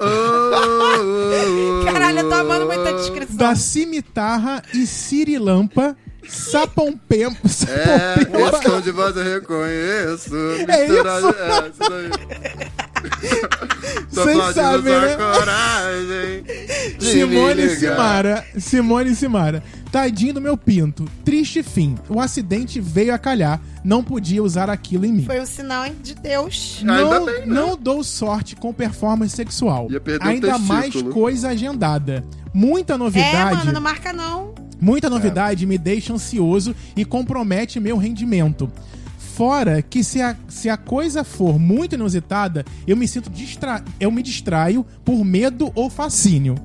Oh, oh, oh,
Caralho, eu tô amando muita descrição.
da cimitarra e sirilampa, sapão pempo,
É, esse
sapão
tom de voz eu reconheço.
É
misturado-
isso?
É, isso daí. Tô
Vocês
aplaudindo
sabem,
sua
né?
coragem. de
Simone
me
e
ligar.
Simara. Simone e Simara. Tadinho do meu pinto. Triste fim. O acidente veio a calhar. Não podia usar aquilo em mim.
Foi um sinal hein, de Deus.
Ainda
Não,
bem, né?
não dou sorte com performance sexual.
Ia perder o
Ainda mais
testículo.
coisa agendada. Muita
É,
novidade.
mano, não marca não.
Muita novidade me deixa ansioso e compromete meu rendimento. Fora que se a, se a coisa for muito inusitada, eu me sinto distra eu me distraio por medo ou fascínio.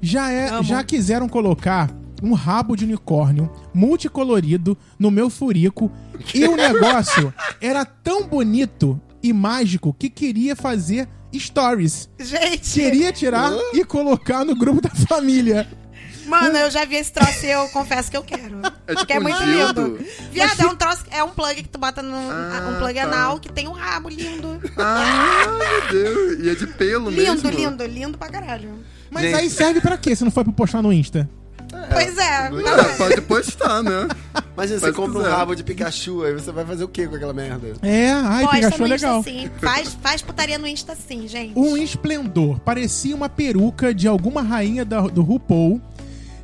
Já é,
Amo.
já quiseram colocar um rabo de unicórnio multicolorido no meu furico e o negócio era tão bonito e mágico que queria fazer stories.
Gente,
Queria tirar e colocar no grupo da família.
mano, eu já vi esse troço e eu confesso que eu quero.
É tipo
que é
um
muito
dildo. tipo
lindo. Viado, é um troço, é um plug que tu bota no.
Ah,
um plug
tá.
anal que tem um rabo lindo.
Ah, meu Deus. E é de pelo
Lindo,
mesmo.
lindo, lindo pra caralho.
Mas
Gente.
aí serve pra quê se não foi pra postar no Insta?
Pois é,
Ah, pode postar, né?
Imagina, você
Faz
compra um
quiser.
rabo de Pikachu, aí você vai fazer o que com aquela merda?
É, ai,
posta
Pikachu é
no
legal.
Insta sim. Faz, faz putaria no Insta sim, gente.
Um esplendor, parecia uma peruca de alguma rainha da- do RuPaul.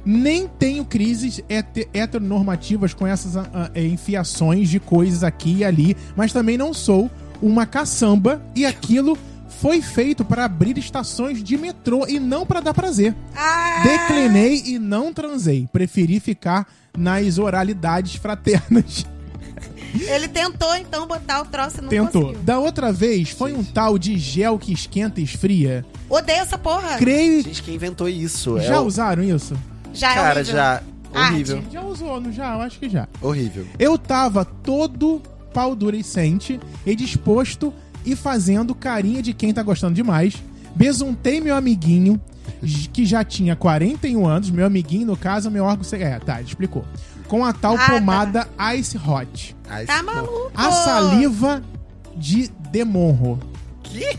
Nem tenho crises hete- heteronormativas com essas ah, ah, eh, enfiações de coisas aqui e ali, mas também não sou uma caçamba e aquilo foi feito para abrir estações de metrô e não para dar prazer.
Ah,
Declinei e não transei, preferi ficar nas oralidades fraternas.
Ele tentou então botar o troço e não
Tentou.
conseguiu.
Da outra vez foi um tal de gel que esquenta e esfria.
Odeio essa porra.
Creio
Gente, quem inventou isso?
Já
é o...
usaram isso?
Já é
Cara,
horrível.
já.
Arde.
Horrível.
Já usou, não já? Eu acho que já.
Horrível.
Eu tava todo pau durecente e disposto e fazendo carinha de quem tá gostando demais. Besuntei meu amiguinho, j- que já tinha 41 anos, meu amiguinho, no caso, meu órgão. se- É, tá, ele explicou. Com a tal
Ah, tá.
pomada Ice Hot.
Ai,
Tá
maluco?
maluco.
A saliva de Demonro.
Que?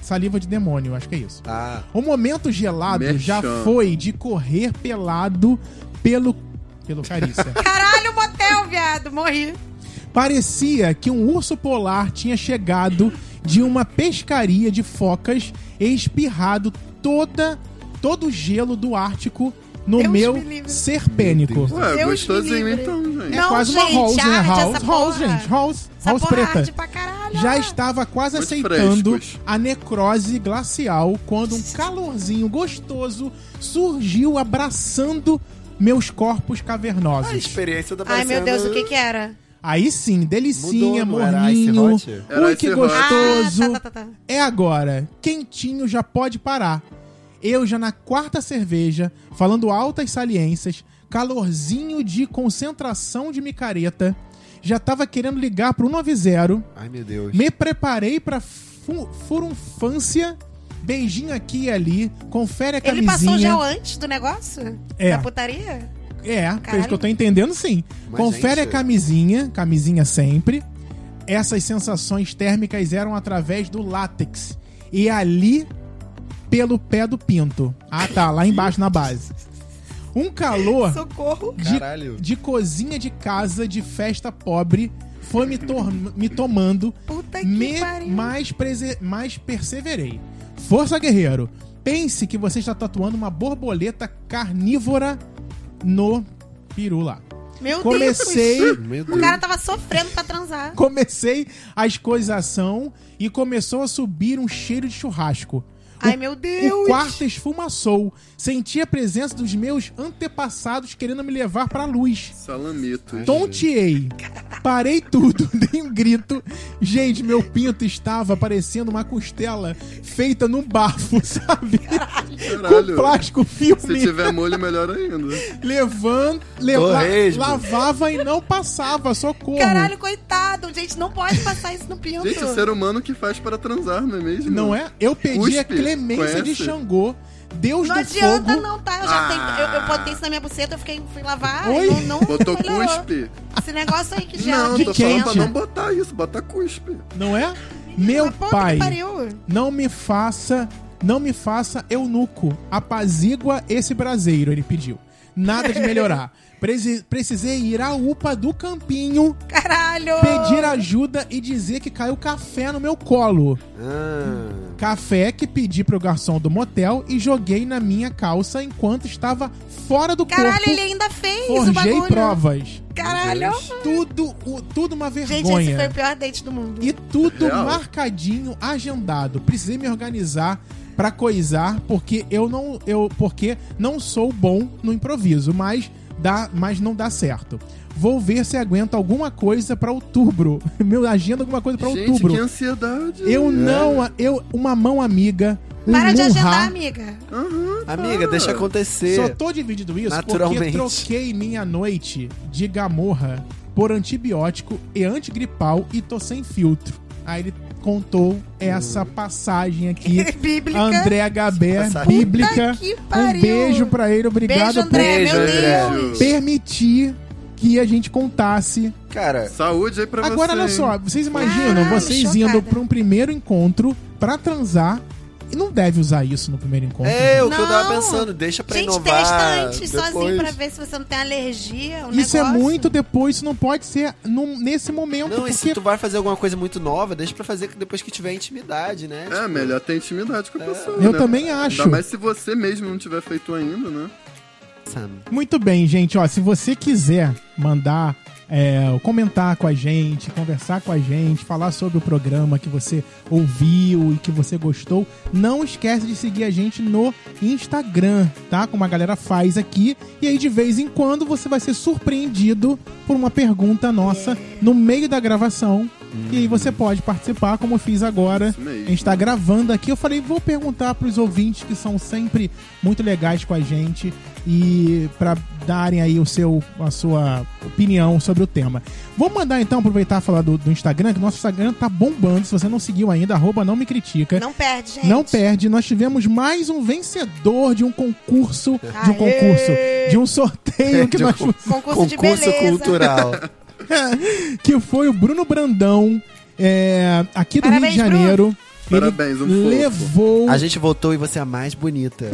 Saliva de demônio, acho que é isso.
Ah,
O momento gelado
Merchan.
já foi de correr pelado pelo. Pelo Carícia.
Caralho, motel, viado, morri.
Parecia que um urso polar tinha chegado de uma pescaria de focas e espirrado toda, todo o gelo do Ártico no
Deus
meu
me livre.
serpênico.
Ué,
Deus me
gostosinho
livre.
então, gente.
É
Não,
quase uma
gente,
Halls, né?
arte,
Halls,
essa
Halls,
porra.
gente. Halls,
Essa
Halls
porra é
preta.
arde pra caralho.
Já estava quase
Muito
aceitando
frescos.
a necrose glacial quando um calorzinho gostoso surgiu abraçando meus corpos
a
cavernosos.
experiência tá da
Ai, meu Deus, o que que era?
Aí sim, delicinha,
Mudou, não era Ice
morninho.
Hot?
Era
Ui, que
Ice Hot.
gostoso.
Ah, tá, tá, tá, tá.
É agora. Quentinho já pode parar. Eu já na quarta cerveja, falando altas saliências, calorzinho de concentração de micareta, já tava querendo ligar pro 190.
Ai, meu Deus.
Me preparei pra fu furunfância. Beijinho aqui e ali. Confere a
Ele
camisinha.
passou gel antes do negócio?
É.
Da putaria?
É, pelo que eu
Caralho.
tô entendendo, sim.
Mas, é
Confere
gente-
a camisinha, camisinha sempre. Essas sensações térmicas eram através do látex. E ali, pelo pé do pinto. Ah, tá, lá embaixo na base. Um calor
Socorro.
Caralho.
de cozinha de casa, de festa pobre, foi me, tor- me tomando
Puta que
me
pariu.
mais, prese- mais perseverei. Força, guerreiro. Pense que você está tatuando uma borboleta carnívora no peru lá.
Meu
Comecei,
Deus.
Meu Deus.
O cara tava sofrendo pra transar.
comecei a escoisação e começou a subir um cheiro de churrasco.
Ai, meu Deus.
O quarto esfumaçou. Senti a presença dos meus antepassados querendo me levar para a luz.
Salamito.
Tonteei. Parei tudo, dei um grito. Gente, meu pinto estava parecendo uma costela feita num bafo, sabe? Com
Caralho.
plástico
Se
filme.
tiver molho, melhor ainda.
Levando, leva,
Torresmo.
lavava e não passava, socorro.
Caralho, coitado. Gente, não pode passar isso no pinto.
Gente, é o ser humano que faz para transar, não é mesmo?
Não é? Eu pedi a
Cuspe,
clemência de
conhece?
Xangô, Deus
Não
do
adianta
fogo.
não, tá? Eu já
Ah.
tentei, eu, eu botei isso na minha buceta, eu fiquei, fui lavar
Oi?
e não, não
Botou
melhorou.
cuspe?
Esse negócio aí que já...
Não,
de
tô
quente.
falando pra não botar isso, bota cuspe.
Não é? Meu
Mas puta que
pai,
pariu.
não me faça, não me faça eunuco. Apazigua esse braseiro, ele pediu. Nada de melhorar. Presi- Precisei ir à UPA do Campinho,
Caralho.
pedir ajuda e dizer que caiu café no meu colo.
Ah,
Café que pedi pro garçom do motel e joguei na minha calça enquanto estava fora do
Caralho,
corpo.
ele ainda fez o
Forjei
bagulho.
provas.
Caralho.
Tudo, o- tudo uma vergonha.
Gente, esse foi o pior date do mundo.
E tudo
Real.
marcadinho, agendado. Precisei me organizar pra coisar, porque eu não eu porque não sou bom no improviso, mas dá, mas não dá certo. Vou ver se aguento alguma coisa pra outubro. Meu agenda alguma coisa pra
Gente,
outubro.
que É. ansiedade.
Eu não, eu uma mão amiga, um
Para de
murra.
agendar, amiga.
Aham, tá.
amiga, deixa
Só
acontecer.
tô dividindo isso porque
Naturalmente.
troquei minha noite de gamorra por antibiótico e antigripal e tô sem filtro. Aí ele contou essa passagem aqui.
Bíblica.
André Gabé,
Passagem.
bíblica.
Puta que
Um
pariu.
beijo pra ele, obrigado
Beijo, André.
Beijo,
meu
André.
Deus.
por permitir que a gente contasse.
Cara,
Saúde aí pra
Agora,
você.
olha só, vocês imaginam
Caralho,
vocês indo
chocada.
pra um primeiro encontro pra transar e não deve usar isso no primeiro encontro.
é o que eu tava
Não.
pensando. Deixa pra
Gente,
inovar.
testa antes
depois.
sozinho pra ver se você não tem alergia. Um
Isso é
negócio.
muito depois, isso não pode ser num- nesse momento,
Não, e se
porque
tu vai fazer alguma coisa muito nova, deixa pra fazer depois que tiver intimidade, né?
É, melhor ter intimidade
É.
com a pessoa,
eu
né?
também acho.
Ainda mais se você mesmo não tiver feito ainda, né?
Sabe?
Muito bem, gente. Ó, se você quiser mandar, é, comentar com a gente, conversar com a gente, falar sobre o programa que você ouviu e que você gostou, não esquece de seguir a gente no Instagram, tá? Como a galera faz aqui. E aí, de vez em quando, você vai ser surpreendido por uma pergunta
É.
nossa no meio da gravação. E aí você pode participar, como eu fiz agora.
Isso mesmo.
A gente tá gravando aqui. Eu falei, vou perguntar pros ouvintes que são sempre muito legais com a gente e pra darem aí o seu, a sua opinião sobre o tema. Vou mandar então aproveitar e falar do, do Instagram, que nosso Instagram tá bombando. Se você não seguiu ainda, arroba não me critica.
Não perde, gente.
Não perde, nós tivemos mais um vencedor de um concurso, de um
Aê!
concurso, de um sorteio que
De um
nós
concurso.
Concurso, de
Concurso
beleza.
cultural.
que foi o Bruno Brandão, é, aqui do
Parabéns,
Rio de Janeiro.
Parabéns, um fofo.
levou,
A gente votou e você é a mais bonita.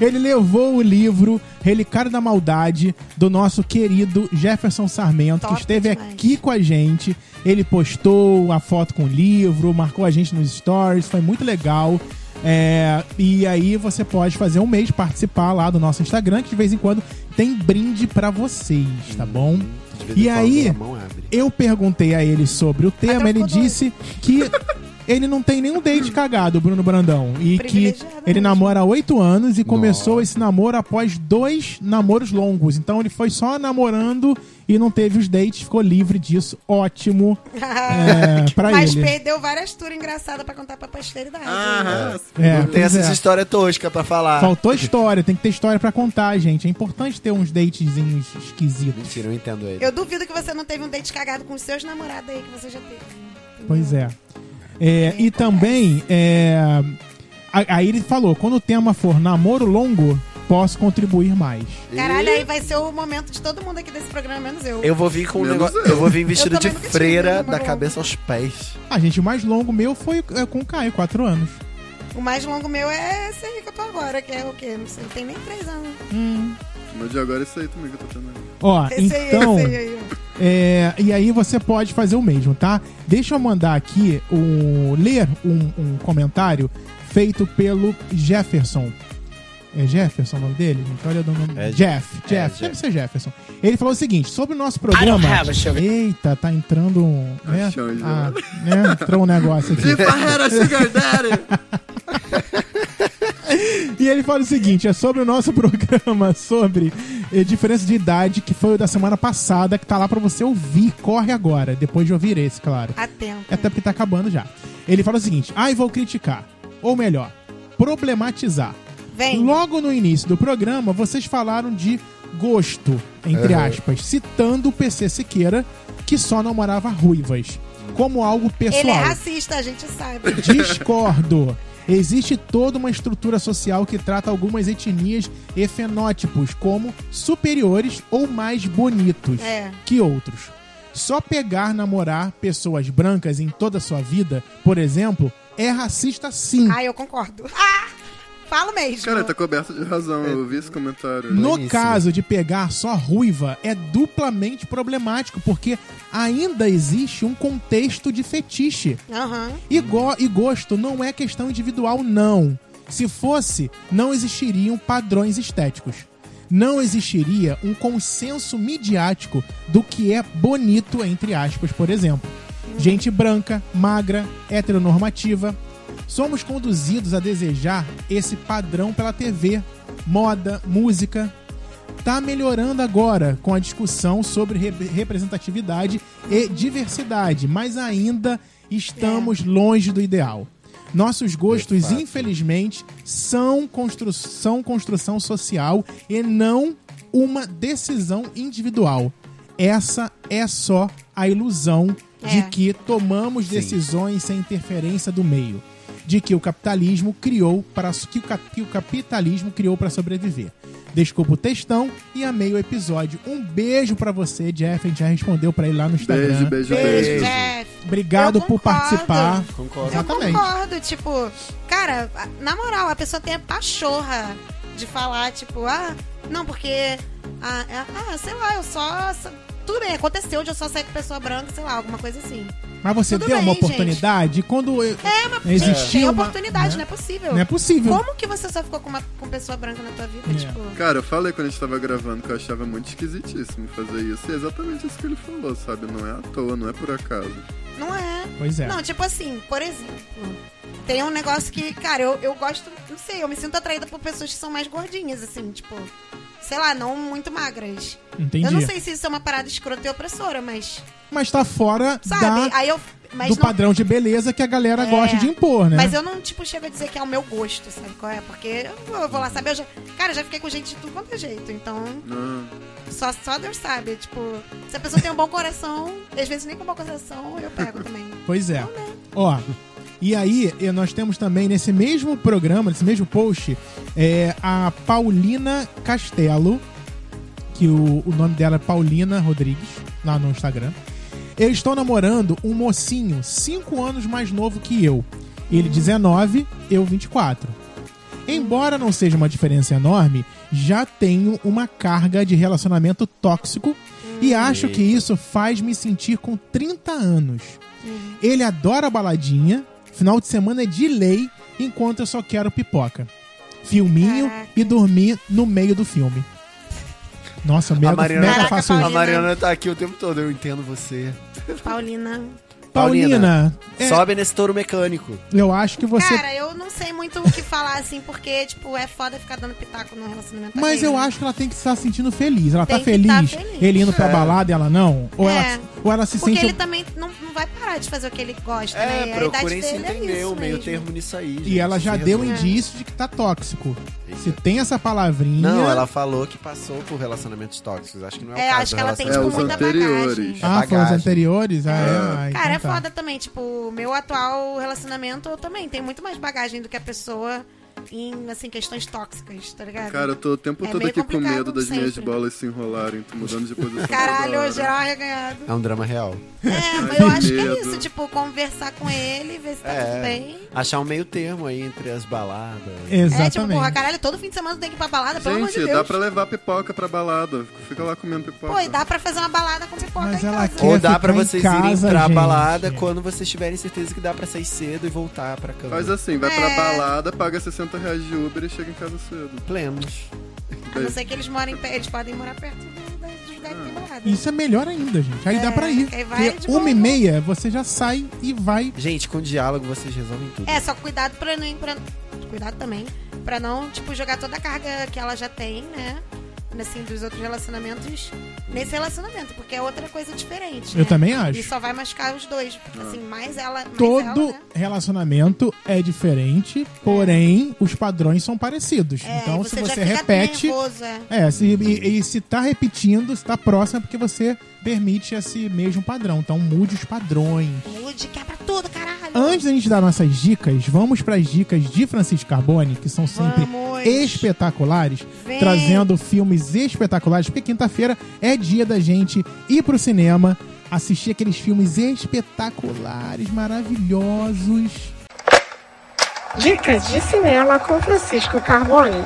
ele levou o livro Relicário da Maldade do nosso querido Jefferson Sarmento, que
Top
esteve
demais.
aqui com a gente. Ele postou a foto com o livro, marcou a gente nos stories, foi muito legal. É, e aí você pode fazer um mês participar lá do nosso Instagram, que de vez em quando tem brinde pra vocês, tá bom?
Hum, De vez em
E
quando,
aí,
a mão abre.
Eu perguntei a ele sobre o tema,
Até
ele
ficou doido.
disse que ele não tem nenhum date cagado, Bruno Brandão. E que
Privilegiado né?
ele
mesmo.
namora há oito anos e começou esse namoro após dois namoros longos. Então ele foi só namorando e não teve os dates, ficou livre disso. Ótimo é, pra
Mas
ele.
perdeu várias turas engraçadas pra contar pra posteridade.
Ah,
É,
Não tem
pois
essa
é.
história tosca pra falar.
Faltou história, tem que ter história pra contar, gente. É importante ter uns datezinhos esquisitos.
Mentira, eu entendo ele.
Eu duvido que você não teve um date cagado com os seus namorados aí que você já teve. Entendeu?
Pois é. É, e também, é, a- aí ele falou: quando o tema for namoro longo, posso contribuir mais.
Caralho, aí vai ser o momento de todo mundo aqui desse programa, menos eu.
Eu vou vir com um
Menos
negócio.
eu.
Eu vou vir vestido
Eu
de
também nunca tive
freira
nenhuma
da
longa.
cabeça aos pés.
A Ah, gente, o mais longo meu foi é, com o Caio, 4 anos.
O mais longo meu é esse aí que eu tô agora, que é o quê? Não sei, não tem nem três anos.
Mas de agora é isso aí também que eu tô tendo aí.
Ó,
Esse
então.
aí, esse aí. aí.
É, e aí você pode fazer o mesmo, tá? Deixa eu mandar aqui o ler um, um comentário feito pelo Jefferson. É Jefferson o nome dele? Então Gente, olha o nome.
É
Jeff. Jeff.
É,
Deve
Jeff.
ser Jefferson. Ele falou o seguinte: sobre o nosso programa. Eita, tá entrando um. Né?
Achou, já.
Ah, né? Entrou um negócio aqui.
De Ferreira Sugar Daddy!
E ele fala o seguinte: é sobre o nosso programa, sobre eh, diferença de idade, que foi o da semana passada, que tá lá pra você ouvir. Corre agora, depois de ouvir esse, claro.
Atento.
Até porque tá acabando já. Ele fala o seguinte: ai, vou criticar. Ou melhor, problematizar.
Vem.
Logo no início do programa, vocês falaram de gosto, entre aspas, citando o PC Siqueira, que só namorava ruivas, como algo pessoal.
Ele é racista, a gente sabe.
Discordo. Existe toda uma estrutura social que trata algumas etnias e fenótipos como superiores ou mais bonitos
É.
que outros. Só pegar namorar pessoas brancas em toda a sua vida, por exemplo, é racista sim.
Ah, eu concordo. Ah! Falo mesmo.
Cara, tá coberto de razão, eu ouvi esse comentário.
No
Bueníssimo.
caso de pegar só ruiva, é duplamente problemático, porque ainda existe um contexto de fetiche.
Aham.
E, go- e gosto não é questão individual, não. Se fosse, não existiriam padrões estéticos. Não existiria um consenso midiático do que é bonito, entre aspas, por exemplo. Gente branca, magra, heteronormativa. Somos conduzidos a desejar esse padrão pela TV, moda, música. Tá melhorando agora com a discussão sobre re- representatividade e diversidade, mas ainda estamos longe do ideal. Nossos gostos, infelizmente, são construção, construção social e não uma decisão individual. Essa é só a ilusão de
É.
que tomamos decisões sem interferência do meio, de que o capitalismo criou para que o, cap- que o capitalismo criou para sobreviver. Desculpa o textão e amei o episódio. Um beijo pra você, Jeff. A gente já respondeu pra ele lá no Instagram.
Beijo, beijo,
Beijo,
beijo.
Jeff.
Obrigado
Eu
por
concordo.
participar.
Concordo.
É, Eu
Exatamente.
concordo, tipo, cara, a- na moral, a pessoa tem a pachorra de falar, tipo, ah, não, porque. Ah, é- ah, sei lá, eu só. só- Tudo bem, aconteceu de eu só sair com pessoa branca, sei lá, alguma coisa assim.
Mas você
Tudo
deu uma
bem, gente.
oportunidade quando eu-
É, mas gente,
existiu
tem
uma-
oportunidade,
né?
não é possível.
Não é possível.
Como que você só ficou com, uma, com pessoa branca na tua vida?
É.
Tipo,
Cara, eu falei quando a gente tava gravando que eu achava muito esquisitíssimo fazer isso. E é exatamente isso que ele falou, sabe? Não é à toa, não é por acaso.
não é.
Pois é.
Não, tipo assim, por exemplo, tem um negócio que, cara, eu, eu gosto, não sei, eu me sinto atraída por pessoas que são mais gordinhas, assim, tipo, sei lá, não muito magras.
Entendi.
Eu não sei se isso é uma parada escrota e opressora, mas,
Mas tá fora
sabe?
da-
Aí eu. Mas
do
não,
padrão de beleza que a galera
É.
gosta de impor, né?
Mas eu não, tipo, chego a dizer que é o meu gosto, sabe qual é? Porque eu vou, eu vou lá saber. Eu já, cara, eu já fiquei com gente de tudo quanto é jeito. Então,
Não.
só, só Deus sabe. Tipo, se a pessoa tem um bom coração, às vezes nem com bom coração, eu pego também.
Pois é. Ó, e aí eh, nós temos também nesse mesmo programa, nesse mesmo post, é, a Paulina Castelo, que o, o nome dela é Paulina Rodrigues, lá no Instagram. Eu estou namorando um mocinho cinco anos mais novo que eu. Ele 19, eu 24. Embora não seja uma diferença enorme, já tenho uma carga de relacionamento tóxico e acho que isso faz me sentir com 30 anos. Ele adora baladinha, final de semana é de lei, enquanto eu só quero pipoca, filminho
Caraca.
e dormir no meio do filme. Nossa, mega,
A tá Mariana-
mega
Caraca,
faço
Paulina.
A Mariana tá aqui o tempo todo, eu entendo você.
Paulina.
Paulina, é,
Sobe nesse touro mecânico.
eu acho que você
Cara, eu não sei muito o que falar assim, porque, tipo, é foda ficar dando pitaco no relacionamento.
Mas
alheio,
eu
né?
acho que ela tem que estar se sentindo feliz. Ela
Tem
tá
que tá
feliz,
feliz.
ele indo pra
É.
balada e ela não? Ou,
É.
ela, ou ela se
Porque
sente.
ele tá também não, não vai parar de fazer o que ele gosta,
É,
né?
procurem se
dele
entender,
isso
o meio
mesmo.
termo nisso aí.
E ela já deu um
em
indício de que tá tóxico. Se tem essa palavrinha.
Não, ela é falou que passou por relacionamentos tóxicos. Acho que não é o
É,
caso
acho
do
que ela tem,
relacionamento.
tipo,
relacionamento.
É, os
muita
anteriores.
bagagem.
Ah, foram os
bagagem.
anteriores? Ah, é. Ah,
Cara, é
então tá.
foda também. Tipo, o meu atual relacionamento eu também tem muito mais bagagem do que a pessoa em, assim, questões tóxicas, tá ligado?
Cara, eu tô o tempo
É
todo
meio
aqui com
complicado,
medo das minhas
sempre.
bolas se enrolarem, tô mudando de posição. toda hora.
Caralho, geral arreganhado.
É um drama real.
É, mas eu acho que é
medo.
isso. Tipo, conversar com ele, ver se tá
É.
tudo bem.
Achar um meio termo aí entre as baladas.
É, tipo,
Exatamente.
porra, caralho, todo fim de semana tu tem que ir pra balada, pelo amor de
Gente,
Deus.
dá pra levar pipoca pra balada. Fica lá comendo pipoca.
Pô, e dá pra fazer uma balada com pipoca
Mas
em
ela
casa.
quer-
Ou dá
ficar
pra
em
vocês irem
casa,
pra
gente.
balada quando vocês tiverem certeza que dá pra sair cedo e voltar pra cama.
Faz assim, vai pra
É.
balada, paga 60 reais de Uber e chega em casa cedo.
Plenos.
A não ser que eles morem pe- eles podem morar perto do, da- dos lugares que tem balada.
Isso é melhor ainda, gente. Aí
É,
dá pra ir.
aí vai
Porque
de
uma e
boa.
meia você já sai e vai.
Gente, com diálogo vocês resolvem tudo.
É, só cuidado pra não. Pra, cuidado também. Pra não, tipo, jogar toda a carga que ela já tem, né? Assim, dos outros relacionamentos nesse relacionamento, porque é outra coisa diferente.
Eu
né?
também acho.
E só vai machucar os dois. Assim,
Ah.
mais ela. Mais
Todo
ela, né?
relacionamento é diferente, porém os padrões são parecidos.
É,
então,
e
se
já
você
fica
repete,
Nervoso, é.
É, se, e, e se tá repetindo, se tá próximo, é porque você permite esse mesmo padrão. Então mude os padrões.
Mude, quebra tudo, caralho.
Antes da gente dar nossas dicas, vamos pras dicas de Francisco Carbone, que são sempre
Vamos.
espetaculares,
Vem.
trazendo filmes espetaculares, porque quinta-feira é dia da gente ir pro cinema, assistir aqueles filmes espetaculares, maravilhosos.
Dicas de cinema com Francisco Carbone.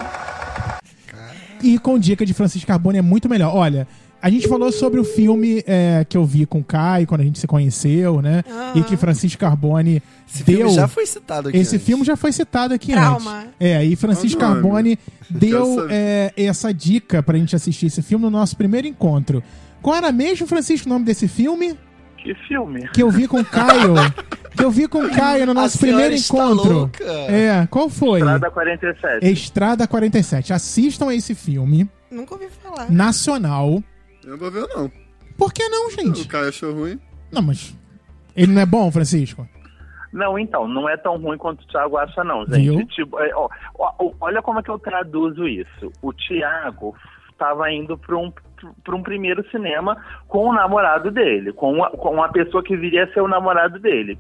E com dica de Francisco Carbone é muito melhor. Olha, a gente falou sobre o filme é, que eu vi com o Caio quando a gente se conheceu, né?
Ah.
E que Francisco Carbone
Esse
deu.
filme já foi citado aqui.
Esse
antes.
filme já foi citado aqui
Trauma.
antes. É, e Francisco
Ah, não,
Carbone
Quero
deu
saber.
é, essa dica pra gente assistir esse filme no nosso primeiro encontro. Qual era mesmo, Francisco, o nome desse filme?
Que filme?
Que eu vi com o Caio. que eu vi com o Caio no
A
nosso
senhora
primeiro
está
encontro.
tá louca.
É, qual foi?
Estrada 47.
Estrada 47. Assistam a esse filme
Nunca ouvi falar.
nacional.
Eu não vou ver, não.
Por que não,
O
gente?
Caio achou ruim.
Não, mas. Ele não é bom, Francisco?
Não, então, não é tão ruim quanto o Thiago acha, não, gente.
Viu?
Tipo, é, ó, ó, ó, olha como é que eu traduzo isso. O Thiago estava indo para um para um primeiro cinema com o namorado dele, com a, com a pessoa que viria a ser o namorado dele.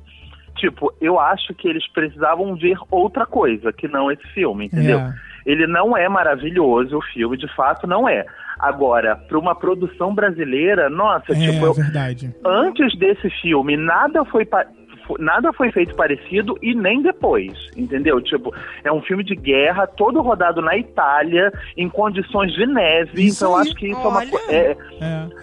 Tipo, eu acho que eles precisavam ver outra coisa que não esse filme, entendeu?
É.
Ele não é maravilhoso, o filme, de fato, não é. Agora, para uma produção brasileira, nossa,
É,
tipo, eu,
verdade.
antes desse filme, nada foi pa- fo- Nada foi feito parecido e nem depois, entendeu? Tipo, é um filme de guerra, todo rodado na Itália, em condições de neve.
Isso
então,
aí.
acho que isso é uma
Olha.
co- é,
É.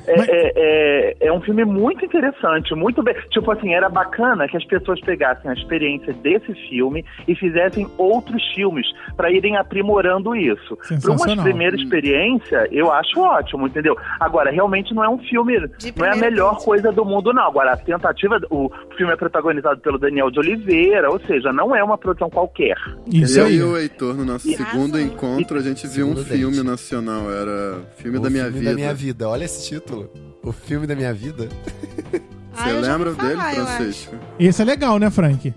é,
Mas-
é, é, é um filme muito interessante, muito bem. Tipo assim, era bacana que as pessoas pegassem a experiência desse filme e fizessem outros filmes para irem aprimorando isso. Para uma
Sensacional.
primeira experiência, eu acho ótimo, entendeu? Agora, realmente não é um filme, não é a
primeira
melhor
vez.
coisa do mundo, não. Agora, a tentativa, o filme é protagonizado pelo Daniel de Oliveira, ou seja, não é uma produção qualquer.
Isso
eu
aí.
e o Heitor, no nosso
E
segundo
razão.
encontro, a gente viu um
Segundo
filme
date.
nacional. Era Filme
O
da Minha
filme
Vida.
da minha vida. Olha esse título. O filme da minha vida.
Ah,
Você
eu já ouvi
lembra dele,
falar, eu
Francisco?
Esse é legal, né, Frank?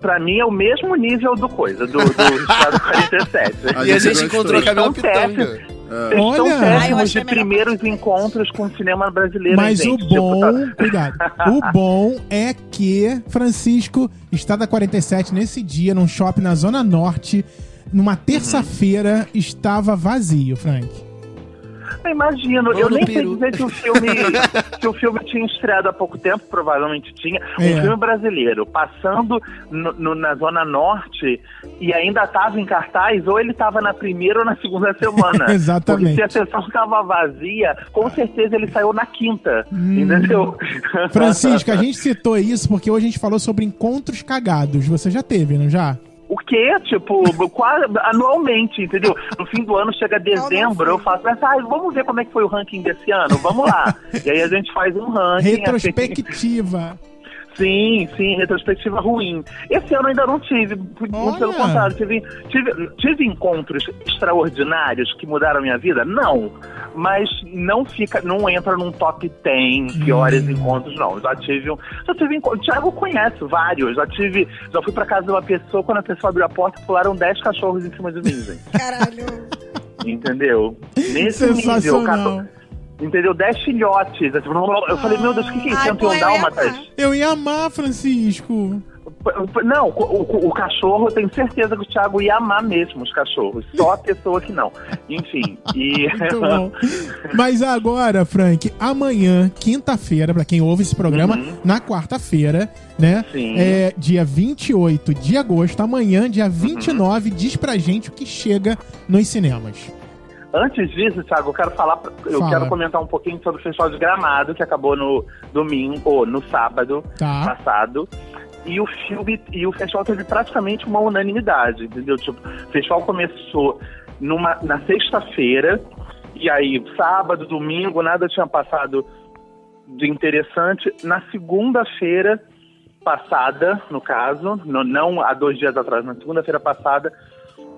Pra mim, é o mesmo nível do coisa, do, do Estado 47.
A
e a
gente
gente
gostou.
encontrou a Camila
Então,
Pitanga.
É.
Eles
Olha!
são
Ah, eu
péssimos
achei
de
a melhor
primeiros
parte.
encontros com o cinema brasileiro.
Mas
hein,
o
gente? Tipo,
bom,
tá-
cuidado, o bom é que Francisco está da 47 nesse dia num shopping na Zona Norte, numa terça-feira, estava vazio, Frank.
Eu imagino,
Vamos
eu
no
nem sei
Peru.
dizer que o filme que o filme tinha estreado há pouco tempo, provavelmente tinha. Um
É.
filme brasileiro passando no- no- na Zona Norte e ainda estava em cartaz, ou ele estava na primeira ou na segunda semana.
Exatamente.
Porque se a sessão estava vazia, com certeza ele saiu na quinta.
Hum.
Entendeu?
Francisca, a gente citou isso porque hoje a gente falou sobre encontros cagados. Você já teve, não já?
O quê? Tipo, quase, anualmente, entendeu? No fim do ano, chega dezembro, eu faço essa, ah, vamos ver como é que foi o ranking desse ano, vamos lá. e aí a gente faz um ranking. assim.
Retrospectiva.
sim, sim, retrospectiva ruim. Esse ano ainda não tive, muito
Olha.
pelo contrário, tive, tive, tive encontros extraordinários que mudaram minha vida? Não. Mas não fica, não entra num top 10 piores
Hum.
encontros, não. Já tive um. Já tive encontro. Thiago conhece vários. Já tive. Já fui pra casa de uma pessoa, quando a pessoa abriu a porta, pularam 10 cachorros em cima de mim, gente.
Caralho.
Entendeu? Nesse nível,
Sensacional.
cara. Entendeu? 10 filhotes. assim, Eu falei, meu Deus, o que, que é isso?
Ai, pô,
Tentou
eu
dar
ia
uma,
amar.
Eu ia amar, Francisco.
P- p- Não, o, o- o cachorro, eu tenho certeza que o Thiago ia amar mesmo os cachorros. Só a pessoa que não. Enfim, e.
Muito bom. Mas agora, Frank, amanhã, quinta-feira, pra quem ouve esse programa, na quarta-feira, né?
Uhum. Sim. Uhum.
É dia 28 de agosto, amanhã, dia 29, diz pra gente o que chega nos cinemas.
Antes disso, Thiago, eu quero falar, pra- eu
Fala.
quero comentar um pouquinho sobre o Festival de Gramado, que acabou no domingo, ou no sábado
Tá?
passado. E o filme, e o festival teve praticamente uma unanimidade, entendeu? Tipo, o festival começou numa, na sexta-feira, e aí sábado, domingo, nada tinha passado de interessante. Na segunda-feira passada, no caso, no- não há dois dias atrás, na segunda-feira passada,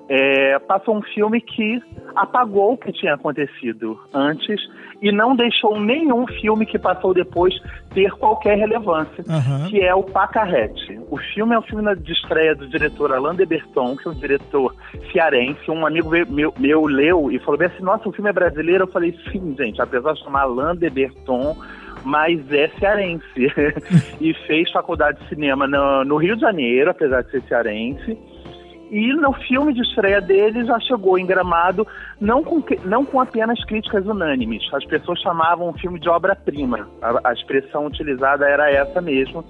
é, passou um filme que apagou o que tinha acontecido antes e não deixou nenhum filme que passou depois ter qualquer relevância,
Aham.
que é o Pacarrete. O filme é um filme de estreia do diretor Alain de Berton, que é um diretor cearense. Um amigo meu, meu- meu leu e falou bem assim, nossa, o filme é brasileiro? Eu falei, sim, gente, apesar de chamar Alain de Berton, mas é cearense. e fez faculdade de cinema no, no Rio de Janeiro, apesar de ser cearense. E no filme de estreia dele já chegou em Gramado, não com, que- não com apenas críticas unânimes. As pessoas chamavam o filme de obra-prima. A, a expressão utilizada era essa mesmo.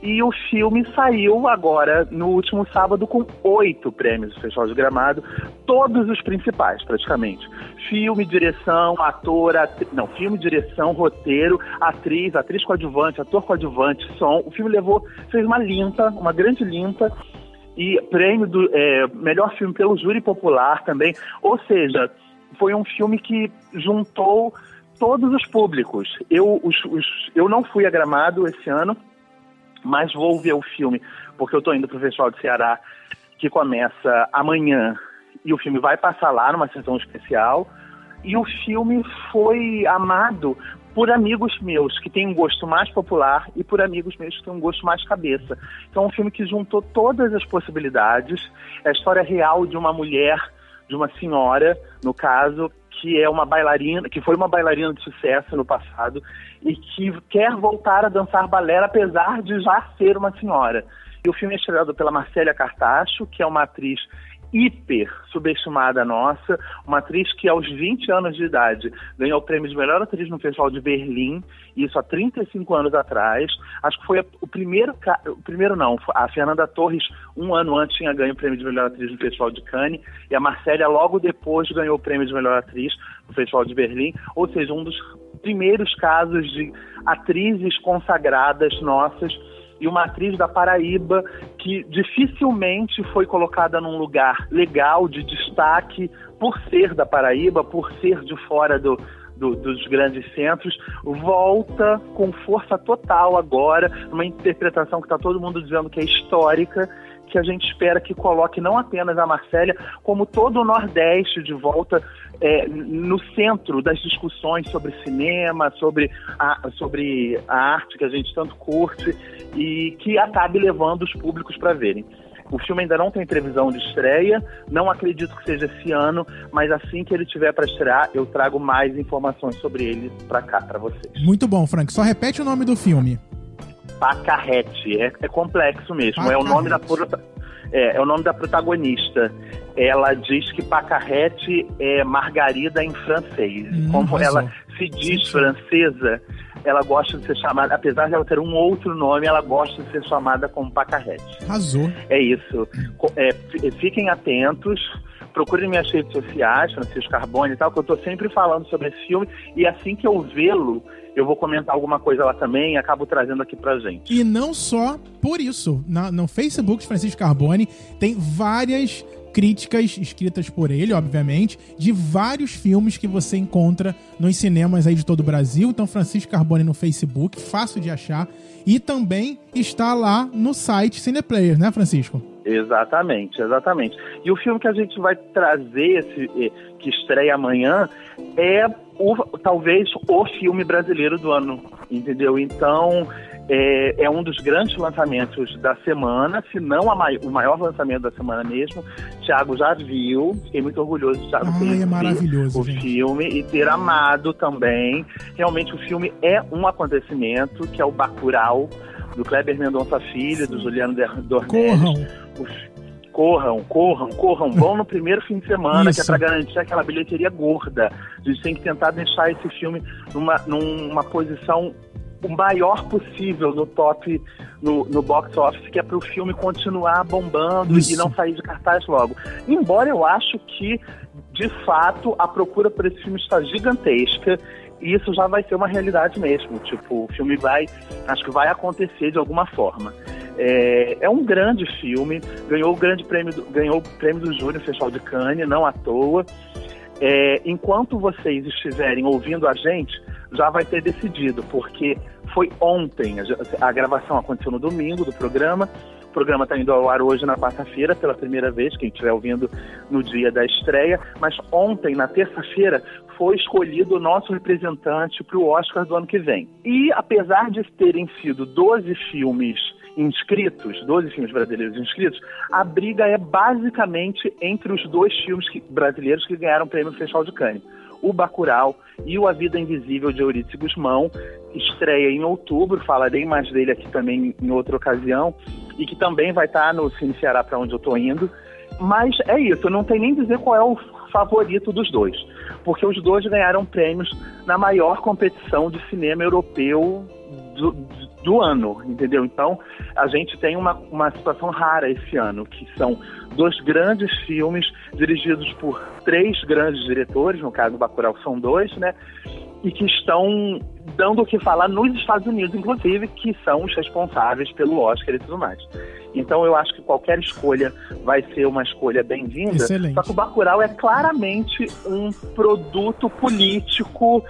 E o filme saiu agora, no último sábado, com oito prêmios do Festival de Gramado, todos os principais, praticamente. Filme, direção, ator, atri... não, filme, direção, roteiro, atriz, atriz coadjuvante, ator coadjuvante, som. O filme levou, fez uma limpa, uma grande limpa, e prêmio do é, melhor filme pelo júri popular também. Ou seja, foi um filme que juntou todos os públicos. Eu, os- os- eu não fui a Gramado esse ano, mas vou ver o filme, porque eu estou indo para o Festival do Ceará, que começa amanhã. E o filme vai passar lá numa sessão especial. E o filme foi amado por amigos meus que têm um gosto mais popular e por amigos meus que têm um gosto mais cabeça. Então é um filme que juntou todas as possibilidades. É a história real de uma mulher, de uma senhora, no caso, que é uma bailarina, que foi uma bailarina de sucesso no passado e que quer voltar a dançar balé apesar de já ser uma senhora. E o filme é estrelado pela Marcélia Cartacho, que é uma atriz hiper subestimada nossa, uma atriz que aos 20 anos de idade ganhou o prêmio de melhor atriz no Festival de Berlim, isso há 35 anos atrás. Acho que foi a- o primeiro, ca- o primeiro não, a Fernanda Torres um ano antes tinha ganho o prêmio de melhor atriz no Festival de Cannes e a Marcélia logo depois ganhou o prêmio de melhor atriz no Festival de Berlim, ou seja, um dos primeiros casos de atrizes consagradas nossas e uma atriz da Paraíba que dificilmente foi colocada num lugar legal de destaque por ser da Paraíba, por ser de fora do- do- dos grandes centros, volta com força total agora, uma interpretação que está todo mundo dizendo que é histórica, que a gente espera que coloque não apenas a Marcélia, como todo o Nordeste de volta é, no centro das discussões sobre cinema, sobre a, sobre a arte que a gente tanto curte e que acabe levando os públicos para verem. O filme ainda não tem previsão de estreia, não acredito que seja esse ano, mas assim que ele tiver para estrear, eu trago mais informações sobre ele para cá, para vocês.
Muito bom, Frank. Só repete o nome do filme.
Pacarrete. É, é complexo mesmo. É o nome da
Pacarrete.
prota- É, é o nome da protagonista. Ela diz que pacarrete é margarida em francês.
Hum,
Como
olha
ela
só.
se diz francesa, ela gosta de ser chamada, apesar de ela ter um outro nome, ela gosta de ser chamada como pacarrete.
Arrasou.
É isso. Co- é, f- fiquem atentos. Procurem minhas redes sociais, Francisco Carbone e tal, que eu tô sempre falando sobre esse filme. E assim que eu vê-lo, eu vou comentar alguma coisa lá também e acabo trazendo aqui pra gente.
E não só por isso. Na, no Facebook de Francisco Carbone tem várias críticas escritas por ele, obviamente, de vários filmes que você encontra nos cinemas aí de todo o Brasil. Então, Francisco Carbone no Facebook, fácil de achar. E também está lá no site Cineplayer, né, Francisco?
Exatamente, exatamente. E o filme que a gente vai trazer, esse, eh, que estreia amanhã, é o, talvez o filme brasileiro do ano, entendeu? Então, é, é um dos grandes lançamentos da semana, se não a mai- o maior lançamento da semana mesmo. Thiago já viu, fiquei muito orgulhoso de Thiago ter
Ai, é
visto
maravilhoso,
o
gente.
filme e ter amado também. Realmente o filme é um acontecimento, que é o Bacurau, do Kleber Mendonça Filho, do Juliano Der- Dornelles.
Corram.
Os- Corram, corram, corram. Vão no primeiro fim de semana,
Isso.
que é pra garantir aquela bilheteria gorda. A gente tem que tentar deixar esse filme numa, numa posição o maior possível no top, no, no box office, que é pro filme continuar bombando
Isso.
e não sair de cartaz logo. Embora eu acho que, de fato, a procura por esse filme está gigantesca. E isso já vai ser uma realidade mesmo. Tipo, o filme vai. Acho que vai acontecer de alguma forma. É, é um grande filme, ganhou o grande prêmio, do- ganhou o prêmio do júri no Festival de Cannes, não à toa. É, enquanto vocês estiverem ouvindo a gente, já vai ter decidido, porque foi ontem, a, ge- a gravação aconteceu no domingo do programa, o programa está indo ao ar hoje na quarta-feira, pela primeira vez, quem estiver ouvindo no dia da estreia, mas ontem, na terça-feira, foi escolhido o nosso representante para o Oscar do ano que vem. E apesar de terem sido 12 filmes inscritos, 12 filmes brasileiros inscritos, a briga é basicamente entre os dois filmes que- brasileiros que ganharam o prêmio Festival de Cannes. O Bacurau e o A Vida Invisível de Eurídice Guzmão, que estreia em outubro, falarei mais dele aqui também em outra ocasião, e que também vai estar no Cine Ceará, para onde eu estou indo. Mas é isso, não tem nem dizer qual é o favorito dos dois, porque os dois ganharam prêmios na maior competição de cinema europeu do, do ano, entendeu? Então, a gente tem uma, uma situação rara esse ano, que são dois grandes filmes dirigidos por três grandes diretores, no caso do Bacurau são dois, né? E que estão dando o que falar nos Estados Unidos, inclusive, que são os responsáveis pelo Oscar e tudo mais. Então eu acho que qualquer escolha vai ser uma escolha bem-vinda.
Excelente.
Só que o Bacurau é claramente um produto político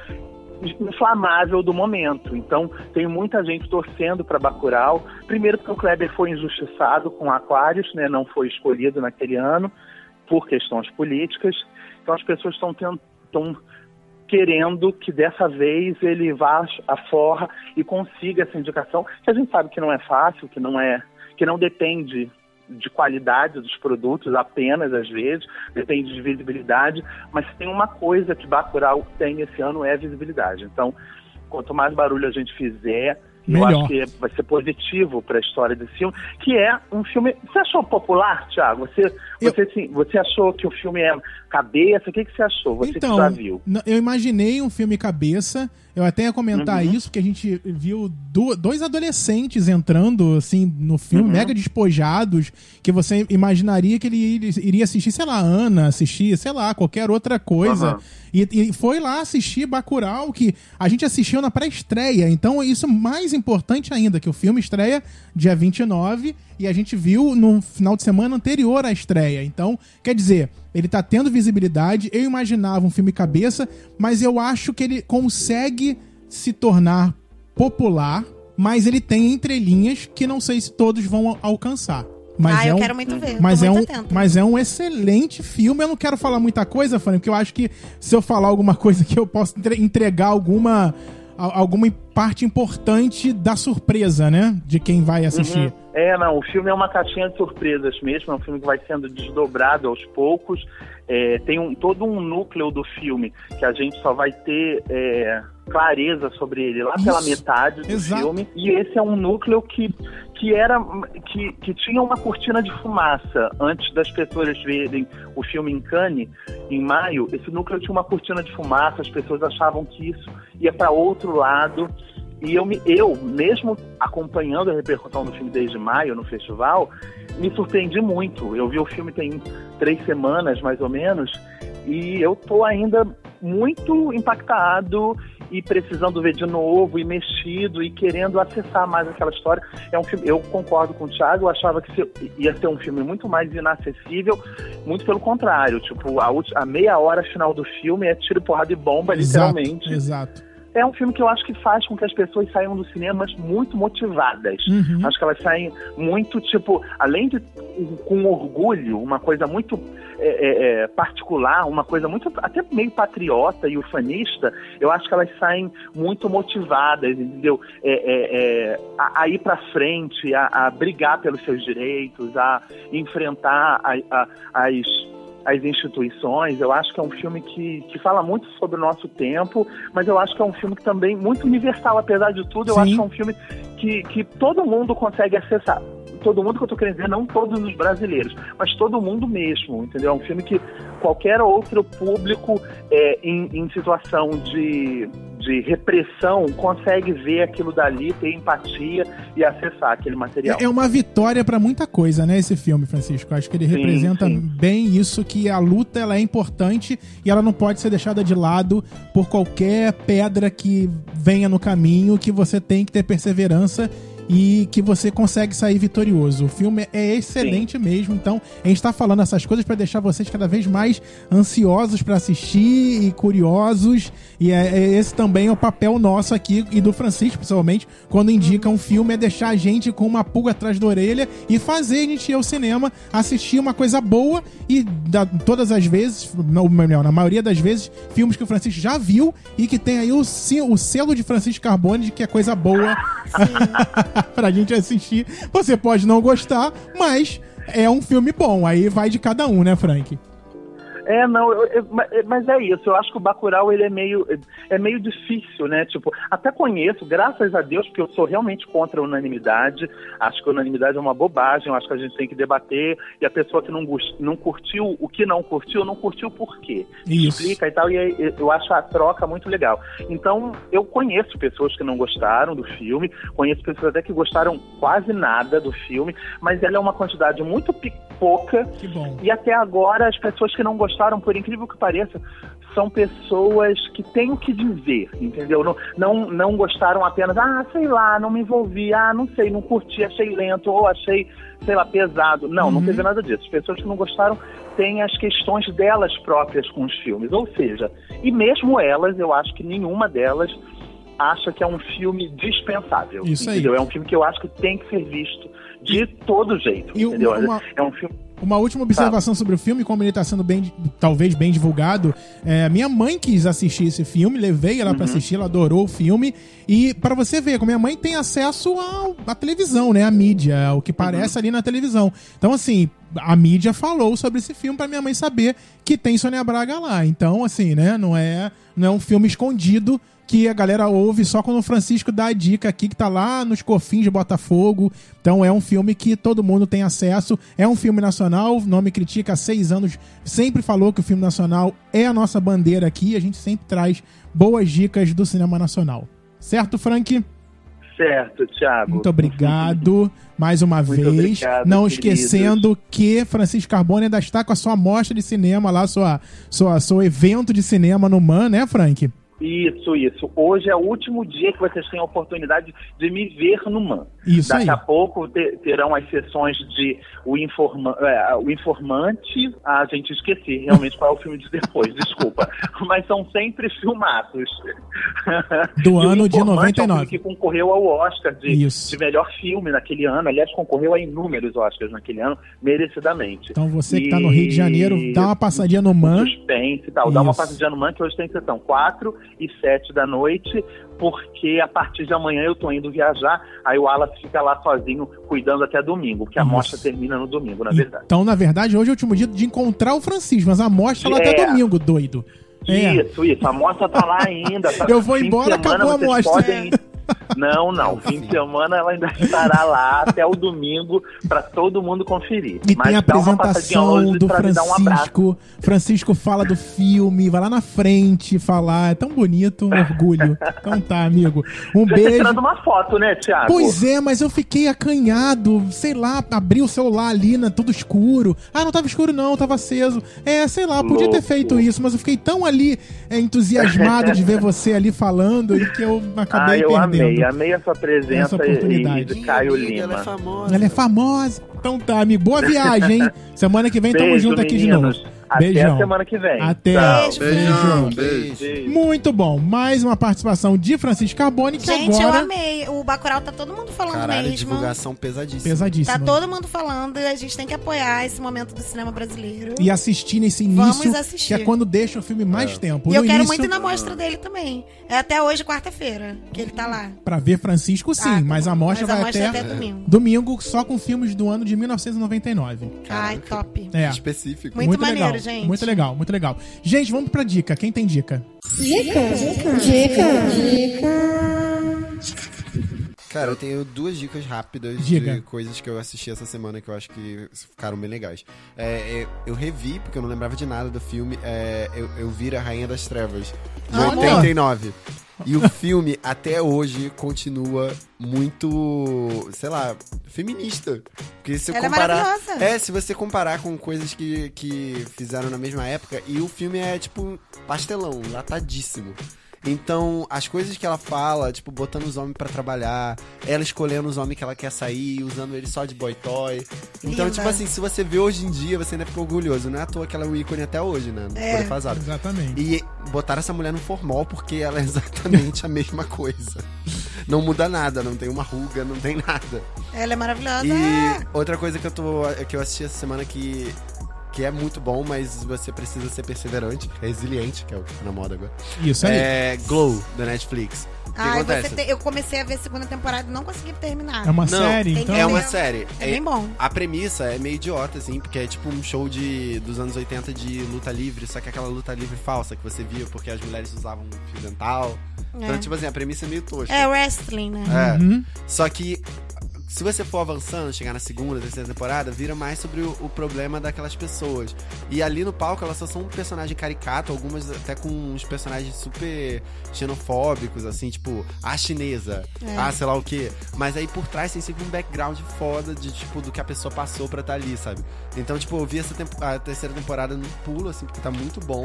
inflamável do momento. Então, tem muita gente torcendo para Bacurau. Primeiro porque o Kleber foi injustiçado com Aquarius, né? Não foi escolhido naquele ano por questões políticas. Então as pessoas estão tentando querendo que dessa vez ele vá à forra e consiga essa indicação, que a gente sabe que não é fácil, que não é, que não depende de qualidade dos produtos apenas às vezes, depende de visibilidade, mas se tem uma coisa que Bacurau tem esse ano é a visibilidade. Então, quanto mais barulho a gente fizer, eu
Melhor.
acho que vai ser positivo para a história desse filme, que é um filme. Você achou popular, Thiago? Você,
Eu-
você, assim, você achou que o filme é cabeça? O que, que você achou? Você
então,
que já viu?
n- eu imaginei um filme cabeça. Eu até ia comentar
Uhum.
isso, porque a gente viu do- dois adolescentes entrando, assim, no filme,
Uhum.
mega despojados, que você imaginaria que ele ir- iria assistir, sei lá, Ana, assistir, sei lá, qualquer outra coisa.
Aham.
E, e foi lá assistir Bacurau, que a gente assistiu na pré-estreia. Então, isso é mais importante ainda, que o filme estreia dia 29 e a gente viu no final de semana anterior à estreia. Então, quer dizer, ele tá tendo visibilidade. Eu imaginava um filme cabeça, mas eu acho que ele consegue se tornar popular, mas ele tem entrelinhas que não sei se todos vão al- alcançar. Mas
ah,
é
eu
um-
quero muito ver.
mas
tô
é, um,
muito atenta.
mas é um excelente filme. Eu não quero falar muita coisa, Fanny, porque eu acho que se eu falar alguma coisa que eu posso entre- entregar alguma, a- alguma parte importante da surpresa, né? De quem vai assistir.
É, não, o filme é uma caixinha de surpresas mesmo, é um filme que vai sendo desdobrado aos poucos. É, é, tem um, todo um núcleo do filme que a gente só vai ter é, clareza sobre ele lá pela
Isso.
metade do
Exato.
filme. E esse é um núcleo que, que era que, que tinha uma cortina de fumaça antes das pessoas verem o filme em Cannes em maio. Esse núcleo tinha uma cortina de fumaça. As pessoas achavam que isso ia para outro lado. E eu, me- eu, mesmo acompanhando a repercussão do filme desde maio no festival, me surpreendi muito. Eu vi o filme tem três semanas, mais ou menos, e eu tô ainda muito impactado e precisando ver de novo e mexido e querendo acessar mais aquela história. É um filme, eu concordo com o Thiago, eu achava que se- ia ser um filme muito mais inacessível, muito pelo contrário. Tipo, a, ulti- a meia hora final do filme é tiro, porrada e bomba,
Exato,
literalmente.
Exato.
É um filme que eu acho que faz com que as pessoas saiam do cinema muito motivadas.
Uhum.
Acho que elas saem muito, tipo, além de com orgulho, uma coisa muito é, é, é, particular, uma coisa muito até meio patriota e ufanista, eu acho que elas saem muito motivadas, entendeu? É, é, é, a, a ir pra frente, a, a brigar pelos seus direitos, a enfrentar a- a- as, as instituições. Eu acho que é um filme que, que fala muito sobre o nosso tempo, mas eu acho que é um filme que também muito universal, apesar de tudo, eu
Sim.
acho que é um filme que, que todo mundo consegue acessar. Todo mundo que eu tô querendo dizer, não todos os brasileiros, mas todo mundo mesmo, entendeu? É um filme que qualquer outro público é, em, em situação de, de repressão consegue ver aquilo dali, ter empatia e acessar aquele material.
É é uma vitória pra muita coisa, né, esse filme, Francisco? Acho que ele
Sim,
representa
sim.
bem isso, que a luta ela é importante e ela não pode ser deixada de lado por qualquer pedra que venha no caminho, que você tem que ter perseverança e que você consegue sair vitorioso. O filme é excelente mesmo, então a gente tá falando essas coisas pra deixar vocês cada vez mais ansiosos pra assistir e curiosos. E é- é esse também é o papel nosso aqui e do Francisco, principalmente, quando indica um filme, é deixar a gente com uma pulga atrás da orelha e fazer a gente ir ao cinema, assistir uma coisa boa e da- todas as vezes, ou melhor, na maioria das vezes, filmes que o Francisco já viu e que tem aí o, se- o selo de Francisco Carbone de que é coisa boa pra gente assistir. Você pode não gostar, mas é um filme bom. Aí vai de cada um, né, Frank?
É, não, eu- eu- ma- é, mas é isso. Eu acho que o Bacurau, ele é meio, é meio difícil, né? Tipo, até conheço, graças a Deus, porque eu sou realmente contra a unanimidade. Acho que a unanimidade é uma bobagem. Eu acho que a gente tem que debater. E a pessoa que não, gus- não curtiu, o que não curtiu, não curtiu por quê?
Isso.
explica e tal, e aí eu acho a troca muito legal. Então, eu conheço pessoas que não gostaram do filme, conheço pessoas até que gostaram quase nada do filme, mas ela é uma quantidade muito pi- pouca,
Que bom.
e até agora as pessoas que não gostaram, por incrível que pareça, são pessoas que têm o que dizer, entendeu? Não, não, não gostaram apenas, ah, sei lá, não me envolvi, ah, não sei, não curti, achei lento, ou achei, sei lá, pesado. Não, não
Uhum.
teve nada disso. As pessoas que não gostaram têm as questões delas próprias com os filmes. Ou seja, e mesmo elas, eu acho que nenhuma delas acha que é um filme dispensável.
Isso aí.
entendeu? É um filme que eu acho que tem que ser visto de todo jeito,
E
entendeu?
uma-
É um filme
Uma última observação sobre o filme, como ele está sendo bem, talvez bem divulgado. É, minha mãe quis assistir esse filme, levei ela para assistir, ela adorou o filme. E para você ver, como minha mãe tem acesso ao- à televisão, né, à mídia, ao que parece ali na televisão. Então assim, a mídia falou sobre esse filme para minha mãe saber que tem Sônia Braga lá. Então assim, né, não é, não é um filme escondido que a galera ouve só quando o Francisco dá a dica aqui, que tá lá nos cofins de Botafogo. Então é um filme que todo mundo tem acesso. É um filme nacional, não me critica, há seis anos sempre falou que o filme nacional é a nossa bandeira aqui. A gente sempre traz boas dicas do cinema nacional. Certo, Frank?
Certo, Thiago.
Muito obrigado mais uma
Muito
vez.
obrigado,
Não
queridos.
esquecendo que Francisco Carbone ainda está com a sua mostra de cinema lá, sua, sua, seu evento de cinema no MAN, né, Frank?
Isso, isso. Hoje é o último dia que vocês têm a oportunidade de me ver no MAN.
Isso
Daqui
aí.
a pouco te- terão as sessões de o, Informa- é, o Informante. Ah, gente, esqueci realmente qual é o filme de depois, desculpa. Mas são sempre filmados.
Do
E o
ano de
Informante É um
99.
filme que concorreu ao Oscar de,
Isso.
de melhor filme naquele ano. Aliás, concorreu a inúmeros Oscars naquele ano, merecidamente.
Então você que tá no Rio de Janeiro, dá uma passadinha no
com
MAN.
suspense e tal. Dá uma
Isso.
passadinha no Man, que hoje tem sessão 4 e 7 da noite, porque a partir de amanhã eu tô indo viajar, aí o Alas Fox fica lá sozinho, cuidando até domingo, porque a
Nossa.
mostra termina no domingo, na verdade.
Então, na verdade, hoje é o último dia de encontrar o Francisco, mas a mostra lá até
É.
domingo, doido. É.
Isso, isso. A mostra tá lá ainda. tá-
Eu vou
fim de
embora,
semana
acabou a
vocês
mostra. tá
podem- Não, não. Fim de semana ela ainda estará lá até o domingo pra todo mundo conferir.
E
Mas
tem a
dá uma passadinha
apresentação
hoje
do
pra me dar um abraço.
Francisco. Francisco fala do filme, vai lá na frente falar. É tão bonito, um orgulho. Então tá, amigo. Um
Você tá
beijo.
tirando uma foto, né, Thiago?
Pois é, mas eu fiquei acanhado, sei lá, abri o celular ali, na, tudo escuro. Ah, não tava escuro não, tava aceso. É, sei lá, podia ter
Louco.
feito isso, mas eu fiquei tão ali é, entusiasmado de ver você ali falando e que eu
Ah,
acabei
eu
Tá perdendo.
amei. Amei a sua
Essa
presença e, e
oportunidade.
de Caio
Ih, amiga,
Lima.
Ela é famosa.
Ela é famosa. Então tá, amigo, boa viagem, hein? Semana que vem tamo
Beijo,
junto aqui
meninos.
de novo.
Até
Beijão.
a semana que vem.
Até.
Tchau.
Beijão, beijo.
Beijo.
Muito bom. Mais uma participação de Francisco Carboni que
Gente, eu
agora
amei. O Bacurau tá todo mundo falando
Caralho,
mesmo.
divulgação pesadíssima.
pesadíssima.
Tá todo mundo falando e a gente tem que apoiar esse momento do cinema brasileiro.
E assistir nesse
Vamos
início,
assistir.
que é quando deixa o filme mais tempo.
E eu
No
quero
início,
muito ir na mostra dele também. É até hoje, quarta-feira, que ele tá lá.
Pra ver Francisco, sim,
Ah,
mas a mostra
Mas a
vai
mostra é
até,
até domingo.
domingo só com filmes do ano de 1999.
Ai, top.
É.
Específico.
Muito maneiro,
legal,
gente.
Muito legal, muito legal. Gente, vamos pra dica. Quem tem dica?
Cara, eu tenho duas dicas rápidas
Diga.
de coisas que eu assisti essa semana que eu acho que ficaram bem legais. É, é, eu revi, porque eu não lembrava de nada do filme, é, eu, eu vi A Rainha das Trevas, de
Ah,
89. E o filme, até hoje, continua muito, sei lá, feminista. Porque se
Ela é
comparar...
maravilhosa.
É, se você comparar com coisas que, que fizeram na mesma época, e o filme é, tipo, pastelão, latadíssimo. Então, as coisas que ela fala, tipo, botando os homens pra trabalhar, ela escolhendo os homens que ela quer sair, usando ele só de boy toy. Então,
Linda.
tipo assim, se você vê hoje em dia, você ainda fica orgulhoso. Não é à toa que ela é um ícone até hoje, né? Não
É.
foi defasado.
Exatamente.
E botaram essa mulher no formal porque ela é exatamente a mesma coisa. Não muda nada, não tem uma ruga, não tem nada.
Ela é maravilhosa.
E outra coisa que eu, tô, que eu assisti essa semana que, que é muito bom, mas você precisa ser perseverante, resiliente, que é o que tá na moda agora.
Isso aí.
É Glow, da Netflix. O que
Ai, você
acontece?
te- eu comecei a ver a segunda temporada e não consegui terminar.
É uma
Não,
série,
tem
então.
que
É
ter.
uma série.
É
É-
bem bom.
a premissa é meio idiota, assim, porque é tipo um show de, dos anos 80 de luta livre, só que é aquela luta livre falsa que você via porque as mulheres usavam fio dental. Então, tipo assim, a premissa é meio tosca.
É. é wrestling, né?
É.
Uhum.
Só que se você for avançando, chegar na segunda, terceira temporada, vira mais sobre o, o problema daquelas pessoas. E ali no palco elas só são um personagem caricato, algumas até com uns personagens super xenofóbicos, assim, tipo, a chinesa,
É.
ah, sei lá o quê. Mas aí por trás tem sempre um background foda de, tipo, do que a pessoa passou pra estar ali, sabe? Então, tipo, eu vi essa tempo- a terceira temporada no pulo, assim, porque tá muito bom.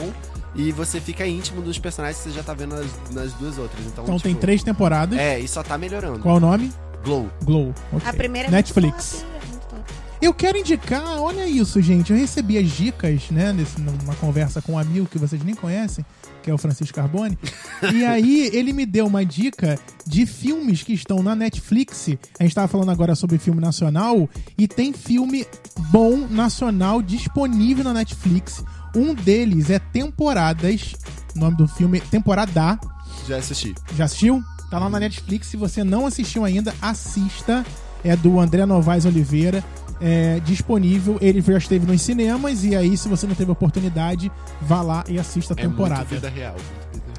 E você fica íntimo dos personagens que você já tá vendo nas, nas duas outras. Então,
Então
tipo,
tem três temporadas.
É, e só tá melhorando.
Qual o nome?
Glow.
Glow. ok.
A primeira é
Netflix.
muito top, é muito top.
Eu quero indicar, olha isso, gente. Eu recebi as dicas, né, nesse, numa conversa com um amigo que vocês nem conhecem, que é o Francisco Carboni. e aí ele me deu uma dica de filmes que estão na Netflix. A gente tava falando agora sobre filme nacional e tem filme bom nacional disponível na Netflix. Um deles é Temporadas, o nome do filme é Temporada.
Já assisti.
Já assistiu? Tá lá na Netflix. Se você não assistiu ainda, assista. É do André Novaes Oliveira. É disponível. Ele já esteve nos cinemas. E aí, se você não teve oportunidade, vá lá e assista a
É muito
temporada.
vida real.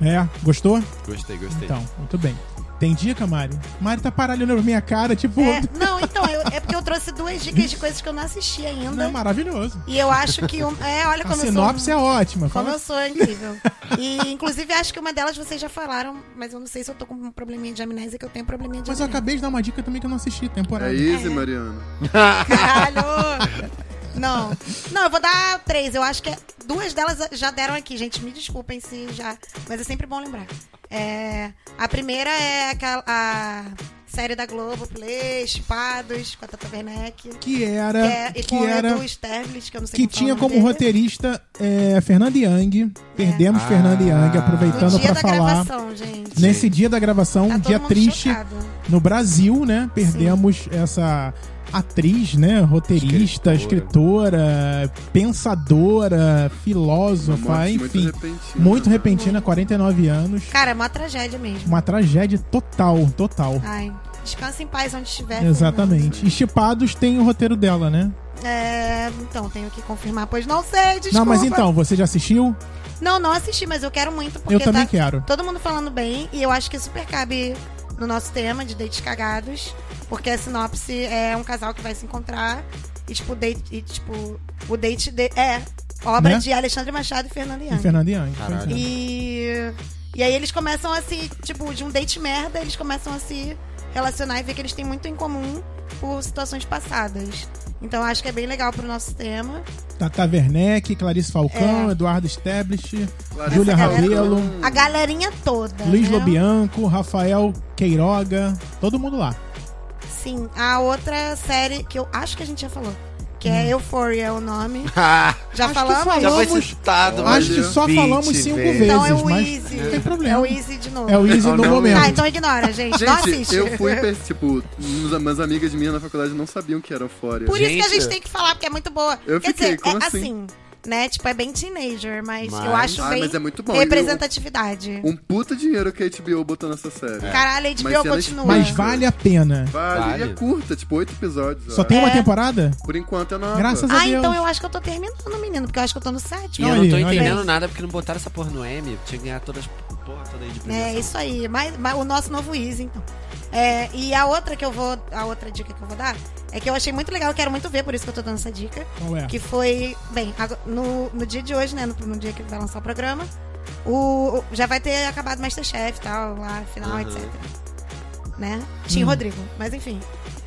É, gostou?
Gostei, gostei.
Então, muito bem. Tem dica, Mari? Mari tá paralhando na minha cara, tipo.
É, não, então, eu- é porque eu trouxe duas dicas de coisas que eu não assisti ainda.
Não é maravilhoso.
E eu acho que. um- é, olha
A
como eu
sinopse
sou.
é ótima.
Como
Fala
eu sou incrível. E, inclusive, acho que uma delas vocês já falaram, mas eu não sei se eu tô com um probleminha de amnésia, que eu tenho um probleminha de
Mas eu
amnésia.
acabei de dar uma dica também que eu não assisti, temporada.
É easy, Mariana.
Caralho! Não. Não, eu vou dar três. Eu acho que é- duas delas já deram aqui, gente. Me desculpem se já. Mas é sempre bom lembrar. É, a primeira é aquela, a série da Globo Play, Espados, com a Tata Werneck.
Que
Que,
era.
é, e
Que
com
era.
o Edu Sterblitz, que eu não sei
que
como fala o
tinha
nome
como
dele. É.
roteirista é, Fernanda Young. Perdemos
Ah.
Fernanda Young, aproveitando
No
pra
dia da
falar.
gravação, gente.
Nesse dia da gravação,
Tá
um
todo
dia
mundo
triste
chocado.
no Brasil, né? Perdemos essa atriz, né? Roteirista, escritora, pensadora,
Uma
filósofa,
morte muito
enfim.
repentina.
Muito repentina, 49 anos.
Cara, é uma tragédia mesmo. Ah,
Uma tragédia total, total.
Ai. Descansa em paz onde estiver.
Exatamente. E Chipados tem o roteiro dela, né?
Fernando. É, então, tenho que confirmar, pois não sei, desculpa.
Não, mas então, você já assistiu?
Não, não assisti, mas eu quero muito, porque
Eu também
tá
quero.
todo mundo falando bem, e eu acho que super cabe no nosso tema de dates cagados, porque a sinopse é um casal que vai se encontrar e, tipo, date, e, tipo o date de- é obra
Né?
de Alexandre Machado e Fernando
E
Young.
Fernanda Young.
Caralho.
pois é.
E, e aí eles começam a se, tipo, de um date merda, eles começam a se relacionar e ver que eles têm muito em comum por situações passadas. Então acho que é bem legal pro nosso tema.
Tata Werneck, Clarice
É.
Falcão, Eduardo Stablish,
Clarice
Júlia
Falcão.
Ravelo,
A galerinha toda.
Luiz
né?
Lobianco, Rafael Queiroga, todo mundo lá.
Sim. A outra série que eu acho que a gente já falou. Que
Hum.
é Euphoria é o nome.
Ah,
Já
Acho que
falamos?
falou.
já foi
Falamos-
citado, mas
Acho que só
Então, Olha,
falamos
vinte
cinco
vezes.
vezes,
Então é o
mas
Easy.
não tem problema.
É o Easy de novo.
É o Easy
Não,
do
não,
momento.
Ah, então ignora, gente. Não
Gente,
assiste.
eu fui, pe- tipo, uns- umas amigas minhas na faculdade não sabiam que eram fora.
Por isso que a
Gente.
gente tem que falar, porque é muito boa.
Eu
Quer
fiquei,
dizer,
como
é
assim?
assim, né? Tipo, é bem teenager, mas,
Mas-
eu acho
Ah,
bem
mas é muito bom.
representatividade.
Um puta dinheiro que a HBO botou nessa série.
Caralho, a
É. Mas
HBO
ela-
continua.
Mas vale a pena.
Vale,
Vale.
E é curta, tipo, oito episódios. eu
Só tem
acho.
uma
É.
temporada?
Por enquanto é nova.
Graças a
Ah,
Deus.
então eu acho que eu tô terminando, menino, porque eu acho que eu tô no
E
sétimo.
Não,
eu não tô
olha aí.
entendendo nada porque não botaram essa porra no M. Tinha que ganhar todas as porra toda aí de
É
premiação.
isso aí. Mas, mas o nosso novo Easy, então. É, e a outra que eu vou. A outra dica que eu vou dar é que eu achei muito legal, eu quero muito ver, por isso que eu tô dando essa dica.
Qual é?
Que foi. Bem, ago- no, no dia de hoje, né? No, no dia que vai lançar o programa, o, o- já vai ter acabado Masterchef e tal, lá, final,
Aham.
etc. Né? Tim Rodrigo. Mas enfim.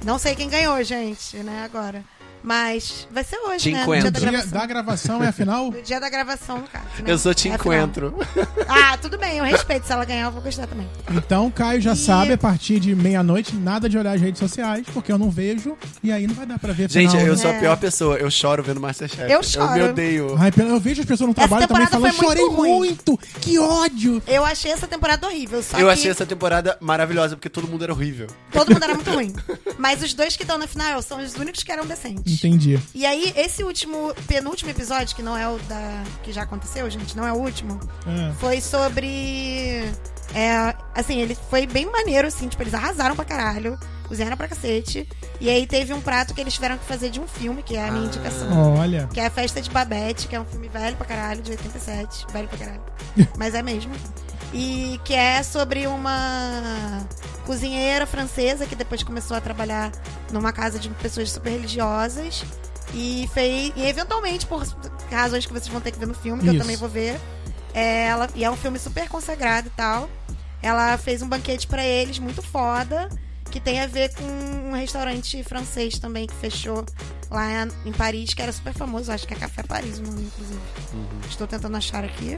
Não sei quem ganhou, gente, né, agora. Mas vai ser hoje,
Tim
né? No
Coentro.
dia
O
da
dia
gravação.
da gravação é a final?
No dia da gravação, no caso. Né?
Eu sou te
É a final.
encontro.
Ah, tudo bem, eu respeito. Se ela ganhar, eu vou gostar também.
Então, Caio já
E-
sabe, a partir de meia-noite, nada de olhar as redes sociais, porque eu não vejo, e aí não vai dar pra ver a
Gente,
final,
eu
né?
sou a
É.
pior pessoa. Eu choro vendo Masterchef.
Eu
Eu
choro.
me odeio.
Ai, pelo- eu vejo as pessoas no
Essa
trabalho também
temporada
falando,
foi muito
chorei
ruim."
muito, que ódio.
Eu achei essa temporada horrível, só
Eu
que
achei essa temporada maravilhosa porque todo mundo era horrível.
todo mundo era muito ruim. Mas os dois que estão na final são os únicos que eram decentes.
Entendi.
É.
E aí, esse último, penúltimo episódio, que não é o da. que já aconteceu, gente, não é o último,
É.
foi sobre. é, assim, ele foi bem maneiro, assim, tipo, eles arrasaram pra caralho, cozinharam pra cacete. E aí teve um prato que eles tiveram que fazer de um filme, que é a minha indicação.
Olha,
Que é a Festa de Babette, que é um filme velho pra caralho, de 87. Velho pra caralho. Mas é mesmo. E que é sobre uma cozinheira francesa que depois começou a trabalhar numa casa de pessoas super religiosas. E fez. E eventualmente, por razões que vocês vão ter que ver no filme, que
Isso.
eu também vou ver. é, ela, e é um filme super consagrado e tal. Ela fez um banquete pra eles, muito foda, que tem a ver com um restaurante francês também que fechou lá em Paris, que era super famoso, acho que é Café Paris o nome, inclusive. Estou tentando achar aqui.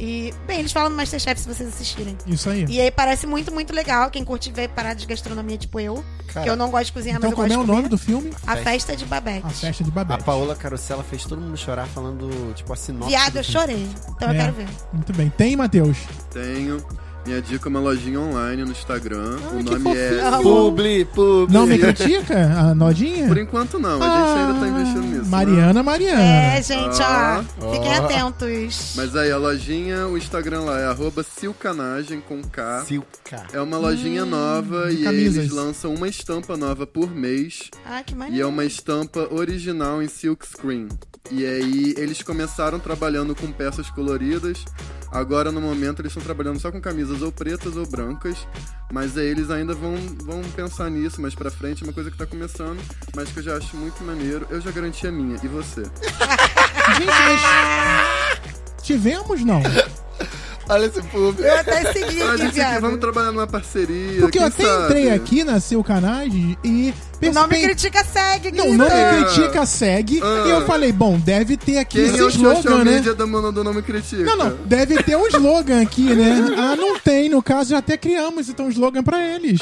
E, bem, eles falam no Masterchef se vocês assistirem.
isso aí.
E aí parece muito, muito legal. Quem curte ver paradas de gastronomia, tipo eu, que eu não gosto de cozinhar,
Então,
mas eu
como é
gosto
o
de comer.
nome do filme?
A Festa é de Babette.
A Festa de
A
Babette.
Paola Carosella fez todo mundo chorar falando, tipo, a sinopse.
Viado,
do
eu
filme.
chorei. Então
É.
eu quero ver.
Muito bem. Tem, Matheus?
Tenho. Minha dica é uma lojinha online no Instagram.
Ah, que
o nome é.
fofinho.
Publi, publi.
Não me critica, a Nodinha? Ah,
Por enquanto não, a gente ainda tá investindo nisso. né?
Mariana, Mariana.
É, gente,
Ah.
ó. Fiquem
Ah.
atentos.
Mas aí, a lojinha, o Instagram lá é arroba silcanagem com K.
Silca.
É uma lojinha nova e
camisas.
eles lançam uma estampa nova por mês.
Ah, que
E é
maneiro.
uma estampa original em silk screen. E aí eles começaram trabalhando com peças coloridas. Agora no momento eles estão trabalhando só com camisas ou pretas ou brancas, mas aí eles ainda vão, vão pensar nisso mais pra frente, é uma coisa que tá começando, mas que eu já acho muito maneiro. Eu já garanti a minha, e você?
Gente, mas... Tivemos, não?
Olha esse publi.
Eu até segui
É, A
aqui,
gente aqui, vamos
viado.
trabalhar numa parceria,
Porque eu
quem
até
sabe?
entrei aqui na seu canal e...
O
percebi-
nome critica segue,
Não,
querida.
não me critica, segue.
Ah.
E eu falei, bom, deve ter aqui
Quem
esse
é o social
slogan, né?
media do mundo do nome critica?
Não, não, deve ter um slogan aqui, né? Ah, não tem, no caso já até criamos então um slogan pra eles.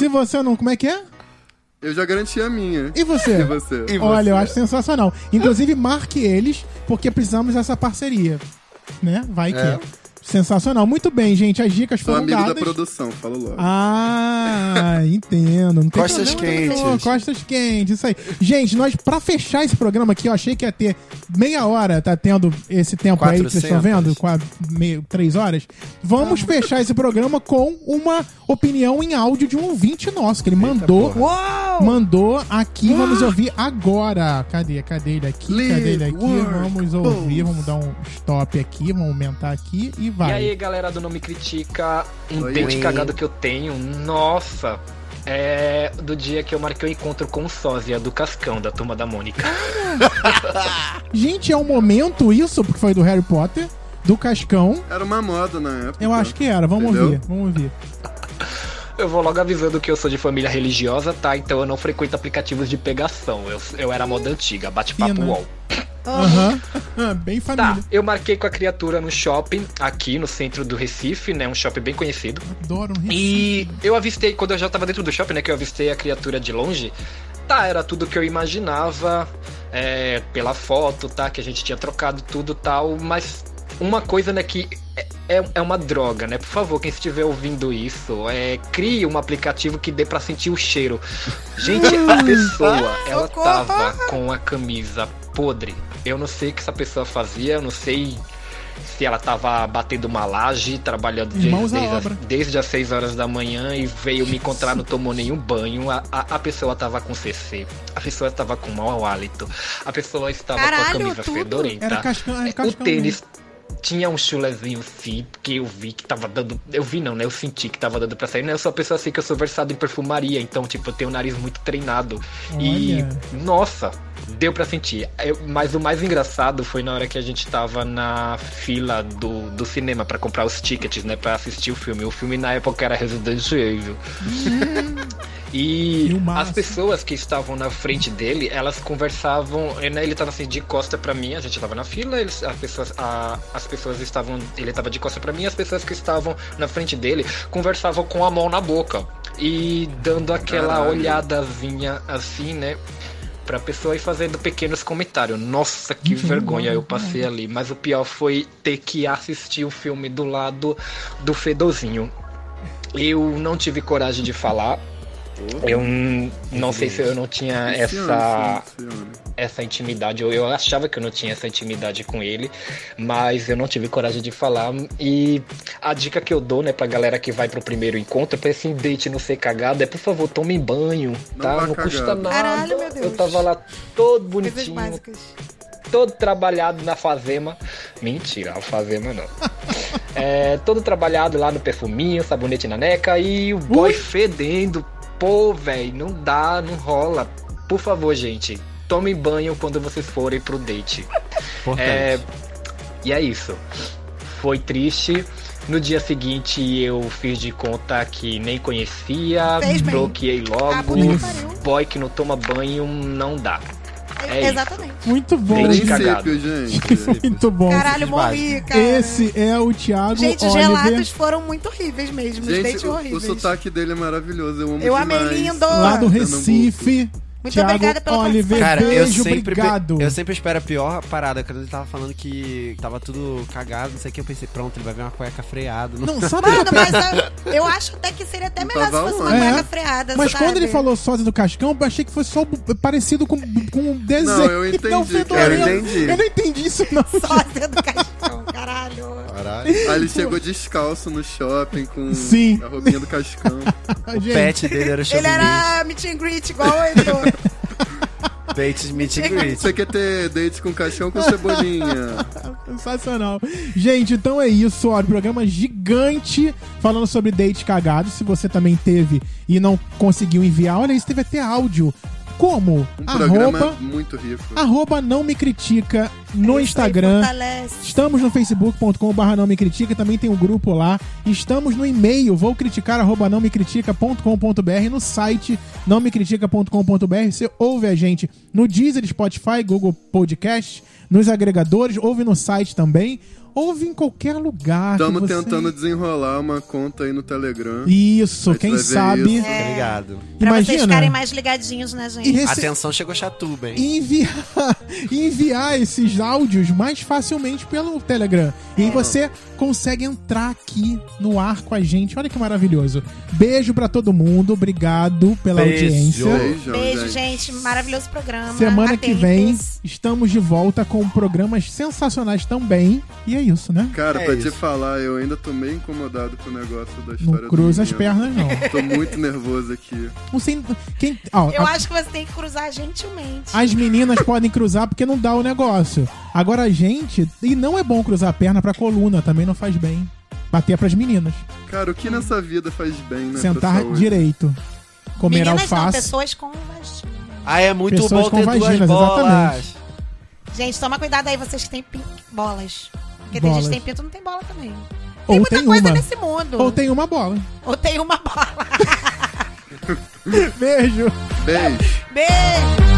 Se você não, como é que é?
Eu já garanti a minha.
E você?
E você?
Olha, eu acho sensacional. Inclusive marque eles porque precisamos dessa parceria, né? Vai que. Sensacional. Muito bem, gente. As dicas
É. Sou
foram
amigo da
dadas.
produção, falo logo.
Ah, entendo. Não tem
Costas
problema nenhum.
quentes.
É,
Costas quentes, isso aí. Gente, nós, pra fechar esse programa aqui, eu achei que ia ter meia hora, tá tendo esse tempo aí que vocês estão
400.
vendo, quase meio, três horas. Vamos fechar esse programa com uma opinião em áudio de um ouvinte nosso, que ele mandou.
Uou!
Mandou aqui, vamos ouvir agora. Cadê? Cadê ele aqui? Cadê ele
Live,
aqui?
work,
Vamos ouvir, vamos dar um stop aqui, vamos aumentar aqui e
E
vai.
aí, galera do Não Me Critica, um
Oi.
pente
Oi.
cagado que eu tenho, nossa, é do dia que eu marquei o encontro com o sósia do Cascão, da Turma da Mônica.
Gente, é um momento isso, porque foi do Harry Potter, do Cascão.
Era uma moda na época.
Eu acho que era, vamos
Uhum. Entendeu?
ouvir, vamos ouvir.
Eu vou logo avisando que eu sou de família religiosa, tá? Então eu não frequento aplicativos de pegação, eu, eu era moda antiga, bate-papo
Fina.
UOL.
Aham, bem
Tá,
família.
eu marquei com a criatura no shopping, aqui no centro do Recife, né? Um shopping bem conhecido.
Adoro um ritmo.
E eu avistei, quando eu já tava dentro do shopping, né? Que eu avistei a criatura de longe. Tá, era tudo que eu imaginava, é, pela foto, tá? Que a gente tinha trocado tudo tal. Mas uma coisa, né? Que é, é- é uma droga, né? Por favor, quem estiver ouvindo isso, é, crie um aplicativo que dê pra sentir o cheiro. Gente,
Hum.
a pessoa,
Ah,
ela
socorro!
tava com a camisa podre. Eu não sei o que essa pessoa fazia, eu não sei se ela tava batendo uma laje, trabalhando desde,
Irmãos à
desde, as,
obra.
desde as 6 horas da manhã e veio me encontrar, não tomou nenhum banho. A, a, a pessoa tava com CC, a pessoa tava com mau hálito, a pessoa estava com a
Caralho,
camisa
tudo.
fedorenta.
Era Cascão, era
É, o
Cascão.
tênis tinha um chulezinho sim, porque eu vi que tava dando. Eu vi não, né? Eu senti que tava dando pra sair. Né? Eu sou uma pessoa assim que eu sou versado em perfumaria, então, tipo, eu tenho o nariz muito treinado. E,
Olha.
nossa, deu pra sentir. Eu- mas o mais engraçado foi na hora que a gente tava na fila do, do cinema pra comprar os tickets, né? Pra assistir o filme. O filme na época era Resident Evil. E
Filmaço.
as pessoas que estavam na frente dele, elas conversavam. Né, ele tava assim de costa pra mim, a gente tava na fila, eles, as, pessoas, a- as pessoas estavam. Ele tava de costa pra mim, as pessoas que estavam na frente dele conversavam com a mão na boca. E dando aquela
Caralho.
olhadazinha assim, né? Pra pessoa e fazendo pequenos comentários. Nossa, que vergonha eu passei ali. Mas o pior foi ter que assistir o filme do lado do Fedozinho. Eu não tive coragem de falar, eu n- não sei se eu não tinha essa, essa intimidade, ou eu achava que eu não tinha essa intimidade com ele, mas eu não tive coragem de falar. E a dica que eu dou, né, pra galera que vai pro primeiro encontro, é pra esse date não ser cagado, é por favor, tomem banho,
Não
tá?
vá
Não custa
cagado.
nada.
Caralho, meu Deus.
Eu tava lá todo
Coisas
bonitinho,
básicas.
todo trabalhado na Fazema. Mentira, a Fazema não. É, todo trabalhado lá no perfuminho, sabonete na neca e o boy fedendo. Pô, velho, não dá, não rola. Por favor, gente, tomem banho quando vocês forem pro date. É, e é isso. Foi triste. No dia seguinte eu fiz de conta que nem conhecia,
Fez bem.
bloqueei
Ah, puta
logo.
que pariu.
boy que não toma banho não dá. É isso.
Exatamente.
Muito bom,
Dente
gente.
cagado.
Princípio, gente.
Muito bom.
Caralho,
Coisas
morri, cara.
Esse é o Thiago
Gente, os
Oliver,
relatos foram muito horríveis mesmo. Os dates
Gente, o, o
horríveis.
sotaque dele é maravilhoso. Eu amo
Eu amei,
demais.
lindo!
lá do
Pernambuco.
Recife.
Muito
Thiago
obrigada pela
Oliver,
Cara,
beijo,
eu sempre, pe-
obrigado.
eu sempre espero a pior parada. Quando ele tava falando que tava tudo cagado, não sei o que, eu pensei, pronto, ele vai ver uma cueca freada. Não,
Não, sabe
Mano,
o que eu
mas eu, eu acho até que seria até melhor se
tava
fosse uma
onde?
cueca
É.
freada.
Mas
sabe?
quando ele falou sósia do Cascão, eu achei que fosse só bu- parecido com, com um desenho.
eu entendi,
não
cara, eu
fedorento.
entendi.
Eu não entendi isso, não.
Sósia do Cascão, caralho.
Caralho.
Aí ele chegou descalço no shopping com
Sim.
a roupinha do Cascão.
Gente,
O pet dele era o
Ele
Chauvinist.
era meet and greet igual ele. do-
Pet de meet and greet.
Você quer ter date com Cascão com Cebolinha?
Sensacional. Gente, então é isso. Olha, programa gigante falando sobre dates cagados. Se você também teve e não conseguiu enviar, olha isso, teve até áudio. Como?
Um programa
arroba,
muito rico.
arroba não me critica no
É Isso aí
Instagram.
fortalece.
Estamos no facebook.com.br não me critica, também tem um grupo lá. Estamos no e-mail, vou criticar, arroba não me critica.com.br, no site não me critica.com.br. Você ouve a gente no Deezer, Spotify, Google Podcast, nos agregadores, ouve no site também, ouve em qualquer lugar. que
Estamos
você-
tentando desenrolar uma conta aí no Telegram.
Isso,
Você
quem
vai ver
sabe.
isso.
Tá ligado?
É, Pra vocês
Imagina.
ficarem mais ligadinhos na
E
gente.
rece-
Atenção, chegou Chatuba, hein?
enviar e enviar esses áudios mais facilmente pelo Telegram. E aí você consegue entrar aqui no ar com a gente. Olha que maravilhoso. Beijo pra todo mundo. Obrigado pela
Beijo.
audiência.
Beijão,
Beijo,
gente.
gente. Maravilhoso programa.
Semana que vem
Atentos.
estamos de volta com programas sensacionais também. E é isso, né?
Cara,
É
pra te
isso.
falar, eu ainda tô meio incomodado com o negócio da história
Não cruza
do
as
menino.
pernas, não.
Tô muito nervoso aqui.
Não sei. Quem, ó,
Eu
a-
acho que você tem que cruzar gentilmente.
as meninas podem cruzar porque não dá o negócio. Agora a gente. E não é bom cruzar a perna pra coluna, também não faz bem. Bater pras meninas.
Cara, o que nessa vida faz bem, né? pra
sentar
saúde?
direito. Comer
Meninas não,
alface.
pessoas com vagina.
Ah, é muito
Pessoas
bom
com
ter
vaginas,
duas bolas.
exatamente.
Gente, toma cuidado aí, vocês que têm pin- bolas. Porque tem
Bolas.
gente que tem pinto, não tem bola também. Tem
ou
muita
tem
coisa
uma.
nesse mundo.
Ou tem uma bola.
Ou tem uma bola.
Beijo.
Beijo.
Beijo.